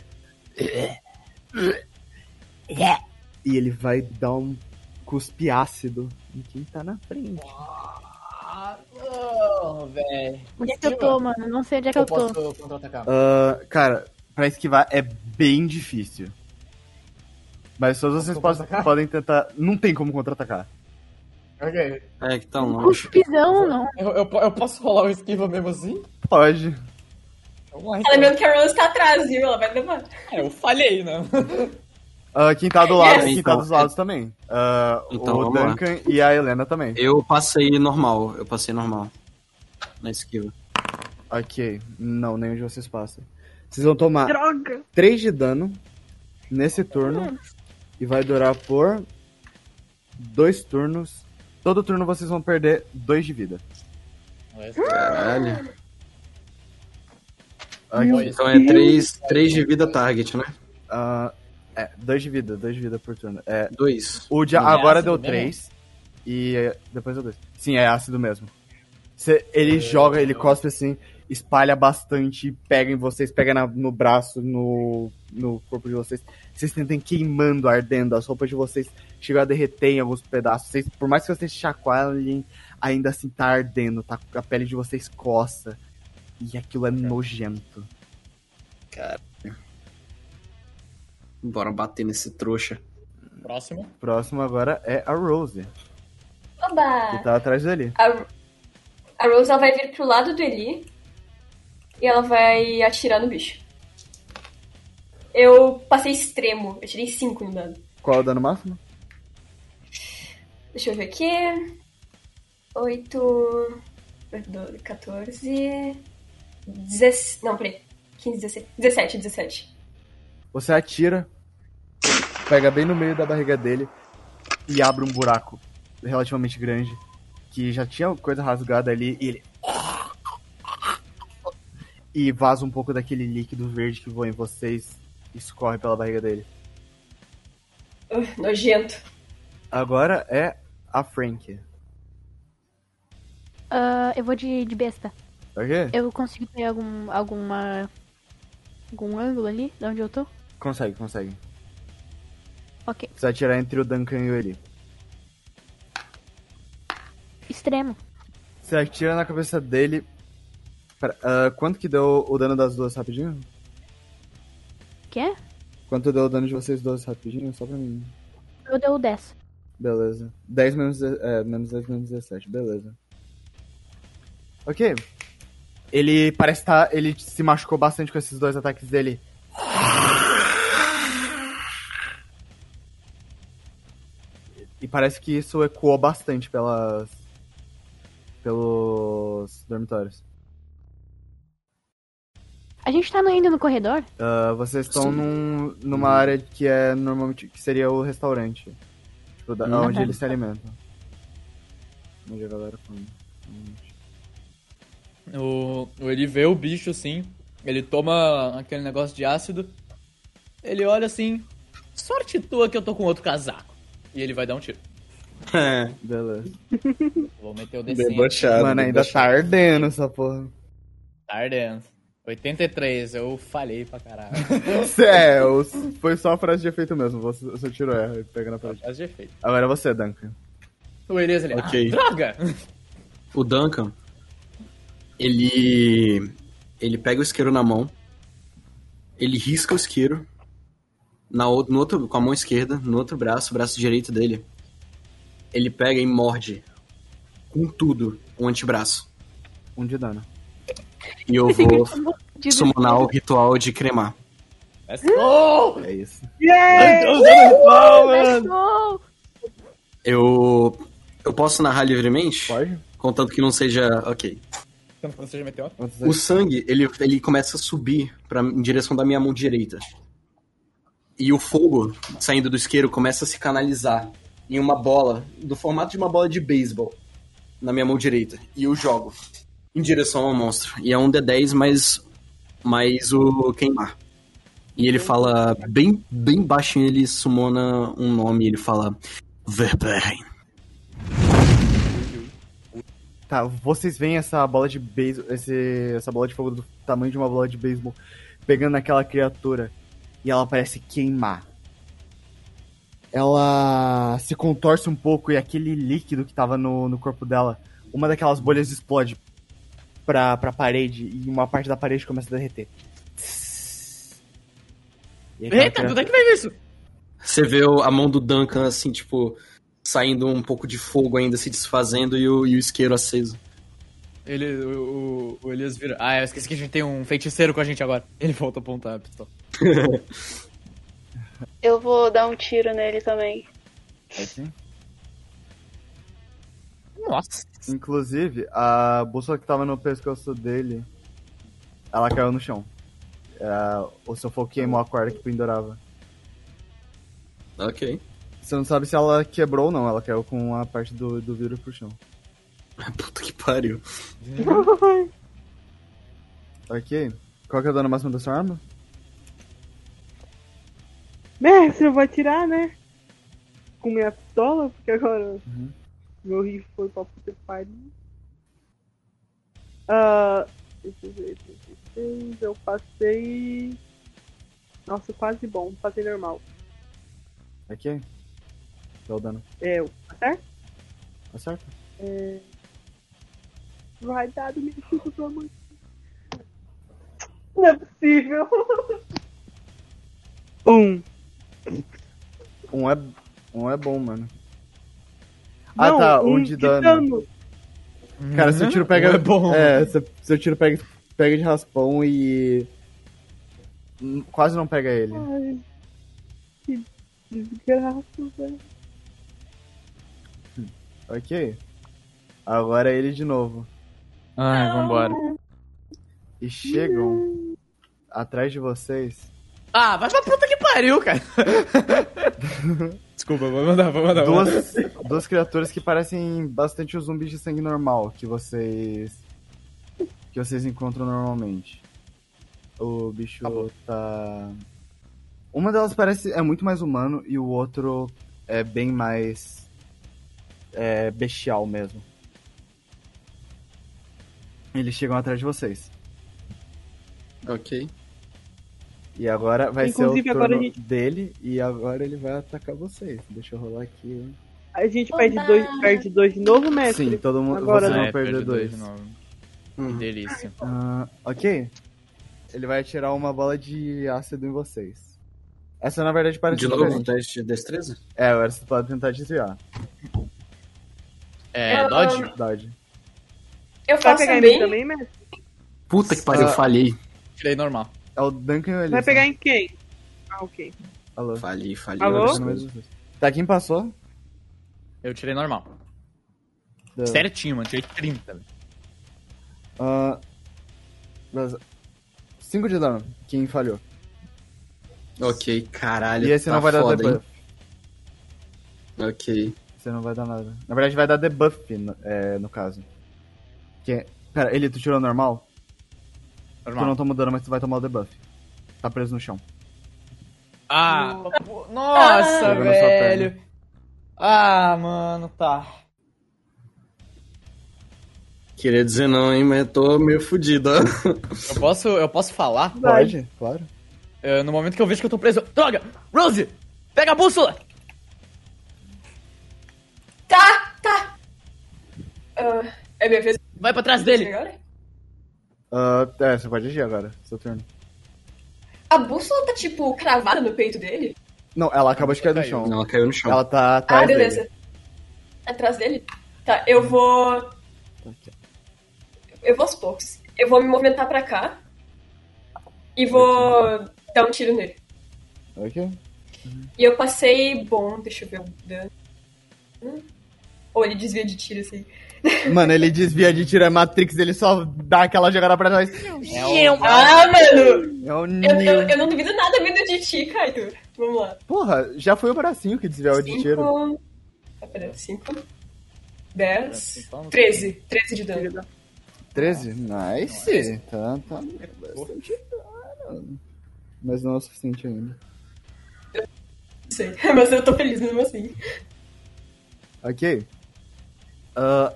Speaker 1: E ele vai dar um cuspe ácido em quem tá na frente.
Speaker 8: Oh, velho.
Speaker 7: Onde é que eu tô, mano? Não sei onde é que eu,
Speaker 8: Eu
Speaker 7: tô.
Speaker 8: posso contra-atacar.
Speaker 1: Ah, cara, pra esquivar é bem difícil. Mas todos vocês
Speaker 8: Como
Speaker 1: podem,
Speaker 8: atacar?
Speaker 1: podem tentar. Não tem como contra-atacar.
Speaker 8: Ok.
Speaker 3: É que tá longe.
Speaker 7: Cuspidão, não.
Speaker 8: Eu, eu, po- eu posso rolar o esquiva mesmo assim?
Speaker 1: Pode.
Speaker 8: Vamos lá,
Speaker 4: Ah,
Speaker 8: então.
Speaker 4: Lembrando que a Rose tá atrás, viu? Ela vai levar.
Speaker 8: É, eu falhei, né?
Speaker 1: Ah, quem tá do lado,
Speaker 3: Yes.
Speaker 1: quem tá
Speaker 3: Então,
Speaker 1: dos lados também. Ah,
Speaker 3: Então,
Speaker 1: o
Speaker 3: vamos lá.
Speaker 1: Duncan e a Helena também.
Speaker 3: Eu passei normal, eu passei normal. Na esquiva.
Speaker 1: Ok. Não, nenhum de vocês passa. Vocês vão tomar
Speaker 6: Droga!
Speaker 1: 3 de dano nesse turno e vai durar por dois turnos. Todo turno vocês vão perder 2 de vida.
Speaker 3: Caralho.
Speaker 1: Ok.
Speaker 3: Então é 3 três de vida target, né?
Speaker 1: Ah, é, 2 de vida, 2 de vida por turno. É,
Speaker 3: 2.
Speaker 1: O dia
Speaker 8: Não é
Speaker 1: agora
Speaker 8: ácido
Speaker 1: deu
Speaker 8: mesmo?
Speaker 1: 3 e é, depois deu 2. Sim, é ácido mesmo. Cê- ele
Speaker 8: É.
Speaker 1: joga, ele cospe assim, espalha bastante, pega em vocês, pega na- no braço, no, no corpo de vocês. Vocês sentem queimando, ardendo, as roupas de vocês chegam a derreter em alguns pedaços. Vocês, por mais que vocês chacoalhem, ainda assim tá ardendo, tá, a pele de vocês coça. E aquilo é nojento.
Speaker 3: Bora bater nesse trouxa.
Speaker 8: Próximo.
Speaker 1: Próximo agora é a Rose, que
Speaker 8: Ah.
Speaker 4: Oba!
Speaker 1: tá atrás dele.
Speaker 4: A, a Rose ela vai vir pro lado do Eli e ela vai atirar no bicho. Eu passei extremo, eu tirei 5 no dano.
Speaker 1: Qual é o dano máximo?
Speaker 4: Deixa eu ver aqui. 8, 12, 14, 16. Não, peraí. 15, 16, 17, 17.
Speaker 1: Você atira, pega bem no meio da barriga dele e abre um buraco relativamente grande que já tinha coisa rasgada ali e ele e vaza um pouco daquele líquido verde que voa em vocês e escorre pela barriga dele.
Speaker 4: Uh, nojento.
Speaker 1: Agora é a Frank.
Speaker 7: Ah, eu vou de, de besta.
Speaker 1: Ok?
Speaker 7: Eu consigo ter algum, alguma. algum ângulo ali, de onde eu tô?
Speaker 1: Consegue, consegue.
Speaker 7: Ok.
Speaker 1: Você vai atirar entre o Duncan e o Eli.
Speaker 7: Extremo.
Speaker 1: Você atira na cabeça dele. Pera, ah, quanto que deu o dano das duas rapidinho?
Speaker 7: Quê?
Speaker 1: Quanto deu o dano de vocês duas rapidinho? Só pra mim.
Speaker 7: Eu deu 10.
Speaker 1: Beleza. 10 menos, de- é, menos 10 menos 17, beleza. Ok. Ele parece estar. ele se machucou bastante com esses dois ataques dele. E parece que isso ecoou bastante pelas. pelos dormitórios.
Speaker 7: A gente tá no- ainda no corredor?
Speaker 1: Ah, vocês estão
Speaker 3: Sim.
Speaker 1: num, numa área que é normalmente. que seria o restaurante. Tipo, da,
Speaker 3: Uhum.
Speaker 1: onde eles se alimentam. Onde a galera come. Normalmente.
Speaker 8: O, o- ele vê o bicho assim, ele toma aquele negócio de ácido, ele olha assim, sorte tua que eu tô com outro casaco. E ele vai dar um tiro.
Speaker 3: É,
Speaker 1: Beleza.
Speaker 8: Vou meter o D100.
Speaker 3: debochado.
Speaker 1: Mano, ainda tá
Speaker 3: debochado.
Speaker 1: ardendo essa porra.
Speaker 8: Tardendo. 83, eu falhei pra caralho.
Speaker 1: é, eu- foi só a frase de efeito mesmo. Você, seu tiro erra e pega na frase.
Speaker 8: Faz de efeito.
Speaker 1: Agora é você, Duncan.
Speaker 8: O Elias ele,
Speaker 3: Ok.
Speaker 8: ah, droga!
Speaker 3: O Duncan, ele. Ele pega o isqueiro na mão, ele risca o isqueiro na, ou- no outro, com a mão esquerda, no outro braço, o braço direito dele. Ele pega e morde com tudo o antebraço.
Speaker 1: Um de dano.
Speaker 3: E eu vou
Speaker 7: é
Speaker 3: summonar o ritual de cremar.
Speaker 8: Let's go!
Speaker 1: É isso.
Speaker 6: Yay!
Speaker 7: Let's go!
Speaker 3: Eu. Eu posso narrar livremente?
Speaker 1: Pode?
Speaker 3: Contanto que não seja. Ok.
Speaker 8: Tanto que não seja meteoro.
Speaker 1: Quantos
Speaker 3: O
Speaker 1: aí?
Speaker 3: sangue, ele, ele começa a subir pra, em direção da minha mão direita. E o fogo, saindo do isqueiro, começa a se canalizar em uma bola, do formato de uma bola de beisebol, na minha mão direita. E eu jogo em direção ao monstro. E é um D10 mais, mais o queimar. E ele fala, bem, bem baixinho, ele sumona um nome e ele fala: Verberren.
Speaker 1: Tá, vocês veem essa bola de beisebol, esse- essa bola de fogo do tamanho de uma bola de beisebol pegando aquela criatura e ela parece queimar. Ela se contorce um pouco e aquele líquido que tava no, no corpo dela, uma daquelas bolhas explode pra, pra parede e uma parte da parede começa a derreter. E aquela
Speaker 8: Eita,
Speaker 1: criatura-
Speaker 8: onde é que veio isso?
Speaker 3: Você vê o- a mão do Duncan, assim, tipo, saindo um pouco de fogo ainda, se desfazendo, e o, e o isqueiro aceso.
Speaker 8: Ele, o, o, o Elias vira. Ah, eu esqueci que a gente tem um feiticeiro com a gente agora. Ele volta a apontar a pistola.
Speaker 5: Eu vou dar um tiro nele também.
Speaker 1: Aí sim.
Speaker 8: Nossa.
Speaker 1: Inclusive, a bússola que tava no pescoço dele, ela caiu no chão. Ah, o seu fogo queimou a corda que pendurava.
Speaker 3: Ok.
Speaker 1: Você não sabe se ela quebrou ou não, ela caiu com a parte do, do vidro pro chão.
Speaker 3: Puta que pariu.
Speaker 1: Ok. Qual que é o dano máximo da sua arma?
Speaker 6: Mestre, eu vou atirar, né? Com minha pistola, porque agora meu rifle foi pra puta que pariu. Ah, deixa eu ver, 36, eu passei. Nossa, quase bom, passei normal.
Speaker 1: Ok. Dá o dano.
Speaker 6: É, acerta?
Speaker 1: Acerta?
Speaker 6: Vai dado, me chuta, pelo amor de Deus. Não é possível. Um.
Speaker 1: Um é, um é bom, mano. Ah,
Speaker 6: Não,
Speaker 1: tá, um
Speaker 6: um
Speaker 1: de dano. Cara, seu tiro pega.
Speaker 8: Ou é bom.
Speaker 1: É, seu, seu tiro pega, pega de raspão e. Hum, Quase não pega ele.
Speaker 6: Ai, que desgraça, velho.
Speaker 1: Ok. Agora é ele de novo. Ah,
Speaker 8: Ai, vambora.
Speaker 1: E chegam atrás de vocês
Speaker 8: Ah, vai pra puta que pariu, cara. Desculpa, vou mandar, vou mandar. vou mandar.
Speaker 1: duas, duas criaturas que parecem bastante os zumbis de sangue normal que vocês. que vocês encontram normalmente. O bicho tá. Uma delas parece. é muito mais humano e o outro é bem mais. é, bestial mesmo. Eles chegam atrás de vocês.
Speaker 3: Ok.
Speaker 1: E agora vai
Speaker 6: Inclusive,
Speaker 1: ser o turno
Speaker 6: agora a gente-
Speaker 1: dele e agora ele vai atacar vocês. Deixa eu rolar aqui.
Speaker 6: A gente perde dois, perde dois de novo, mestre?
Speaker 1: Sim, todo mundo.
Speaker 6: É, agora
Speaker 1: vocês vão
Speaker 6: né? não.
Speaker 8: Ah, é,
Speaker 1: perder
Speaker 8: perde
Speaker 1: dois.
Speaker 8: de novo. Hum.
Speaker 3: Uhum.
Speaker 8: Delícia.
Speaker 1: Ah, ok. Ele vai atirar uma bola de ácido em vocês. Essa na verdade parece
Speaker 3: De novo,
Speaker 1: diferente.
Speaker 3: teste de destreza?
Speaker 1: É, agora você pode tentar desviar.
Speaker 8: É, Dodge?
Speaker 1: Dodge.
Speaker 4: Eu
Speaker 6: Vai
Speaker 4: faço
Speaker 6: pegar em mim
Speaker 4: bem.
Speaker 6: também, mestre?
Speaker 3: Puta que pariu, eu
Speaker 1: Ah.
Speaker 3: falhei.
Speaker 8: Tirei normal.
Speaker 1: É o Duncan e o Elisa.
Speaker 6: Vai pegar em quem? Ah, ok.
Speaker 1: Alô.
Speaker 3: Falhei, falhei.
Speaker 6: Alô?
Speaker 3: várias
Speaker 1: No meio de
Speaker 3: coisas.
Speaker 1: vocês. Tá, quem passou?
Speaker 8: Eu tirei normal.
Speaker 1: Dan.
Speaker 8: Certinho, mano. Tirei 30. velho.
Speaker 1: Ah, beleza. Cinco de dano, quem falhou.
Speaker 3: Ok, caralho.
Speaker 1: e esse
Speaker 3: tá
Speaker 1: não vai
Speaker 3: foda,
Speaker 1: dar debuff.
Speaker 3: hein? Ok.
Speaker 1: Você não vai dar nada. Na verdade, vai dar debuff, no, é, no caso. Que... é, Pera, ele, tu tirou normal? Tu não
Speaker 8: Normal.
Speaker 1: toma dano, mas tu vai tomar o debuff. Tá preso no chão.
Speaker 8: Ah, pô, nossa,
Speaker 1: Pegou na sua
Speaker 8: velho. Ah, mano, tá.
Speaker 3: Queria dizer não, hein, mas eu tô meio fudido, ó.
Speaker 8: Eu posso, eu posso falar?
Speaker 6: Vai.
Speaker 1: Pode, claro.
Speaker 8: É, no momento que eu vejo que eu tô preso. Droga! Rose! Pega a bússola!
Speaker 4: Tá, tá. Ah, é minha vez
Speaker 8: Vai pra trás dele!
Speaker 4: agora?
Speaker 1: Ah, é, você pode agir agora, seu turno.
Speaker 4: A bússola tá, tipo, cravada no peito dele?
Speaker 1: Não, ela acabou de cair no chão.
Speaker 3: Não, ela caiu no chão.
Speaker 1: Ela tá
Speaker 4: Ah,
Speaker 1: atrás
Speaker 4: beleza.
Speaker 1: dele.
Speaker 4: Atrás dele? Tá, eu vou. Eu vou aos poucos. Eu vou me movimentar pra cá. E vou dar um tiro nele.
Speaker 1: Ok.
Speaker 4: E eu um, passei. Bom, deixa eu ver o dano. Ou ele um. desvia de tiro, assim.
Speaker 1: Mano, ele desvia de tirar a Matrix, ele só dá aquela jogada pra trás.
Speaker 4: Ah, mano!
Speaker 1: É o
Speaker 4: Eu, eu,
Speaker 1: Neo.
Speaker 4: eu não duvido nada vindo de ti, Caio. Vamos lá.
Speaker 1: Porra, já foi o bracinho que desviou de tiro.
Speaker 4: Cinco. Tá, peraí. Cinco.
Speaker 1: É,
Speaker 4: Dez. Treze. Treze de dano.
Speaker 1: 13? Nice. Tá, tá bastante dano. Mas não é o suficiente ainda.
Speaker 4: Não sei. Mas eu tô feliz mesmo assim.
Speaker 1: Ok. Ah,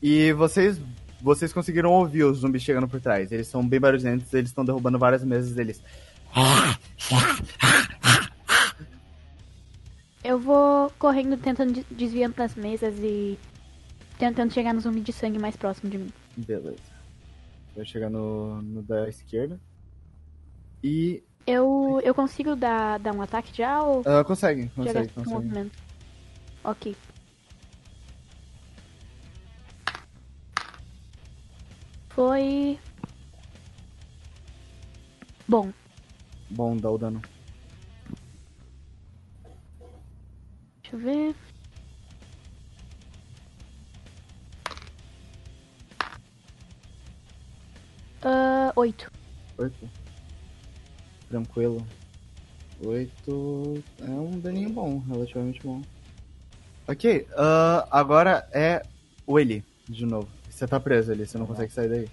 Speaker 1: e vocês vocês conseguiram ouvir os zumbis chegando por trás. Eles são bem barulhentos, eles estão derrubando várias mesas deles.
Speaker 7: Eu vou correndo, tentando de- desviando das mesas e tentando chegar no zumbi de sangue mais próximo de mim.
Speaker 1: Beleza. Vai chegar no, no da esquerda. E.
Speaker 7: Eu, eu consigo dar, dar um ataque já ou
Speaker 1: ah, consegue,
Speaker 7: já
Speaker 1: consegue,
Speaker 7: gasto um
Speaker 1: consegue.
Speaker 7: movimento? Ok. Foi. Bom,
Speaker 1: Bom, dá o dano.
Speaker 7: deixa eu ver. Ah, Oito.
Speaker 1: Oito. Tranquilo. Oito. É um daninho bom, relativamente bom. Ok, ah, agora é o Eli, de novo. Você tá preso ali, você não consegue sair daí.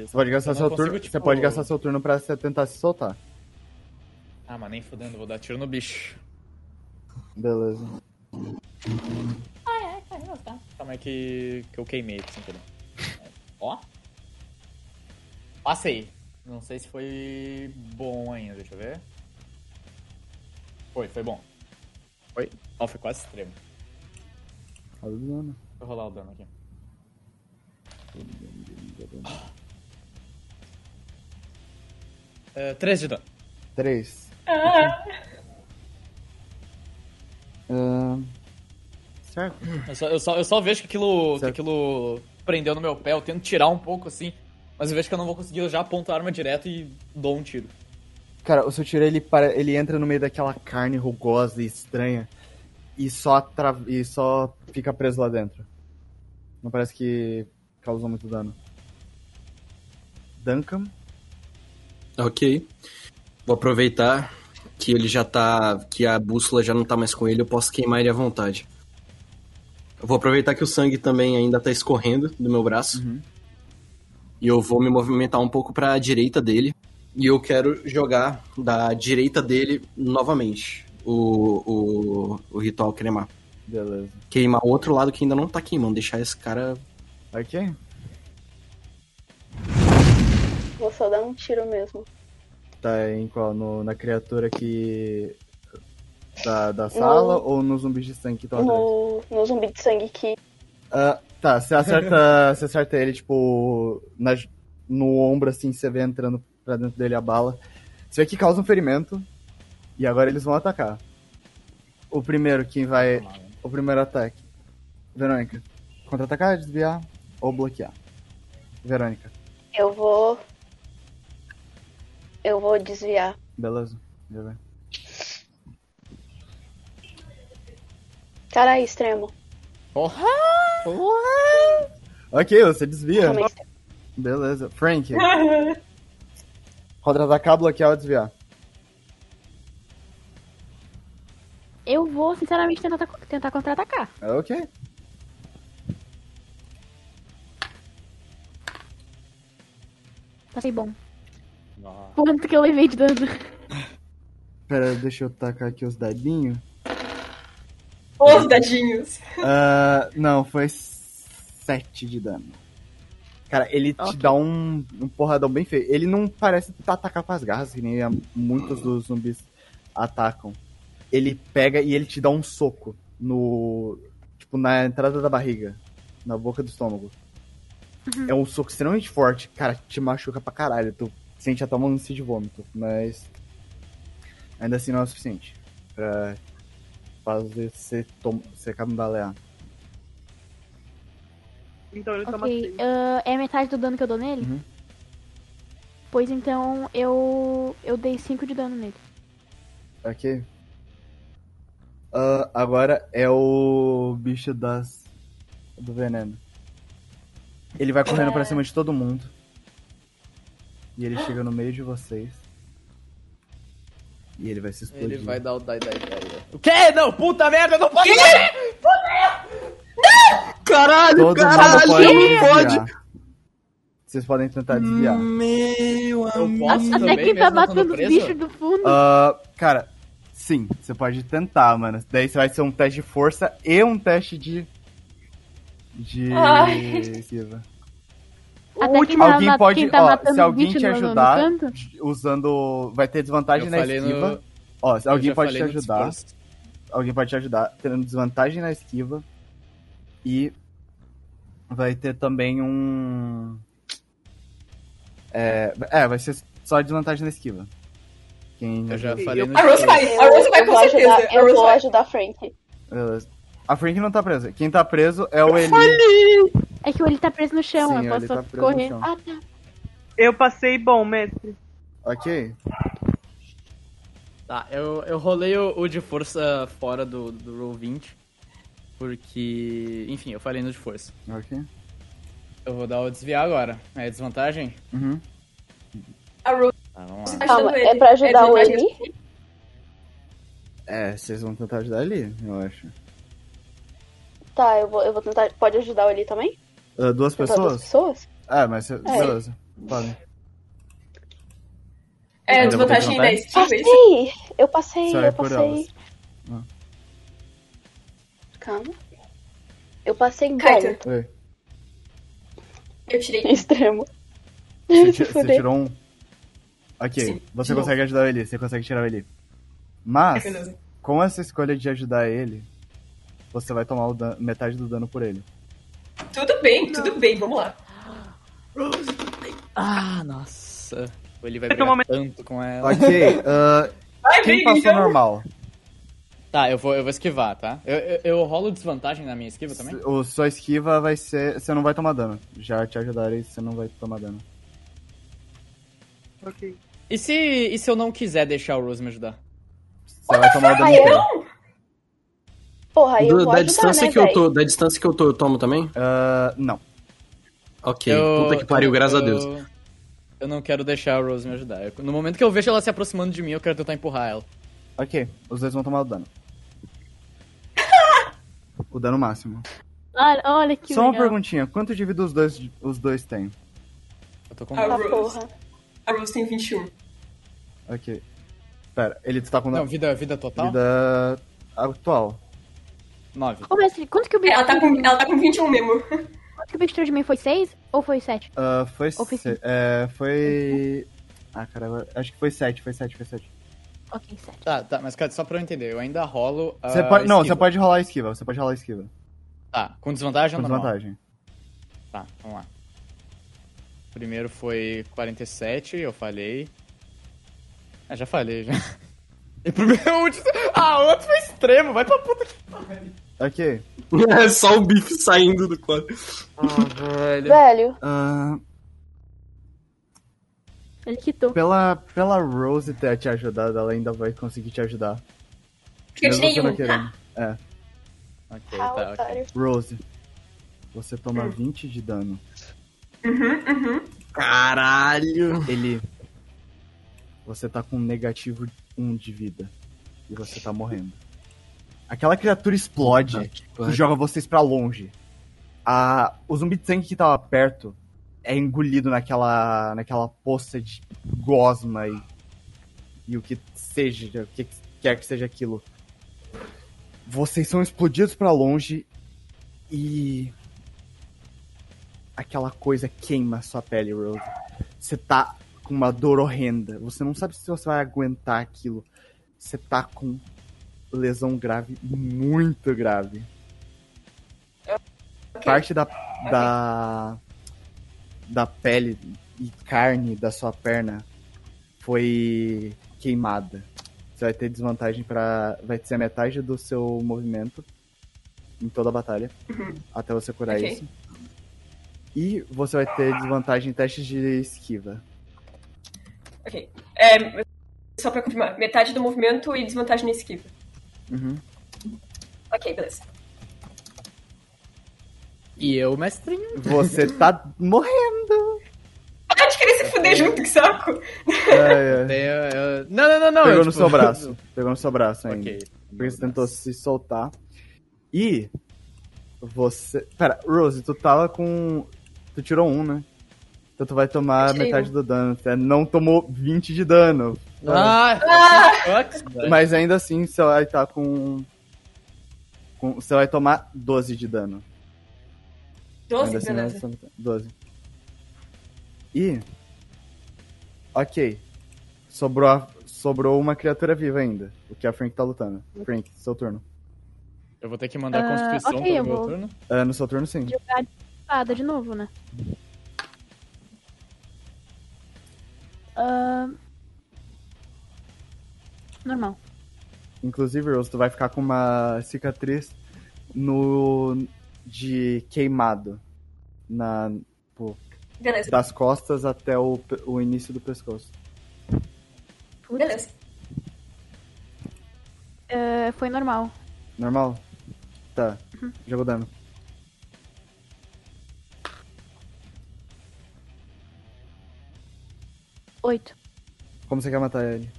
Speaker 1: Você pode gastar
Speaker 8: Eu não
Speaker 1: seu
Speaker 8: consigo,
Speaker 1: turno.
Speaker 8: tipo-
Speaker 1: Você pode gastar seu turno pra você tentar se soltar.
Speaker 8: Ah, mas nem fudendo, vou dar tiro no bicho.
Speaker 1: Beleza.
Speaker 8: Calma aí que, que eu queimei aqui sem querer. Ó. Passei. Não sei se foi bom ainda, deixa eu ver. Foi, foi bom. Foi? Ó, foi quase extremo.
Speaker 1: Fala do dano.
Speaker 8: Vou rolar o dano aqui. É, 3 de dano.
Speaker 1: Três. Ah, certo.
Speaker 8: Eu só, eu só, eu só vejo que aquilo, que
Speaker 1: Certo.
Speaker 8: aquilo prendeu no meu pé, eu tento tirar um pouco assim, mas eu vejo que eu não vou conseguir, eu já aponto a arma direto e dou um tiro.
Speaker 1: Cara, o seu tiro ele, para, ele entra no meio daquela carne rugosa e estranha e só, atra- e só fica preso lá dentro. Não parece que causou muito dano. Duncan,
Speaker 3: Ok. Vou aproveitar que ele já tá. que a bússola já não tá mais com ele, eu posso queimar ele à vontade. Eu vou aproveitar que o sangue também ainda tá escorrendo do meu braço.
Speaker 5: Uhum.
Speaker 3: E eu vou me movimentar um pouco pra direita dele. E eu quero jogar da direita dele novamente o, o, o ritual cremar.
Speaker 1: beleza.
Speaker 3: Queimar o outro lado que ainda não tá queimando, deixar esse cara.
Speaker 1: Ok?
Speaker 5: Vou só dar um tiro mesmo.
Speaker 1: Tá em qual? No- na criatura que. da, da sala ou nos zumbis de sangue que estão atrás?
Speaker 5: No, no zumbi de sangue que.
Speaker 1: Ah, tá, você acerta, você acerta ele, tipo, na j- no ombro, assim, você vê entrando pra dentro dele a bala. Você vê que causa um ferimento, e agora eles vão atacar. O primeiro, quem vai... O primeiro ataque. Verônica, contra-atacar, desviar ou bloquear? Verônica,
Speaker 5: Eu vou. Eu vou desviar.
Speaker 1: beleza. Já vai.
Speaker 5: Caralho, é extremo.
Speaker 1: Ok, você
Speaker 3: É,
Speaker 1: desvia.
Speaker 5: Calma aí, extremo.
Speaker 1: Beleza. Frank, contra-atacar, bloquear ou desviar?
Speaker 7: Eu vou, sinceramente, tentar, ta- tentar contra-atacar.
Speaker 1: Ok.
Speaker 7: Passei Tá bom.
Speaker 2: Ah,
Speaker 7: Quanto que eu levei de dano?
Speaker 1: Pera, deixa eu tacar aqui os dadinhos.
Speaker 4: Os dadinhos.
Speaker 1: Ah, não, foi 7 de dano. Cara, ele te dá um, um porradão bem feio. Ele não parece tá atacar com as garras, que nem a- muitos dos zumbis atacam. Ele pega e ele te dá um soco no. Tipo, na entrada da barriga. Na boca do estômago. É um soco extremamente forte. Cara, te machuca pra caralho. Tu sente até uma ânsia de vômito, mas. Ainda assim não é o suficiente. Pra fazer você, tom... você cambalear.
Speaker 6: Então ele toma
Speaker 7: Ok.
Speaker 6: seis.
Speaker 7: ah, é metade do dano que eu dou nele?
Speaker 1: Uhum.
Speaker 7: Pois então, eu eu dei 5 de dano nele.
Speaker 1: Ok. Ah, agora é o bicho das. do veneno. Ele vai correndo pra cima de todo mundo. E ele chega no meio de vocês.
Speaker 10: E ele vai se explodir.
Speaker 2: Ele vai dar o dai, dai, dai. O quê? Não, puta merda, eu não posso fazer!
Speaker 1: Caralho,
Speaker 10: Todo
Speaker 1: caralho,
Speaker 10: mundo pode
Speaker 1: não pode!
Speaker 10: desviar.
Speaker 1: Vocês podem tentar desviar.
Speaker 3: Hum. Meu
Speaker 2: Eu
Speaker 3: amigo.
Speaker 2: posso
Speaker 7: Até
Speaker 2: também,
Speaker 7: quem
Speaker 2: mesmo
Speaker 7: tá
Speaker 2: eu estando
Speaker 7: matando os
Speaker 2: preso?
Speaker 7: bichos do fundo.
Speaker 1: Ah, cara, sim, você pode tentar, mano. Daí você vai ser um teste de força e um teste de. De.
Speaker 4: Ai.
Speaker 1: esquiva.
Speaker 7: Até quem
Speaker 1: último-
Speaker 7: tá,
Speaker 1: Ah, alguém
Speaker 7: ma-
Speaker 1: pode-
Speaker 7: quem tá
Speaker 1: ó,
Speaker 7: matando
Speaker 1: se alguém
Speaker 7: bicho
Speaker 1: te
Speaker 7: no- no-
Speaker 1: ajudar-
Speaker 7: no canto?
Speaker 1: Usando. Vai ter desvantagem
Speaker 2: Eu
Speaker 1: na
Speaker 2: falei
Speaker 1: esquiva.
Speaker 2: no...
Speaker 1: Ó, se alguém
Speaker 2: eu já
Speaker 1: pode
Speaker 2: falei
Speaker 1: te
Speaker 2: no
Speaker 1: ajudar.
Speaker 2: discurso.
Speaker 1: Alguém pode te ajudar. Tendo desvantagem na esquiva. E. Vai ter também um. É, é, vai ser só desvantagem na esquiva. Quem
Speaker 2: Eu já
Speaker 6: Eu-
Speaker 2: falei no
Speaker 6: A
Speaker 2: discurso.
Speaker 5: Eu,
Speaker 6: A Rose vai
Speaker 5: eu
Speaker 6: com
Speaker 5: vou
Speaker 6: certeza,
Speaker 5: ajudar,
Speaker 6: a
Speaker 5: eu
Speaker 6: Rose
Speaker 5: vou
Speaker 6: vai.
Speaker 5: ajudar a Frank.
Speaker 1: Beleza. A Frank não tá presa. Quem tá preso é o Eli.
Speaker 7: É que ele tá preso no chão,
Speaker 1: Sim,
Speaker 7: eu
Speaker 1: ele
Speaker 7: posso
Speaker 1: tá preso no
Speaker 7: correr.
Speaker 1: chão.
Speaker 7: Ah, tá.
Speaker 6: Eu passei bom, mestre.
Speaker 1: Ok.
Speaker 2: Tá, eu, eu rolei o, o de força fora do, do roll 20. Porque. Enfim, eu falei no de força.
Speaker 1: Ok.
Speaker 2: Eu vou dar o desviar agora. É desvantagem?
Speaker 1: Uhum.
Speaker 4: A Rose
Speaker 2: Tá, vamos lá.
Speaker 4: tá
Speaker 5: Calma,
Speaker 4: ajudando
Speaker 5: é
Speaker 4: ele.
Speaker 5: pra ajudar o
Speaker 4: desvantagem.
Speaker 1: É, vocês vão tentar ajudar ali, eu acho.
Speaker 5: Tá, eu vou, eu vou tentar. Pode ajudar ele também?
Speaker 1: Ah, duas
Speaker 5: Tentar duas
Speaker 1: pessoas?
Speaker 5: pessoas?
Speaker 1: Ah, mas cê- beleza. Podem.
Speaker 4: É,
Speaker 1: Ainda
Speaker 4: desvantagem
Speaker 1: vou ter
Speaker 4: 10. Tipo isso.
Speaker 5: Passei! Eu passei,
Speaker 1: Sai
Speaker 5: eu
Speaker 1: por
Speaker 5: passei.
Speaker 1: elas.
Speaker 5: Calma. Eu passei bom.
Speaker 4: Caetano,
Speaker 1: Oi.
Speaker 4: eu tirei.
Speaker 5: Extremo.
Speaker 1: Você,
Speaker 5: Se
Speaker 1: ti- você
Speaker 5: fuder.
Speaker 1: tirou um. Ok,
Speaker 4: Sim,
Speaker 1: você
Speaker 4: tirou.
Speaker 1: consegue ajudar ele, você consegue tirar ele. Mas,
Speaker 4: Beleza.
Speaker 1: com essa escolha de ajudar ele, você vai tomar o dan- metade do dano por ele.
Speaker 4: Tudo bem, tudo bem, vamos lá.
Speaker 2: Ah, nossa. Ele vai
Speaker 6: Eu tô
Speaker 2: brigar tanto com ela.
Speaker 1: Ok, ah,
Speaker 4: Vai,
Speaker 1: quem
Speaker 4: vem,
Speaker 1: passou
Speaker 4: então.
Speaker 1: normal?
Speaker 2: Tá, eu vou, eu vou esquivar, tá? Eu, eu, eu rolo desvantagem na minha esquiva também?
Speaker 1: O, sua esquiva vai ser. Você não vai tomar dano. Já te ajudaram e você não vai tomar dano.
Speaker 6: Ok.
Speaker 2: E se, e se eu não quiser deixar o Rose me ajudar?
Speaker 1: Você vai tomar o dano
Speaker 4: Ah,
Speaker 5: fuck?
Speaker 1: inteiro.
Speaker 5: Porra, aí eu
Speaker 3: Do-
Speaker 5: vou
Speaker 3: da
Speaker 5: ajudar,
Speaker 3: distância
Speaker 5: né,
Speaker 3: que eu
Speaker 5: véi?
Speaker 3: tô, da distância que eu tô, eu tomo também?
Speaker 1: Ah, não.
Speaker 3: Ok.
Speaker 2: Eu-
Speaker 3: Puta que pariu,
Speaker 2: eu-
Speaker 3: graças
Speaker 2: eu-
Speaker 3: a Deus.
Speaker 2: Eu não quero deixar a Rose me ajudar. Eu- no momento que eu vejo ela se aproximando de mim, eu quero tentar empurrar ela.
Speaker 1: Ok, os dois vão tomar o dano. o dano máximo.
Speaker 7: Olha, olha que
Speaker 1: Só uma
Speaker 7: legal.
Speaker 1: perguntinha, quanto de vida os dois, os dois têm?
Speaker 2: Eu tô com
Speaker 4: Ah,
Speaker 5: Tá,
Speaker 4: Rose.
Speaker 5: porra.
Speaker 4: A Rose tem 21.
Speaker 1: Ok. Pera, ele tá com
Speaker 2: Não, vida, vida total?
Speaker 1: vida atual.
Speaker 2: nove
Speaker 7: Ô, mestre, quanto que o bicho,
Speaker 4: Ela tá com, ela tá com 21 mesmo.
Speaker 7: quanto que o bicho tirou de mim? Foi 6 ou foi 7?
Speaker 1: Ah, foi.
Speaker 7: Ou foi
Speaker 1: se- é, foi. Ah, caramba, acho que foi 7, foi 7, foi 7.
Speaker 7: Ok, 7.
Speaker 2: Tá, tá, mas cara, só pra eu entender, eu ainda rolo. a
Speaker 1: Você pode, não,
Speaker 2: Ah, esquiva.
Speaker 1: você pode rolar a esquiva, você pode rolar a esquiva.
Speaker 2: Tá, com desvantagem
Speaker 1: Com
Speaker 2: ou normal?
Speaker 1: desvantagem.
Speaker 2: Tá, vamos lá. Primeiro foi 47, eu falei. Ah, já falei, já. E primeiro último. Ah, o outro foi extremo, vai pra puta que.
Speaker 1: Ok.
Speaker 3: É só o bife saindo do quadro.
Speaker 5: Velho,
Speaker 1: ah,
Speaker 7: Ele quitou.
Speaker 1: pela, pela Rose ter te ajudado, ela ainda vai conseguir te ajudar.
Speaker 4: Porque eu
Speaker 1: mesmo
Speaker 4: tirei
Speaker 1: você não
Speaker 4: 1.
Speaker 1: querendo. É,
Speaker 2: Ok,
Speaker 5: ah,
Speaker 2: tá, ok.
Speaker 5: otário.
Speaker 1: Rose. Você
Speaker 7: Hum.
Speaker 1: toma 20 de dano.
Speaker 3: Caralho.
Speaker 1: Ele. Você tá com um negativo 1 de vida. E você tá morrendo. Aquela criatura explode e joga vocês pra longe. A, o zumbi de sangue que tava perto é engolido naquela, naquela poça de gosma e, e o que seja, o que quer que seja aquilo. Vocês são explodidos pra longe e. Aquela coisa queima a sua pele, Rose você tá com uma dor horrenda. Você não sabe se você vai aguentar aquilo. Você tá com lesão grave, muito grave. Parte da, da, da pele e carne da sua perna foi queimada. Você vai ter desvantagem para Vai ser metade do seu movimento em toda a batalha. Até você curar
Speaker 4: Ok.
Speaker 1: isso. E você vai ter desvantagem em testes de esquiva.
Speaker 4: Ok. É, só pra confirmar, metade do movimento e desvantagem na esquiva.
Speaker 1: Uhum.
Speaker 4: Ok, beleza.
Speaker 2: E eu, mestrinho.
Speaker 1: Você tá morrendo.
Speaker 4: Para de querer se fuder junto, que saco.
Speaker 1: É, é.
Speaker 2: Eu- eu- Não, não, não, não.
Speaker 1: Pegou
Speaker 2: eu,
Speaker 1: no
Speaker 2: tipo,
Speaker 1: seu braço. Pegou no seu braço ainda.
Speaker 2: Ok.
Speaker 1: Porque você tentou se soltar. E você. Pera, Rose, tu tava com. Tu tirou um, né? Então tu vai tomar
Speaker 4: Eu tirei um.
Speaker 1: metade do dano. Você não tomou 20 de dano.
Speaker 2: Ah, fuck.
Speaker 1: Mas ainda assim você vai estar com... com. Você vai tomar 12 de dano.
Speaker 4: Doze,
Speaker 1: Ainda assim,
Speaker 4: beleza.
Speaker 1: vai ser 12. E. Ok. Sobrou, a- Sobrou uma criatura viva ainda. O que a Frank tá lutando. Frank, seu turno.
Speaker 2: eu vou ter que mandar a
Speaker 7: Ah,
Speaker 2: Constituição
Speaker 7: ok,
Speaker 2: pelo
Speaker 7: eu
Speaker 2: meu
Speaker 7: vou.
Speaker 2: turno.
Speaker 1: Ah, no seu turno, sim.
Speaker 7: Jogar de espada de novo, né? Ahn. Normal.
Speaker 1: Inclusive, Rose, tu vai ficar com uma cicatriz no de queimado na
Speaker 4: Beleza,
Speaker 1: das costas até o, pe- o início do pescoço.
Speaker 4: beleza.
Speaker 7: Ah, foi normal.
Speaker 1: Normal? Tá. Jogo dano.
Speaker 7: Oito.
Speaker 1: Como você quer matar ele?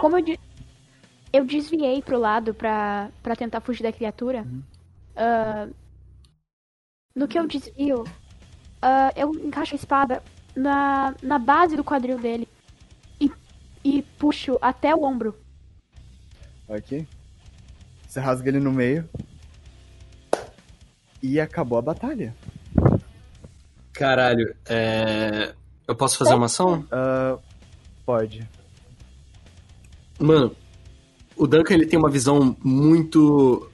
Speaker 7: Como eu, de- eu desviei pro lado pra, pra tentar fugir da criatura, ah, no que eu desvio, ah, eu encaixo a espada na, na base do quadril dele e, e puxo até o ombro.
Speaker 1: Aqui. Você rasga ele no meio. E acabou a batalha.
Speaker 3: Caralho, é... eu posso fazer uma ação?
Speaker 1: Ah, pode.
Speaker 3: Mano, o Duncan ele tem uma visão muito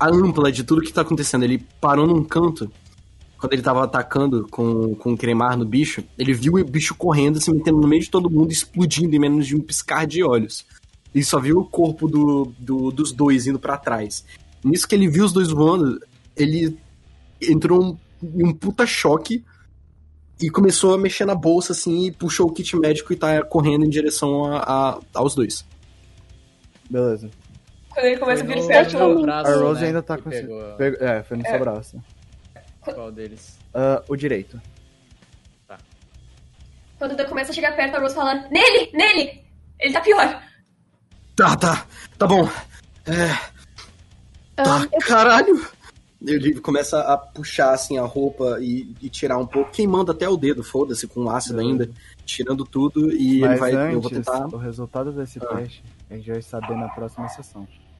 Speaker 3: ampla de tudo que tá acontecendo. Ele parou num canto, quando ele tava atacando com, com o cremar no bicho, ele viu o bicho correndo, se metendo no meio de todo mundo, explodindo em menos de um piscar de olhos. Ele só viu o corpo do, do- dos dois indo pra trás. Nisso que ele viu os dois voando, ele entrou um, em um puta choque e começou a mexer na bolsa assim e puxou o kit médico e tá correndo em direção a, a- aos dois.
Speaker 1: Beleza.
Speaker 4: Quando ele começa a
Speaker 2: Foi
Speaker 4: vir
Speaker 2: no-
Speaker 4: certo,
Speaker 2: no braço,
Speaker 1: A Rose
Speaker 2: né,
Speaker 1: ainda tá
Speaker 2: que
Speaker 1: com.
Speaker 2: pegou
Speaker 1: Pegou... É, foi no seu
Speaker 4: É.
Speaker 1: braço.
Speaker 2: Qual deles?
Speaker 1: Ah, o direito.
Speaker 4: quando o Dan começa a chegar perto, a Rose fala, nele, nele! Ele tá pior.
Speaker 3: Tá, tá, tá bom. É,
Speaker 7: Ah,
Speaker 3: tá, caralho! Ele começa a puxar assim a roupa e, e tirar um pouco, queimando até o dedo, foda-se, com ácido ainda, tirando tudo e ele
Speaker 1: Uhum. Mas
Speaker 3: vai.
Speaker 1: antes,
Speaker 3: Eu vou tentar. Ah.
Speaker 1: o resultado desse teste a gente vai saber na próxima sessão.